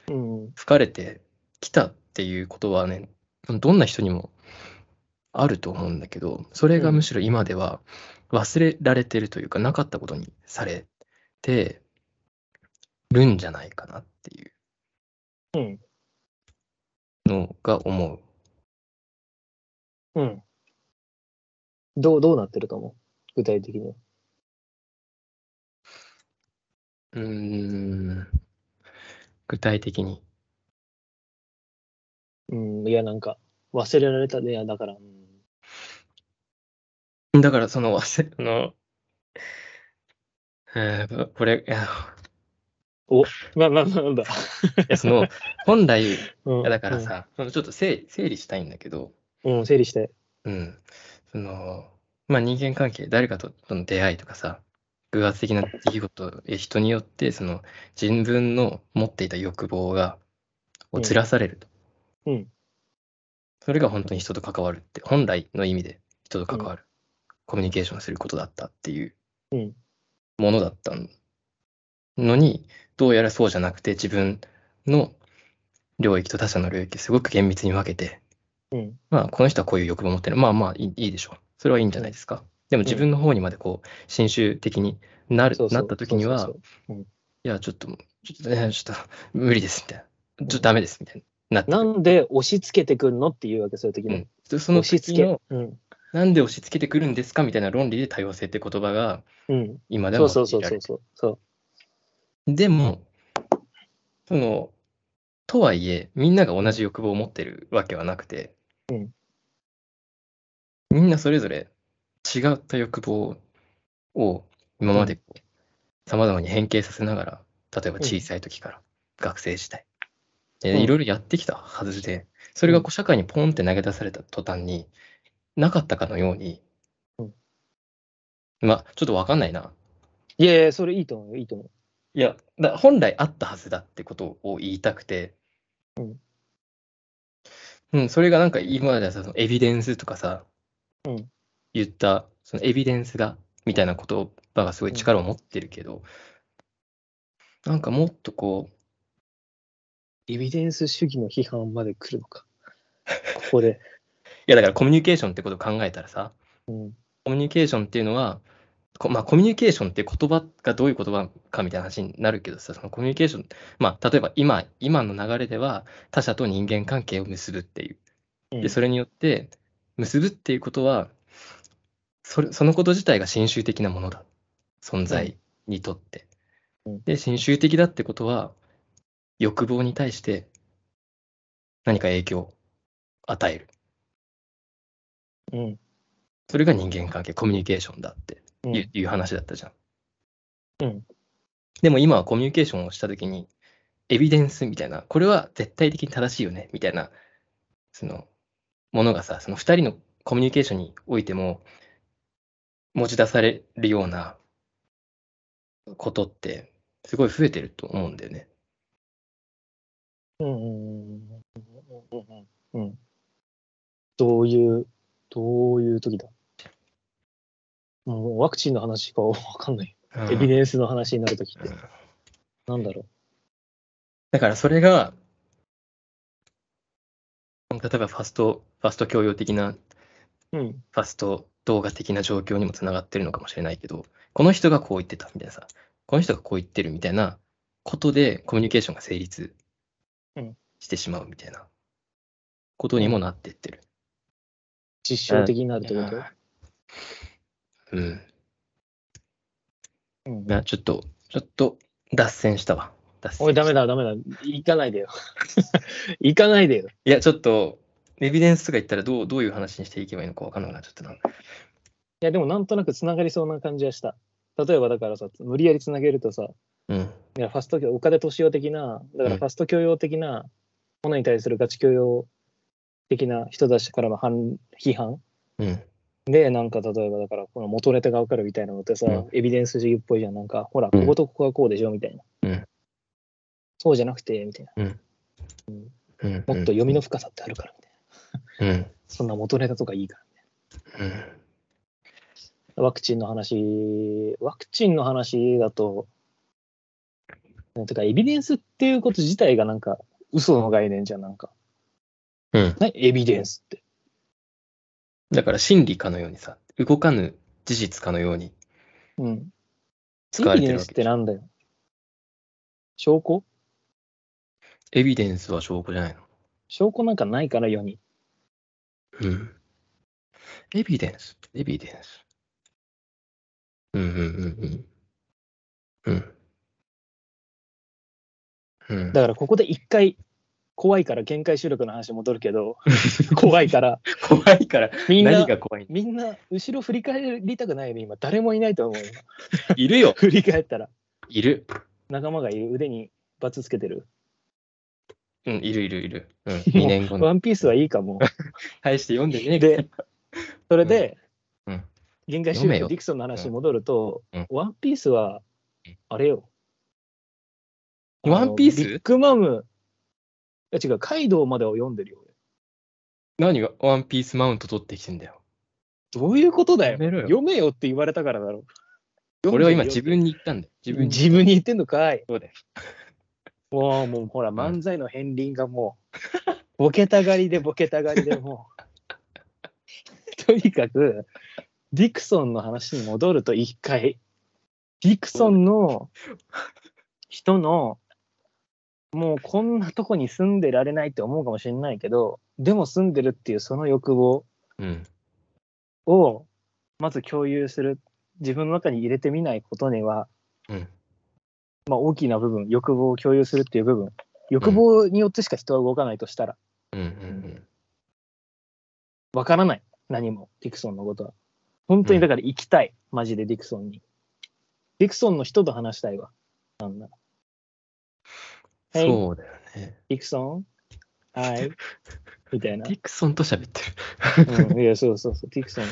S1: うん。
S2: 吹かれてきたっていうことはねどんな人にもあると思うんだけどそれがむしろ今では忘れられてるというか、なかったことにされてるんじゃないかなっていう
S1: うん。
S2: のが思う。
S1: うん。どう、どうなってると思う具体的には。
S2: うーん具体的に。
S1: うん。いや、なんか、忘れられたね。いや、だから、うん
S2: だからその忘れ、あの、えーこれ、いや
S1: まあまあまあまあ。
S2: いやその、本来、い
S1: うん
S2: やだから。さ、そのちょっと整理整理したいんだけど、
S1: うん、うん整理して。
S2: うん。その、まあ人間関係、誰かとの出会いとかさ、偶発的な出来事、え人によって、その自分の持っていた欲望が、を
S1: うん
S2: つらされると。
S1: うん
S2: それが本当に人と関わるって、本来の意味で人と関わる、コミュニケーションすることだったっていう
S1: うん
S2: ものだったのに、どうやらそうじゃなくて、自分の領域と他者の領域、すごく厳密に分けて、
S1: うん。
S2: まあ、この人はこういう欲望を持ってる。まあまあいい、いいでしょう。それはいいんじゃないですか。でも自分の方にまでこう、侵襲的になる、
S1: そうそう
S2: なった時には、
S1: そうそう
S2: いや、ちょっと、ちょっと、ね、ちょっと、無理です、みたいな。ちょっとダメです、みたいな。なっ
S1: そうな
S2: て
S1: んで押し付けてくんのっていうわけ、そういう時
S2: う
S1: に
S2: ん。でその
S1: 押し
S2: 時
S1: 付け。
S2: の、
S1: うん。
S2: なんで押し付けてくるんですかみたいな論理で多様性って言葉が
S1: うん。
S2: 今で
S1: そ
S2: も
S1: うそうそう
S2: 用いら
S1: そ
S2: れ
S1: う
S2: て
S1: そう。そう
S2: るでも、その、とはいえ、みんなが同じ欲望を持ってるわけはなくて、
S1: うん
S2: みんなそれぞれ違った欲望を今までさまざまに変形させながら、例えば
S1: うん
S2: 小さい時から、学生時代、
S1: う
S2: で
S1: ん
S2: いろいろやってきたはずで、それがこう社会にポンって投げ出された途端に、なかったかのように
S1: うん、
S2: まあ、ちょっとわかんないな。
S1: いやいや、それいいと思うよ、いいと思う。
S2: いや、だ本来あったはずだってことを言いたくて、
S1: うん
S2: うん、それがなんか今まではさ、そのエビデンスとかさ、
S1: うん
S2: 言った、そのエビデンスが、みたいな言葉がすごい力を持ってるけど、なんかもっとこう、
S1: エビデンス主義の批判まで来るの
S2: [laughs]
S1: か。ここで。
S2: いやだからコミュニケーションってことを考えたらさ、
S1: うん。
S2: コミュニケーションっていうのは、こまあ、コミュニケーションって言葉がどういう言葉かみたいな話になるけどさ、そのコミュニケーション、まあ、例えば今、今の流れでは他者と人間関係を結ぶっていう。
S1: うん
S2: で、それによって、結ぶっていうことは、それそのこと自体が真宗的なものだ。存在にとって
S1: うん。
S2: で、真宗的だってことは、欲望に対して何か影響を与える。
S1: うん。
S2: それが人間関係、コミュニケーションだって。
S1: うん
S2: いういう話だったじゃん。
S1: うん
S2: でも今はコミュニケーションをしたときに、エビデンスみたいな、これは絶対的に正しいよね、みたいな、その、ものがさ、その二人のコミュニケーションにおいても、持ち出されるようなことって、すごい増えてると思うんだよね。
S1: うんうんうんうんうんうんうんどういう、どういう時だもうワクチンの話しかわかんない。エビデンスの話になる時って
S2: うん。
S1: なんだろ
S2: だからそれが、例えばファスト、ファスト教養的な
S1: う。うん。
S2: ファスト動画的な状況にもつながってるのかもしれないけど、この人がこう言ってたみたいなさ、この人がこう言ってるみたいなことでコミュニケーションが成立
S1: うん
S2: してしまうみたいなことにもなってってる。
S1: 実証的になるってこと
S2: うん。
S1: うん
S2: なちょっと、ちょっと脱線したわ。脱線
S1: おい、ダメだ、ダメだ。行かないでよ。 [laughs] 行かないでよ。
S2: いや、ちょっと、エビデンスとか言ったらどうどういう話にしていけばいいのか分かんなくなっちゃったな。
S1: いや、でもなんとなくつながりそうな感じはした。例えばだからさ、無理やりつなげるとさ、
S2: うん。
S1: いやファスト教、岡田敏夫的な、だか
S2: う
S1: ら
S2: ん
S1: ファスト教養的なものに対するガチ教養的な人たちからの反批判
S2: うん。
S1: で、なんか例えばだから、この元ネタがわかるみたいなのってさ、
S2: うん
S1: エビデンス主義っぽいじゃん。なんか、ほら、
S2: うん
S1: こことここはこうでしょみたいな。
S2: うん
S1: そうじゃなくて、みたいな。
S2: うん。もっ
S1: もっと読みの深さってあるから、みたいな。
S2: うん。
S1: そんな元ネタとかいいから。
S2: うん。
S1: ワクチンの話、ワクチンの話だと、なんていうか、エビデンスっていうこと自体がなんか、嘘の概念じゃん、なんか。
S2: うん。
S1: ね、エビデンスって。
S2: だから真理かのようにさ、動かぬ事実かのように
S1: うん。
S2: 使わ
S1: エ
S2: れ
S1: ビ
S2: て
S1: デ
S2: る
S1: ン
S2: わ
S1: スっ
S2: け
S1: て
S2: でしょ
S1: なんだよ。証拠
S2: エビデンスは証拠じゃないの。
S1: 証拠なんかないから、世に。
S2: うん。エビデンス、エビデンス。うんうんうんうん。うん。うん、
S1: だから、ここで一回、怖いから限界集落の話戻るけ
S2: [laughs]
S1: ど、怖いから、
S2: 怖いから、
S1: みんな
S2: 何、が怖いの
S1: みんな、後ろ振り返りたくないよね、今。誰もいないと
S2: [laughs]
S1: 思うよ。
S2: いるよ
S1: 振り返ったら、
S2: いる。
S1: 仲間がいる、腕にバツつけてる。
S2: うん、いるいるいる。うん、2年後の。
S1: ワンピースはいいかも。
S2: 大して読んでねえけど
S1: で、それで、
S2: うんうん
S1: 限界集
S2: 読め
S1: 落
S2: よ
S1: ディクソンの話に戻ると、
S2: うん
S1: ワンピースは
S2: うん、
S1: あれよ。
S2: ワンピース
S1: あのビッグマム、いや違う、カイドウまでを読んでるよ。
S2: 何がワンピースマウント取ってきてんだよ。
S1: どういうことだよ。
S2: やめろよ
S1: 読めよって言われたからだろ。
S2: 俺は今自
S1: 読ん
S2: 分に言ったんだよ。
S1: で
S2: 自
S1: るよ
S2: 分に。
S1: 自分に言ってんのかい。
S2: そうだよ
S1: [laughs] もう、もうほら、漫才の片鱗がもう、
S2: [laughs]
S1: ボケたがりでボケたがりでも
S2: [laughs]
S1: う。とにかく、ディクソンの話に戻ると一回、ディクソンの人の、もうこんなとこに住んでられないって思うかもしれないけど、でも住んでるっていうその欲望
S2: うん。
S1: を、まず共有する、自分の中に入れてみないことには、
S2: うん。
S1: まあ、大きな部分、欲望を共有するっていう部分、欲望によってしか人は動かないとしたら、
S2: うん。うん。
S1: わからない、何も、ディクソンのことは。本当にだから行きたい、マジでディクソンに。ディクソンの人と話したいわ、なんなら。はい
S2: そうだよね。
S1: ディクソン
S2: [laughs]
S1: はい。みたいな
S2: デ。ィクソンと喋ってる。
S1: うん、いや、そうそうそう、ディクソン。い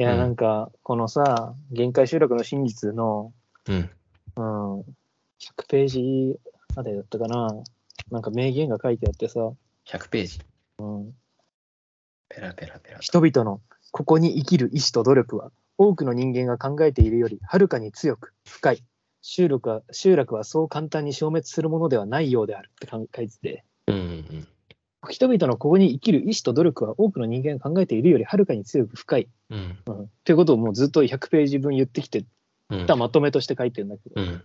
S1: や、
S2: うん
S1: なんか、このさ、限界集落の真実の、
S2: うん。
S1: うん、100ページまでだったかな、なんか名言が書いてあってさ、
S2: 100ページ。
S1: うん、
S2: ペラペラペラ。
S1: 人々のここに生きる意志と努力は多くの人間が考えているよりはるかに強く深い集落は集落はそう簡単に消滅するものではないようであるって考えてて、
S2: うんうん
S1: 人々のここに生きる意志と努力は多くの人間が考えているよりはるかに強く深い。
S2: うん
S1: うん、ということをもうずっと100ページ分言ってきて
S2: うん
S1: たまとめとして書いてるんだけど、
S2: うん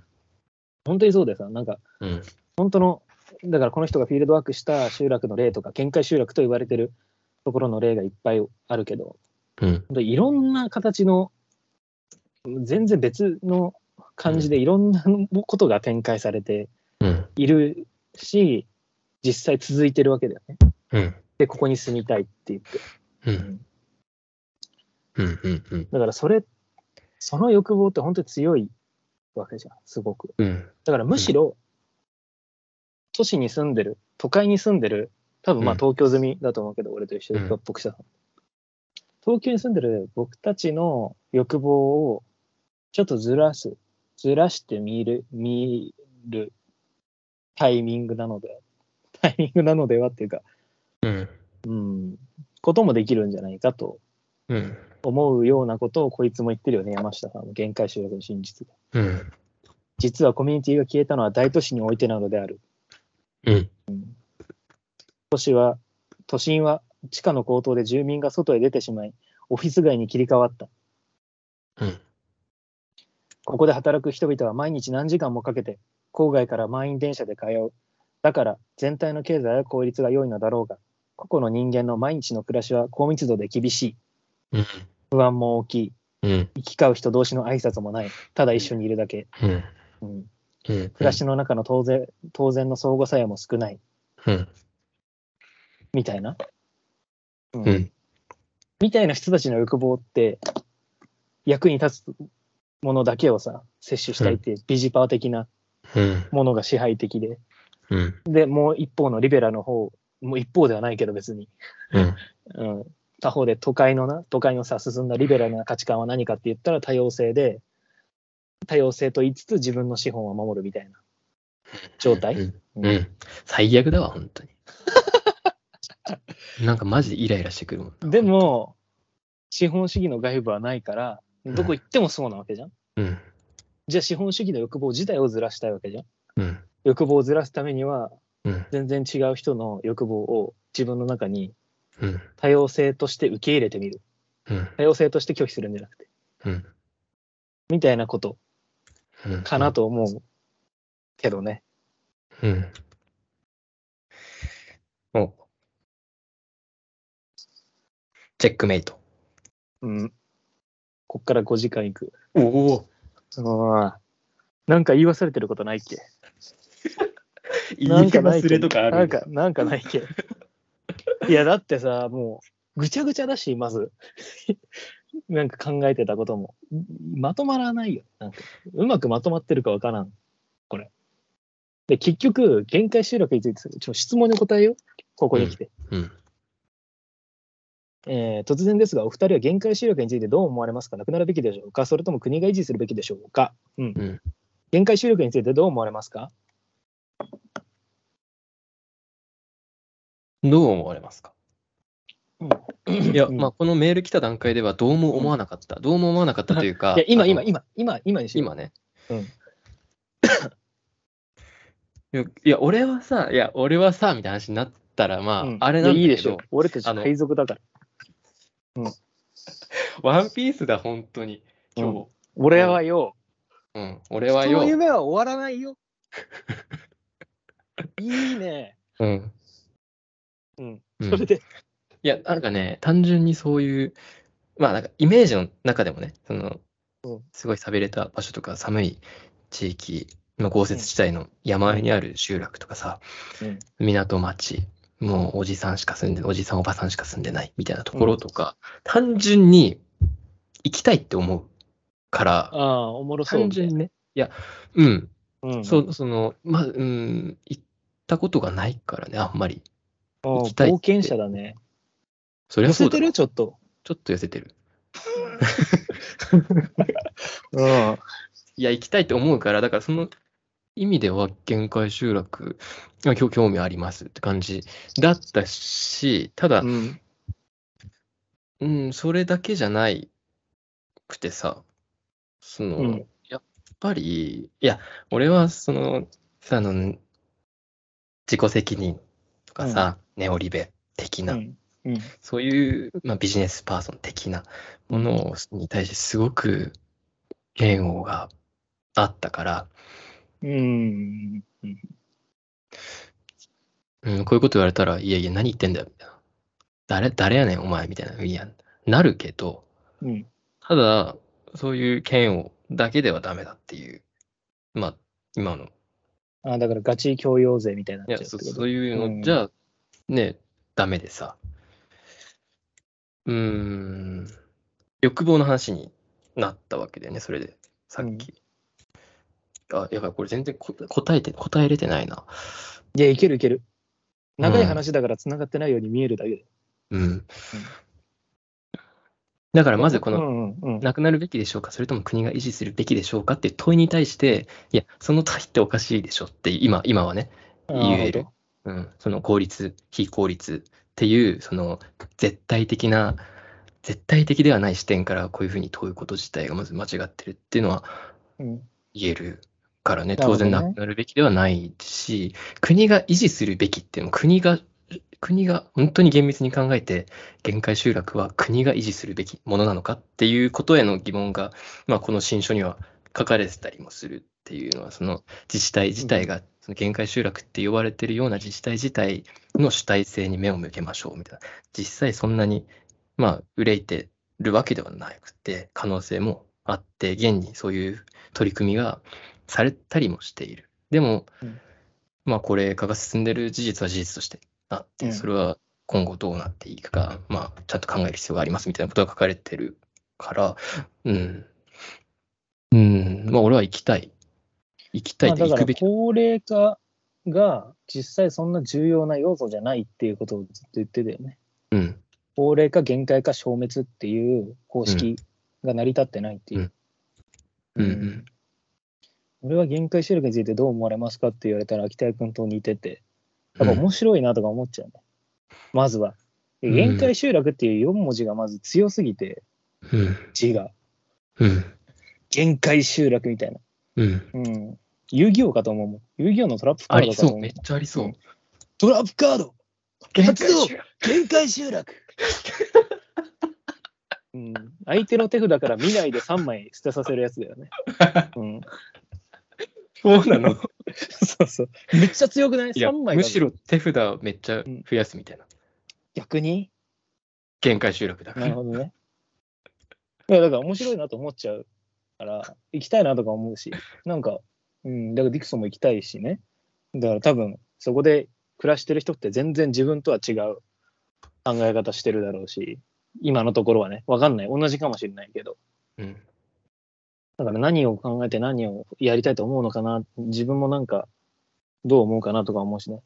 S1: 本当にそうでさ、なんか
S2: うん
S1: 本当の、だからこの人がフィールドワークした集落の例とか、限界集落と言われてるところの例がいっぱいあるけど、
S2: うん
S1: 本当いろんな形の、全然別の感じでいろんなことが展開されて
S2: うん
S1: いるし、実際続いてるわけだよね。
S2: うん
S1: で、ここに住みたいって言って。
S2: うんうんうんうん
S1: だからそれ、その欲望って本当に強いわけじゃん、すごく。
S2: うん
S1: だからむしろ、都市に住んでる、都会に住んでる、多分まあ
S2: うん
S1: 東京済みだと思うけど、俺と一緒で
S2: うん、
S1: 僕さん。東京に住んでる僕たちの欲望をちょっとずらす、ずらしてみる、見るタイミングなので、タイミングなのではっていうか、
S2: うん
S1: うん、こともできるんじゃないかと
S2: うん
S1: 思うようなことをこいつも言ってるよね、山下さんの限界集落の真実で。
S2: うん
S1: 実はコミュニティが消えたのは大都市においてなのである。
S2: うん
S1: 都心は地価の高騰で住民が外へ出てしまい、オフィス街に切り替わった。
S2: うん
S1: ここで働く人々は毎日何時間もかけて郊外から満員電車で通う。だから全体の経済や効率が良いのだろうが、個々の人間の毎日の暮らしは高密度で厳しい。
S2: うん
S1: 不安も大きい。
S2: うん
S1: 行き交う人同士の挨拶もない。ただ一緒にいるだけ。
S2: うん
S1: うん、
S2: うん
S1: 暮らしの中の当然当然の相互作用も少ない。
S2: うん
S1: みたいな。うん
S2: うん
S1: みたいな人たちの欲望って、役に立つものだけをさ、摂取したいっていう、ビジパー的な
S2: うん
S1: ものが支配的で、
S2: うん
S1: で、もう一方のリベラの方、もう一方ではないけど別に、
S2: うん
S1: うん、他方で都会のな、都会のさ、進んだリベラルな価値観は何かって言ったら多様性で、多様性と言いつつ自分の資本は守るみたいな状態。
S2: うんうん最悪だわ本当になんかマジでイライラしてくるもんな
S1: でも、資本主義の外部はないから、どこ行ってもそうなわけじゃん。
S2: うん
S1: じゃあ資本主義の欲望自体をずらしたいわけじゃん。
S2: うん
S1: 欲望をずらすためには、
S2: うん
S1: 全然違う人の欲望を自分の中に
S2: うん
S1: 多様性として受け入れてみる。
S2: うん
S1: 多様性として拒否するんじゃなくて。
S2: うん
S1: みたいなこと
S2: うん
S1: かなと思うけどね。
S2: うん。お。チェックメイト。
S1: うん。こっから5時間いく。
S2: おお。
S1: そのなんか言い忘れてることないっけ
S2: 言い
S1: かないっ
S2: 忘
S1: け
S2: れとかある。
S1: なん [laughs] か、なんかないっけいや、だってさ、もう、ぐちゃぐちゃだし、まず。 [laughs] なんか考えてたことも。まとまらないよ。なんか、うまくまとまってるかわからん。これ。で、結局、限界集落について、ちょ質問に答えよう。ここに来て。
S2: うん。
S1: えー突然ですが、お二人は限界集落についてどう思われますかなくなるべきでしょうかそれとも国が維持するべきでしょうか、うん
S2: うん
S1: 限界集落についてどう思われますか
S2: どう思われますかいや、
S1: うん
S2: まあ、このメール来た段階ではどうも思わなかった。どうも思わなかったというか
S1: いや、、今、
S2: あの
S1: 今、今、今、今にしよう
S2: 今ね。
S1: うん
S2: いや。いや、俺はさ、いや、俺はさ、みたいな話になったら、まあ、
S1: うん
S2: あれなんだけど
S1: いやいいでしょ。俺たち
S2: あの
S1: 海賊だから。
S2: ワンピースだ、本当に。今日。
S1: 俺はよ、
S2: うん。俺は
S1: 人の
S2: よ。
S1: 夢は終わら
S2: [laughs]
S1: ないよ。いいね。
S2: うん。
S1: うん。
S2: うん
S1: それで、
S2: いや、なんかね、単純にそういう、まあ、なんかイメージの中でもね、その
S1: うん、
S2: すごい寂れた場所とか寒い地域の豪雪地帯の山あいにある集落とかさ、
S1: うん
S2: 港町、もうおじさんしか住んで、おじさんおばさんしか住んでないみたいなところとか、単純に行きたいって思うから、
S1: ああ、おもろそう
S2: 単純にね、いや、うん、
S1: うん、
S2: そその、まあ、うん、行ったことがないからね、あんまり。
S1: ああ
S2: 行きたいって
S1: 冒険者だね。
S2: そりゃ
S1: 寄
S2: そ
S1: せ
S2: うだ
S1: て
S2: わ。
S1: るちょっと。
S2: ちょっと寄せてる。
S1: うん。
S2: いや、行きたいと思うから、だからその意味では限界集落が興興味ありますって感じだったし、ただ、
S1: うん。
S2: うん、それだけじゃないくてさ、その、
S1: うん
S2: いや、ぱり、いや、俺はその、さ、あの、自己責任とかさ、ネオリベ的な、
S1: うんうん
S2: そういう、まあ、ビジネスパーソン的なものに対してすごく嫌悪があったから、
S1: うん
S2: うん、こういうこと言われたら、いやいや、何言ってんだよ、みたいな。誰、誰やねん、お前、みたいな。いや、なるけど、
S1: うん
S2: ただ、そういう嫌悪だけではダメだっていう、まあ、今の
S1: あだからガチ教養税みたいに
S2: い
S1: なっ
S2: や
S1: ちゃうって
S2: そ、
S1: こと
S2: そういうの、
S1: うん
S2: じゃあ、ね、ダメでさ。うーん、欲望の話になったわけだよね、それで、さっき。あ、やばい、これ全然こ答えて、答えれてないな。
S1: いやいけるいける長い話だから繋がってないように見えるだけで、
S2: うん。だから、まずこ
S1: う
S2: の、
S1: んうんうん
S2: なくなるべきでしょうか、それとも国が維持するべきでしょうかっていう問いに対して、いや、その問いっておかしいでしょって、今、今はね、言える。うん、その効率、非効率っていう、その絶対的な、絶対的ではない視点からこういうふうに問うこと自体がまず間違ってるっていうのは
S1: うん
S2: 言えるからね、
S1: なるほ
S2: 当
S1: どね
S2: 然なくなるべきではないし、国が維持するべきっていうのも国が、国が本当に厳密に考えて、限界集落は国が維持するべきものなのかっていうことへの疑問が、まあ、この新書には書かれてたりもするっていうのは、その自治体自体が、その限界集落って呼ばれてるような自治体自体の主体性に目を向けましょうみたいな、実際そんなに、まあ、憂いてるわけではなくて、可能性もあって、現にそういう取り組みがされたりもしている。でも、
S1: うん
S2: まあ、高齢化が進んでる事実は事実としてあっ
S1: う
S2: て、
S1: ん
S2: それは今後どうなっていくか、まあ、ちゃんと考える必要がありますみたいなことが書かれてるから、うん。うん、まあ、俺は行きたい。行きたい
S1: まあ
S2: って
S1: だ
S2: 行
S1: か
S2: く
S1: ら
S2: べき。
S1: 高齢化が実際そんな重要な要素じゃないっていうことをずっと言ってたよね
S2: うん。
S1: 高齢化限界化消滅っていう方式が成り立ってないっていう、
S2: うんうん。
S1: 俺は限界集落についてどう思われますかって言われたら秋田君と似ててや
S2: う
S1: っぱ
S2: ん
S1: 面白いなとか思っちゃうね、まずは
S2: ん
S1: 限界集落っていう4文字がまず強すぎて
S2: うん。
S1: 字が
S2: うん。
S1: 限界集落みたいな
S2: うん。
S1: うん遊戯王かと思うもん遊戯王のトラップカ
S2: あ
S1: ード
S2: り
S1: かと
S2: そ
S1: 思
S2: う。
S1: う。
S2: めっちゃありそううん
S1: トラップカード
S2: 限
S1: 活動
S2: 界集
S1: [laughs]
S2: 落
S1: 限界集 [laughs] 落うん、相手の手札から見ないで3枚捨てさせるやつだよね。 [laughs] うん、
S2: そうなの
S1: そうそう。めっちゃ強くない
S2: いや
S1: ?3 枚
S2: むしろ手札をめっちゃ増やすみたいな。
S1: 逆に
S2: 限界集落だか
S1: なる
S2: ら。
S1: ほどね。いや、だから面白いなと思っちゃうから、行きたいなとか思うし、なんか、うん、だからディクソンも行きたいしね。だから多分、そこで暮らしてる人って全然自分とは違う考え方してるだろうし、今のところはね、わかんない。同じかもしれないけど。
S2: うん。
S1: だから何を考えて何をやりたいと思うのかな、自分もなんか、どう思うかなとか思うしね。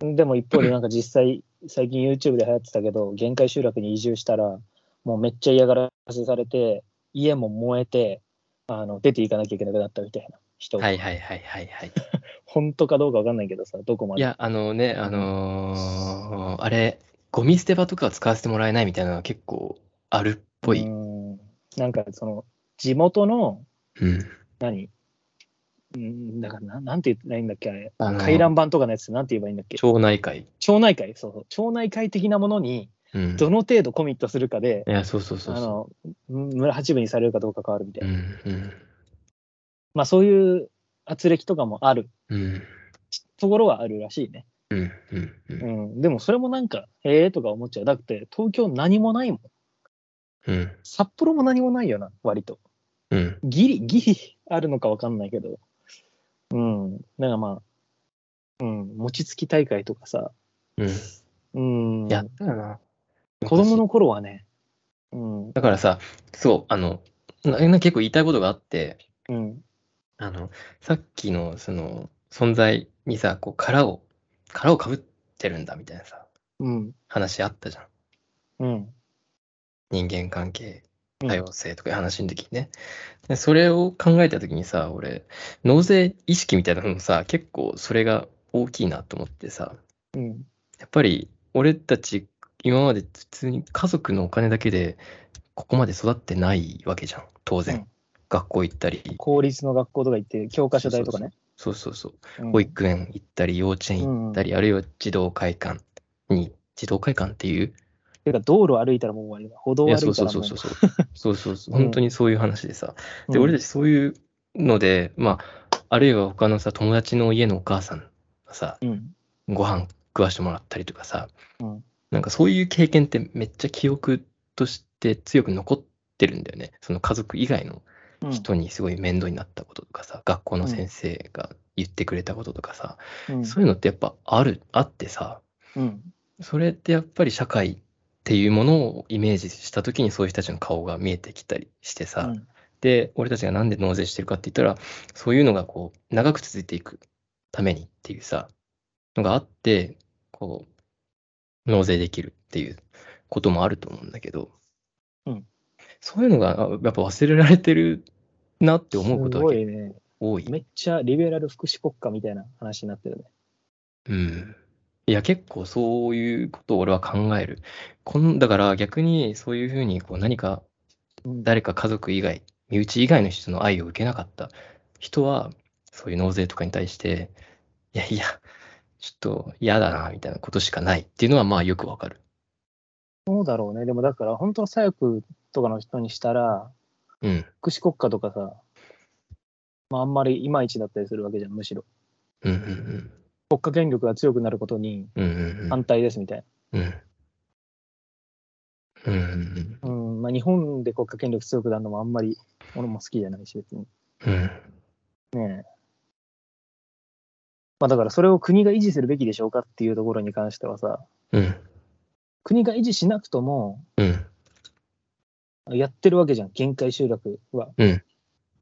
S2: うん
S1: でも一方でなんか実際、 [laughs] 最近 YouTube で流行ってたけど、限界集落に移住したら、もうめっちゃ嫌がらせされて、家も燃えて、あの出ていかなきゃいけなくなったみたいな人、
S2: はいはいはいはいはい。
S1: 本当かどうかわかんないけどさ、どこま
S2: い
S1: で。
S2: や、あのね、あのーあれ、ゴミ捨て場とかは使わせてもらえないみたいなのが結構あるっぽ
S1: う
S2: い。
S1: んなんかその、地元の、
S2: うん。
S1: 何うん、だからな、なんて言ったらいいんだっけ、あれ。
S2: あの
S1: 回覧板とかのやつ、なんて言えばいいんだっけ。
S2: 町内会。
S1: 町内会、そうそう。町内会的なものに、
S2: うん。
S1: どの程度コミットするかで、
S2: いや、そうそうそう
S1: あ
S2: そ。
S1: の、村八分にされるかどうか変わるみたいうな
S2: う。んうん
S1: まあそういう圧力とかもある
S2: うん
S1: ところはあるらしいね。
S2: うんうんうん
S1: うん。でもそれもなんか、ええとか思っちゃう。だって東京何もないもん。
S2: うん
S1: 札幌も何もないよな、割と。
S2: うん
S1: ギリ、ギリあるのかわかんないけど。うん。なんかまあ、うん、餅つき大会とかさ、
S2: うん
S1: うん。
S2: やったよな。
S1: 子供の頃はね、うん、
S2: だからさ、そう、あの、なな結構言いたいことがあって、
S1: うん、
S2: あの、さっきの、その、存在にさ、こう、殻を、殻をかぶってるんだみたいなさ、
S1: うん、
S2: 話あったじゃん。
S1: うん、
S2: 人間関係
S1: うん
S2: 多様性とかいう話の時にね、でそれを考えた時にさ俺納税意識みたいなのもさ結構それが大きいなと思ってさ
S1: うん、
S2: やっぱり俺たち今まで普通に家族のお金だけでここまで育ってないわけじゃん当然、学校行ったり、
S1: 公立の学校とか行って、教科書代とかね。
S2: そうそうそう、
S1: うん
S2: 保育園行ったり、幼稚園行ったり、あるいは児童会館に、児童会館っていう、
S1: てか、道路歩いたらもう終わりだ。歩道
S2: い
S1: 歩いた
S2: や、そ
S1: らも
S2: うそうそ
S1: う
S2: うそう、そうそうそ
S1: [laughs]
S2: うそう、本当にそういう話でさ、で、
S1: うん
S2: 俺たちそういうので、まあ、あるいは他のさ、友達の家のお母さんがさ、
S1: うん。
S2: ご飯食わしてもらったりとかさ、
S1: うん
S2: なんかそういう経験ってめっちゃ記憶として強く残ってるんだよね。その家族以外の
S1: うん
S2: 人にすごい面倒になったこととかさ、学校の先生が言ってくれたこととかさ、
S1: うん
S2: そういうのってやっぱある、あってさ、
S1: うん。
S2: それってやっぱり社会っていうものをイメージした時にそういう人たちの顔が見えてきたりしてさ、
S1: うん
S2: で、俺たちがなんで納税してるかって言ったら、そういうのがこう、長く続いていくためにっていうさ、のがあって、こう、納税できるっていうこともあると思うんだけど、
S1: うん
S2: そういうのがあやっぱ忘れられてるなって思うこ
S1: す
S2: とが
S1: ご
S2: 結
S1: いね。
S2: 構多い。
S1: めっちゃリベラル福祉国家みたいな話になってるね。
S2: うん。いや、結構そういうことを俺は考える。こんだから逆にそういうふうにこう何か
S1: うん
S2: 誰か家族以外、身内以外の人の愛を受けなかった人は、そういう納税とかに対して、いやいや、ちょっと嫌だな、みたいなことしかないっていうのは、まあよくわかる。
S1: そうだろうね。でもだから、本当の左翼とかの人にしたら、
S2: うん、
S1: 福祉国家とかさ、まあ、あんまりいまいちだったりするわけじゃん、むしろ。
S2: うん、うん、
S1: 国家権力が強くなることに
S2: うん、うん、
S1: 反対ですみたい
S2: うん、うん、うん、うん、
S1: な。うん、まあ、日本で国家権力強くなるのもあんまり、俺も好きじゃないし、別に。
S2: うん、
S1: ねえ。まあ、だから、それを国が維持するべきでしょうかっていうところに関してはさ、
S2: うん、
S1: 国が維持しなくとも、
S2: うん、
S1: やってるわけじゃん、限界集落は、
S2: うん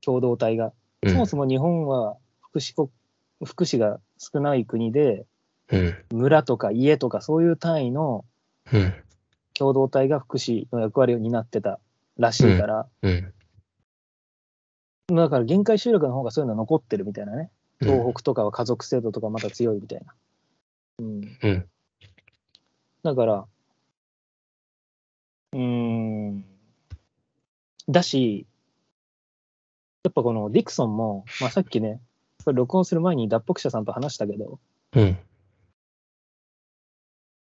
S1: 共同体が。
S2: うん、
S1: そもそも日本は福祉国福祉が少ない国で、
S2: うん、
S1: 村とか家とかそういう単位の
S2: うん、
S1: 共同体が福祉の役割を担ってたらしいから、
S2: うん、
S1: だから限界集落の方がそういうの残ってるみたいなね、
S2: うん
S1: 東北とかは家族制度とかまた強いみたいな。うん、
S2: うん、
S1: だから、うーん、だし、やっぱこのディクソンも、まあ、さっきね、これ録音する前に脱北者さんと話したけど、
S2: うん、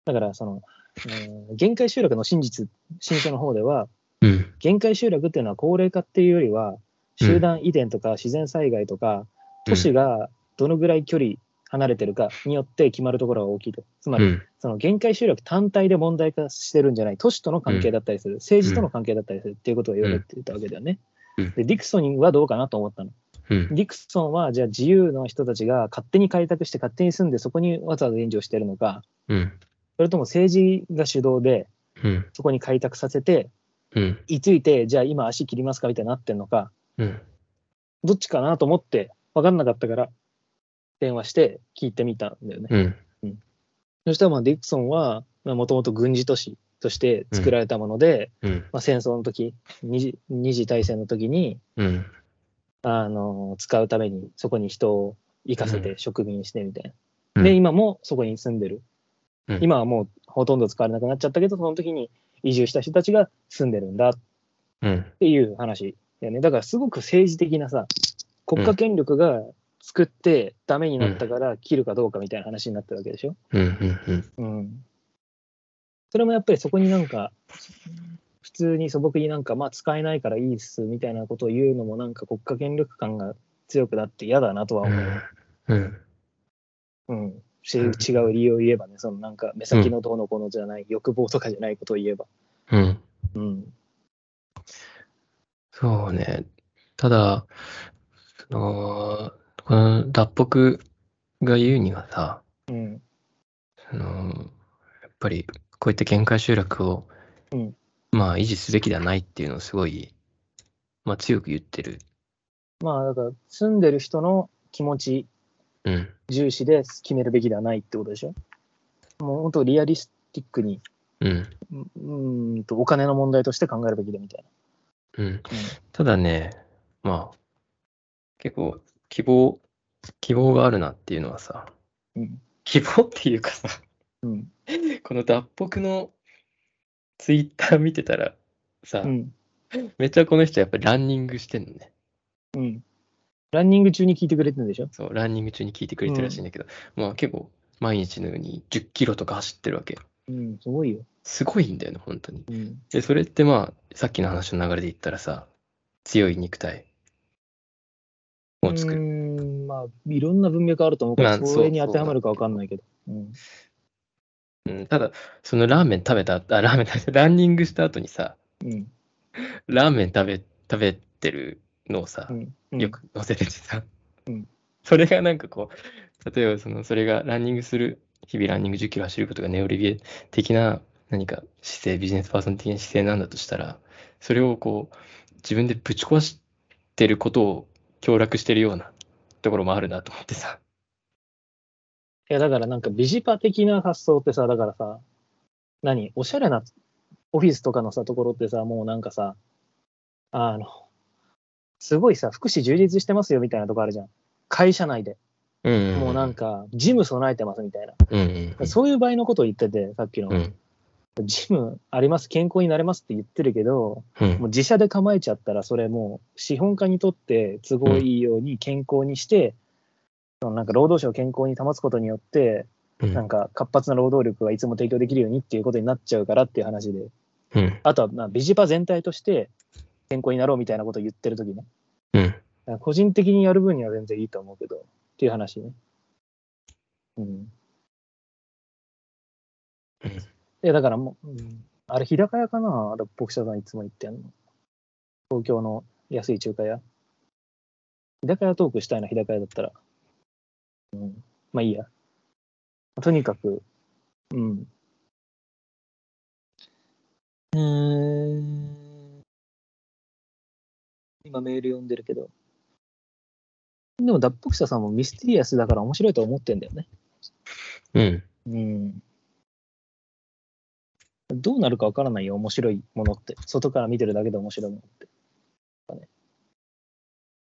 S1: だからその、えー限界集落の真実、新書の方では、
S2: うん、
S1: 限界集落っていうのは高齢化っていうよりは、集団遺伝とか自然災害とか、都市がどのぐらい距離離れてるかによって決まるところが大きいと。つま
S2: う
S1: り、
S2: ん、
S1: その限界集落単体で問題化してるんじゃない、都市との関係だったりする、政治との関係だったりするっていうことを言われてたわけだよね
S2: うん。
S1: で、ディクソンはどうかなと思ったの。
S2: うん、
S1: ディクソンは、じゃあ自由の人たちが勝手に開拓して勝手に住んで、そこにわざわざ援助をしてるのか、
S2: うん、
S1: それとも政治が主導で、
S2: うん、
S1: そこに開拓させて、
S2: うん、
S1: 居ついて、じゃあ今足切りますかみたいになってんのか、
S2: うん、
S1: どっちかなと思って、分かんなかったから、電話して聞いてみたんだよね。
S2: うん、
S1: そしたらまあディクソンは、もともと軍事都市として作られたもので、
S2: うん、
S1: まあ、戦争の時二次二次大戦の時に、
S2: うん、
S1: あの使うために、そこに人を行かせ
S2: う
S1: て植民してみたいな。
S2: うん
S1: で、今もそこに住んでる。
S2: うん
S1: 今はもうほとんど使われなくなっちゃったけど、その時に移住した人たちが住んでるんだっ
S2: うん、
S1: っていう話だよね。だからすごく政治的なさ、国家権力が作ってダメになったから切るかどうかみたいな話になってるわけでしょ。
S2: うん、うん、
S1: うん。それもやっぱりそこになんか、普通に素朴になんか、まあ使えないからいいっすみたいなことを言うのもなんか国家権力感が強くなって嫌だなとは思う。
S2: うん、
S1: うん。し違う理由を言えばね、そのなんか目先のどうのこうのじゃない、欲望とかじゃないことを言えば。
S2: うん。
S1: うん。
S2: そうね。ただ、その、この脱北が言うにはさ、
S1: うん。
S2: その、やっぱりこういった限界集落を、
S1: うん
S2: まあ維持すべきではないっていうのをすごい、まあ強く言ってる。
S1: まあだから住んでる人の気持ち
S2: うん。
S1: 重視で決めるべきではないってことでしょもう本当リアリスティックに、
S2: うん。
S1: ううーんと、お金の問題として考えるべきだみたい
S2: うん。
S1: な。
S2: ただね、まあ、結構希望、希望があるなっていうのはさ、
S1: うん。
S2: 希望っていうかさ、
S1: うん。
S2: この脱北のツイッター見てたらさ、
S1: うん。
S2: めっちゃこの人やっぱりランニングしてんのね。
S1: うん。ランニング中に聞いてくれてるんでしょ
S2: そう、ランニング中に聞いてくれてるらしいんだけど、まあ結構、毎日のように10キロとか走ってるわけ。
S1: うん、すごいよ。
S2: すごいんだよね、本当に。
S1: うん。
S2: で、それってまあ、さっきの話の流れで言ったらさ、強い肉体を作る。
S1: うーん、まあ、いろんな文脈あると思うか
S2: まあ
S1: ら、
S2: そう
S1: それに当てはまるかわかんないけど。うん。
S2: うん、ただ、そのラーメン食べた、あ、ラーメン食べた、ランニングした後にさ、
S1: うん。
S2: ラーメン食べ、食べてるのをさ、
S1: うん。
S2: よ。く載せててさ、
S1: うん
S2: それがなんかこう、例えばその、それがランニングする、日々ランニング10キロ走ることがネオリビエ的な何か姿勢、ビジネスパーソン的な姿勢なんだとしたら、それをこう、自分でぶち壊してることを強絡してるようなところもあるなと思ってさ、
S1: いや、だからなんかビジパ的な発想ってさ、だからさ、何おしゃれなオフィスとかのさ、ところってさ、もうなんかさ、あの、すごいさ、福祉充実してますよみたいなとこあるじゃん。会社内で。
S2: うん
S1: もうなんか、ジム備えてますみたいな。
S2: うんうんうん
S1: そういう場合のことを言ってて、さっきの、
S2: うん
S1: ジムあります、健康になれますって言ってるけど、
S2: うん
S1: もう自社で構えちゃったら、それもう資本家にとって都合いいように健康にして、そのなんか労働者を健康に保つことによって、
S2: うん
S1: なんか活発な労働力がいつも提供できるようにっていうことになっちゃうからっていう話で、
S2: うん
S1: あとはまあビジパ全体として健康になろうみたいなことを言ってるときね、
S2: うん
S1: 個人的にやる分には全然いいと思うけどっていう話ね。うん。
S2: うん
S1: え、だからもう、うんあれ、日高屋かな六北社さんいつも行ってんの。東京の安い中華屋。日高屋トークしたいな、日高屋だったら。うん。まあいいや。とにかく、うん。うーん。今メール読んでるけど。でも、脱北者さんもミステリアスだから面白いと思ってんだよね。
S2: うん
S1: うん。どうなるかわからないよ、面白いものって。外から見てるだけで面白いものって。だね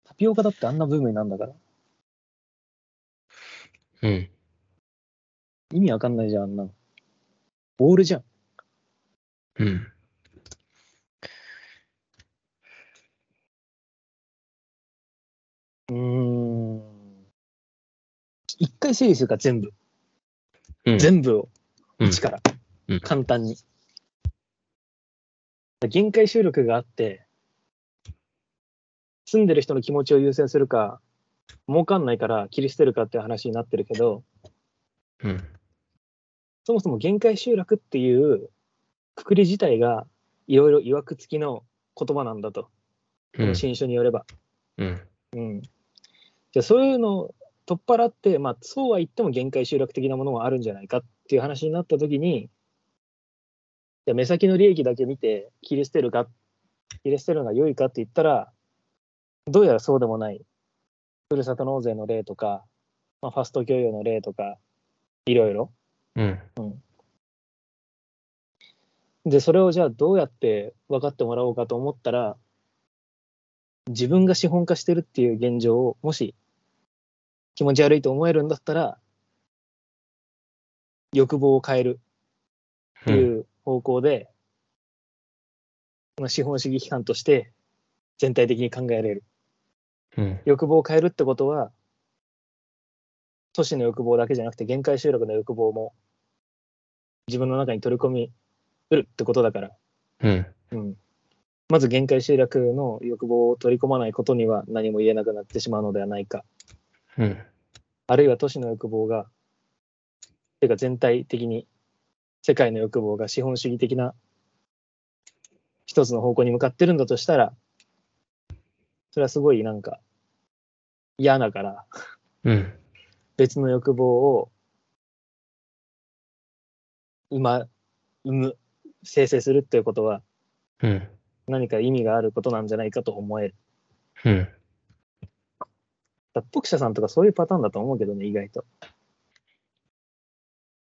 S1: タピオカだってあんなブームになんだから。
S2: うん
S1: 意味わかんないじゃん、あんなの。ボールじゃん。
S2: うん
S1: うーん。一回整理するから、全部。
S2: うん
S1: 全部を。
S2: うん
S1: 一から。
S2: うん
S1: 簡単に。限界集力があって、住んでる人の気持ちを優先するか、儲かんないから切り捨てるかっていう話になってるけど、
S2: うん
S1: そもそも限界集落っていうくくり自体がいろいろ曰くつきの言葉なんだと、こ
S2: うん
S1: の新書によれば。
S2: うん
S1: うん。じゃあそういうのを取っ払って、まあそうは言っても限界集落的なものはあるんじゃないかっていう話になった時に、じゃあ目先の利益だけ見て切り捨てるか、切り捨てるのが良いかって言ったら、どうやらそうでもない。ふるさと納税の例とか、まあ、ファスト教養の例とか、いろいろ。
S2: うん
S1: で、それをじゃあどうやって分かってもらおうかと思ったら、自分が資本化してるっていう現状を、もし気持ち悪いと思えるんだったら、欲望を変えるって
S2: うん
S1: いう方向で、まあ資本主義機関として全体的に考えられる。
S2: うん
S1: 欲望を変えるってことは、都市の欲望だけじゃなくて、限界集落の欲望も自分の中に取り込みうるってことだから、
S2: うん
S1: うん、まず限界集落の欲望を取り込まないことには何も言えなくなってしまうのではないか、
S2: うん
S1: あるいは都市の欲望が、てか全体的に世界の欲望が資本主義的な一つの方向に向かってるんだとしたら、それはすごいなんか嫌だから、
S2: うん
S1: 別の欲望を生ま生む生成するということは
S2: うん
S1: 何か意味があることなんじゃないかと思える。
S2: うん
S1: 脱北者さんとかそういうパターンだと思うけどね、意外と。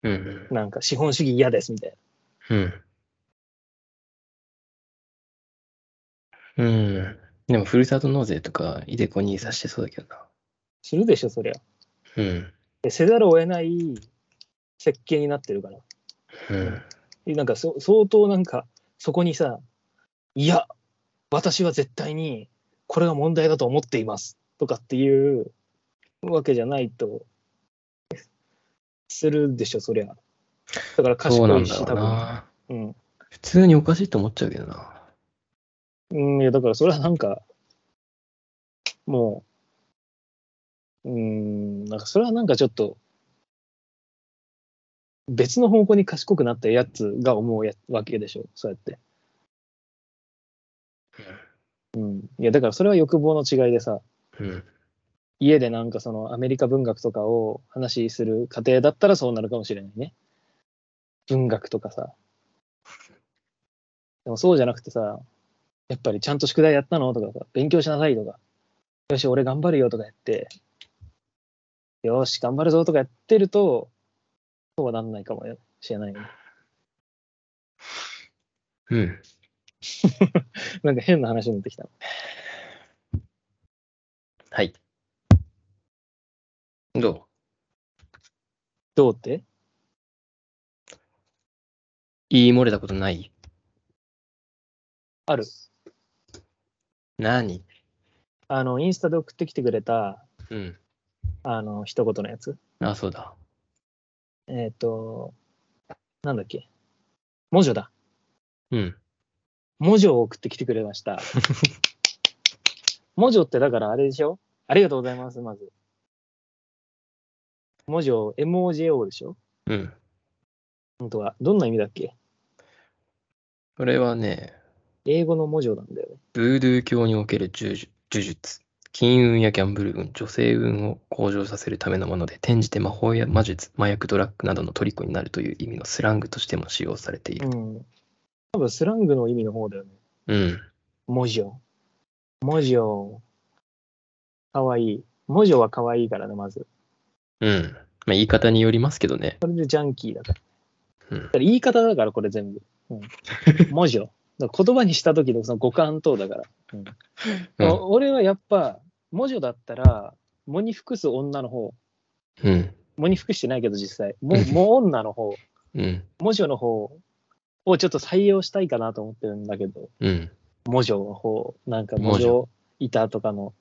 S2: うん
S1: なんか資本主義嫌ですみたい
S2: うん。うん。でも、ふるさと納税とか、いでこにさしてそうだけどな。
S1: な。するでしょ、そりゃ。
S2: うん。
S1: でせざるを得ない設計になってるから。
S2: うん。
S1: でなんかそ相当なんかそこにさ、いや、私は絶対にこれが問題だと思っていますとかっていうわけじゃないと、するでしょ、そりゃ。だから
S2: そうな
S1: 賢
S2: ん
S1: い
S2: だ
S1: し、
S2: ろ
S1: 多
S2: う
S1: 分。
S2: な。
S1: うん。
S2: 普通におかしいと思っちゃうけどな。
S1: うん、いや、だからそれはなんか、もう、うん、なんかそれはなんかちょっと、別の方向に賢くなったやつが思うやわけでしょ、そうやって。うん。いや、だからそれは欲望の違いでさ、
S2: うん。
S1: 家でなんかそのアメリカ文学とかを話しする家庭だったらそうなるかもしれないね。文学とかさ。でもそうじゃなくてさ、やっぱりちゃんと宿題やったのとかさ、勉強しなさいとか、よし、俺頑張るよとかやって、よし、頑張るぞとかやってると、そうはなんないかもしれないよね。
S2: うん。
S1: なんか変な話になってきた。
S2: はい。ど
S1: どうって
S2: う言い漏れたことない
S1: ある。
S2: 何
S1: あの、インスタで送ってきてくれた、
S2: うん。
S1: あの、一言のやつ。
S2: あ、そうだ。
S1: えっ、と、なんだっけ。文女だ。
S2: うん。
S1: 文女を送ってきてくれました。文女ってだからあれでしょありがとうございます、まず。文女、MOJO でしょ
S2: うん。
S1: 本当は。どんな意味だっけ
S2: これはね、
S1: 英語の文女なんだよね。
S2: ブードゥー教における呪術、呪術金運やギャンブル運、女性運を向上させるためのもので、転じて魔法や魔術、麻薬、ドラッグなどの虜になるという意味のスラングとしても使用されている。
S1: うん。多分スラングの意味の方だよね。
S2: うん。
S1: 文女。文女。かわいい。文女はかわいいからね、まず。
S2: うん。まあ、言い方によりますけどね。
S1: それでジャンキーだから。
S2: うん
S1: だ。から言い方だから、これ全部。
S2: [laughs]
S1: うん、文字を。だから言葉にした時のその五感等だから。
S2: うん。
S1: お俺はやっぱ、文字だったら、藻に服す女の方、
S2: うん。
S1: 藻に服してないけど実際、
S2: [laughs]
S1: も藻女の方、
S2: うん。
S1: 文字の方をちょっと採用したいかなと思ってるんだけど、
S2: うん。
S1: 文字の方、なんか
S2: 文
S1: 文
S2: 字
S1: 字いたとかの、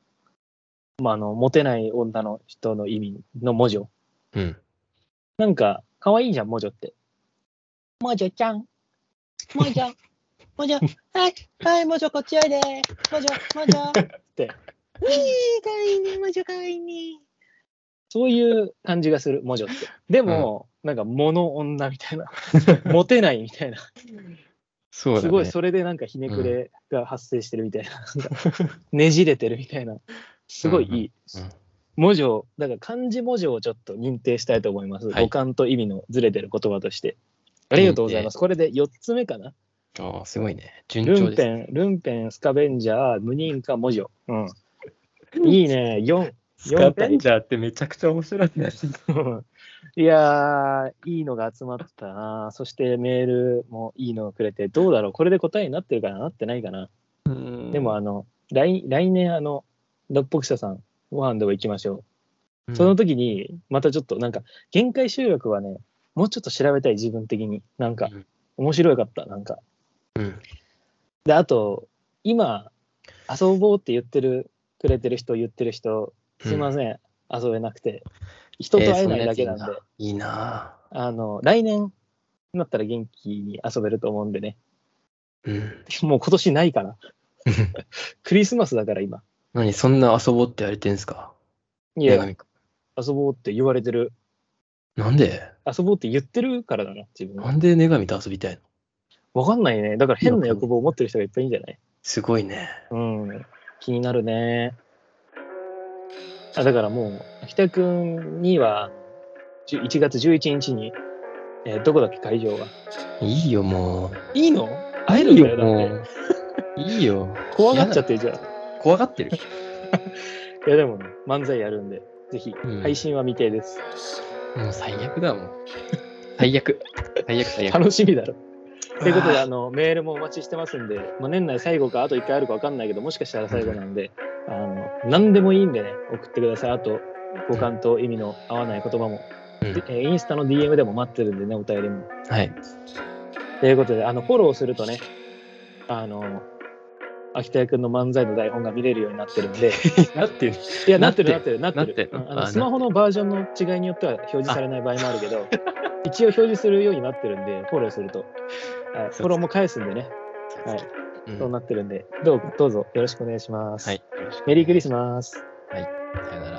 S1: まあ、あの、モテない女の人の意味の文字
S2: うん。
S1: なんか、可愛いじゃん、モジョって。モジョちゃん。モジ [laughs] ョ。モジョ。はい、はい、モジョこっちおいで。モジョ、モジョ。って。うぃー、かわいいね、モジョかわいいね。そういう感じがする、モジョって。でも、なんか、物女みたいな。モテないみたいな。
S2: そうだね。
S1: すごい、それでなんかひねくれが発生してるみたいな。なんかねじれてるみたいな。すごいいい。
S2: うん
S1: 文字を、だから漢字文字をちょっと認定したいと思います。
S2: はい
S1: 五感と意味のずれてる言葉として。ありがとうございます。これで4つ目かな。
S2: ああ、すごいね。順
S1: ル
S2: 調
S1: ン
S2: です
S1: ペ
S2: ね。
S1: ン、ルンペン、スカベンジャー、ムニンカ、文字を。うん。いいね、4。
S2: スカベンジャーってめちゃくちゃ面白いね。
S1: [laughs] いやー、いいのが集まったな。そしてメールもいいのをくれて、どうだろうこれで答えになってるかななってないかなで
S2: で
S1: も、あの、来来年、あの、六北社さん、ご飯でも行きましょう。その時に、またちょっとなんか、限界集約はね、もうちょっと調べたい、自分的に。なんか
S2: うん、
S1: 面白かった、なんか。
S2: うん、
S1: で、あと、今、遊ぼうって言ってる、くれてる人、言ってる人、すいません、遊べなくて。人と会えないだけなんで、
S2: えーそやついいな。
S1: あの、来年になったら元気に遊べると思うんでね。
S2: いいなうん。
S1: もう今年ないから。
S2: [laughs]
S1: クリスマスだから今。
S2: 何、そんな遊ぼうって言われてんすか
S1: い
S2: い
S1: や、遊ぼうって言われてる。
S2: なんで
S1: 遊ぼうって言ってるからだな、自分は
S2: なんで女神と遊びたいの
S1: わかんないね。だから変な欲望を持ってる人がいっぱいいるんじゃない
S2: すごいね。
S1: うん。気になるね。あだからもう、秋田くんには、じゅ1月11日に、えーどこだっけ会場が。
S2: いいよ、もう。
S1: いいの会えるんだよ、
S2: も
S1: だって。
S2: う。いいよ。
S1: 怖がっちゃってるじゃん。い
S2: 怖がってる。
S1: や、でもね、漫才やるんで、ぜひ
S2: う、ん
S1: 配信は未定です。
S2: もう最悪だもん。最悪。最悪、最悪。
S1: 楽しみだろ。ということで、
S2: あ
S1: あの、メールもお待ちしてますんで、まあ、年内最後か、あと1回あるかわかんないけど、もしかしたら最後なんで、あの、何でもいいんでね、送ってください。あと、五感と意味の合わない言葉も
S2: ー
S1: でえーインスタの DM でも待ってるんでね、お便りも。
S2: うんはい。
S1: ということで、あのフォローするとね、あの、秋田屋君の漫才の台本が見れるようになってるん [laughs] で、
S2: なってる。
S1: いや、な
S2: な
S1: っ
S2: って
S1: る
S2: てる
S1: なってるなって
S2: なって
S1: る
S2: る。
S1: うんあ
S2: あ
S1: の
S2: な
S1: スマホのバージョンの違いによっては表示されない場合もある [laughs] けど、一応表示するようになってるんで、フォローすると。はい、フォローも返すんでね、はい
S2: うん
S1: そうなってるんで、どうどうぞよろしくお願いします。
S2: はい。よろしく
S1: メリークリスマス。
S2: さよなら。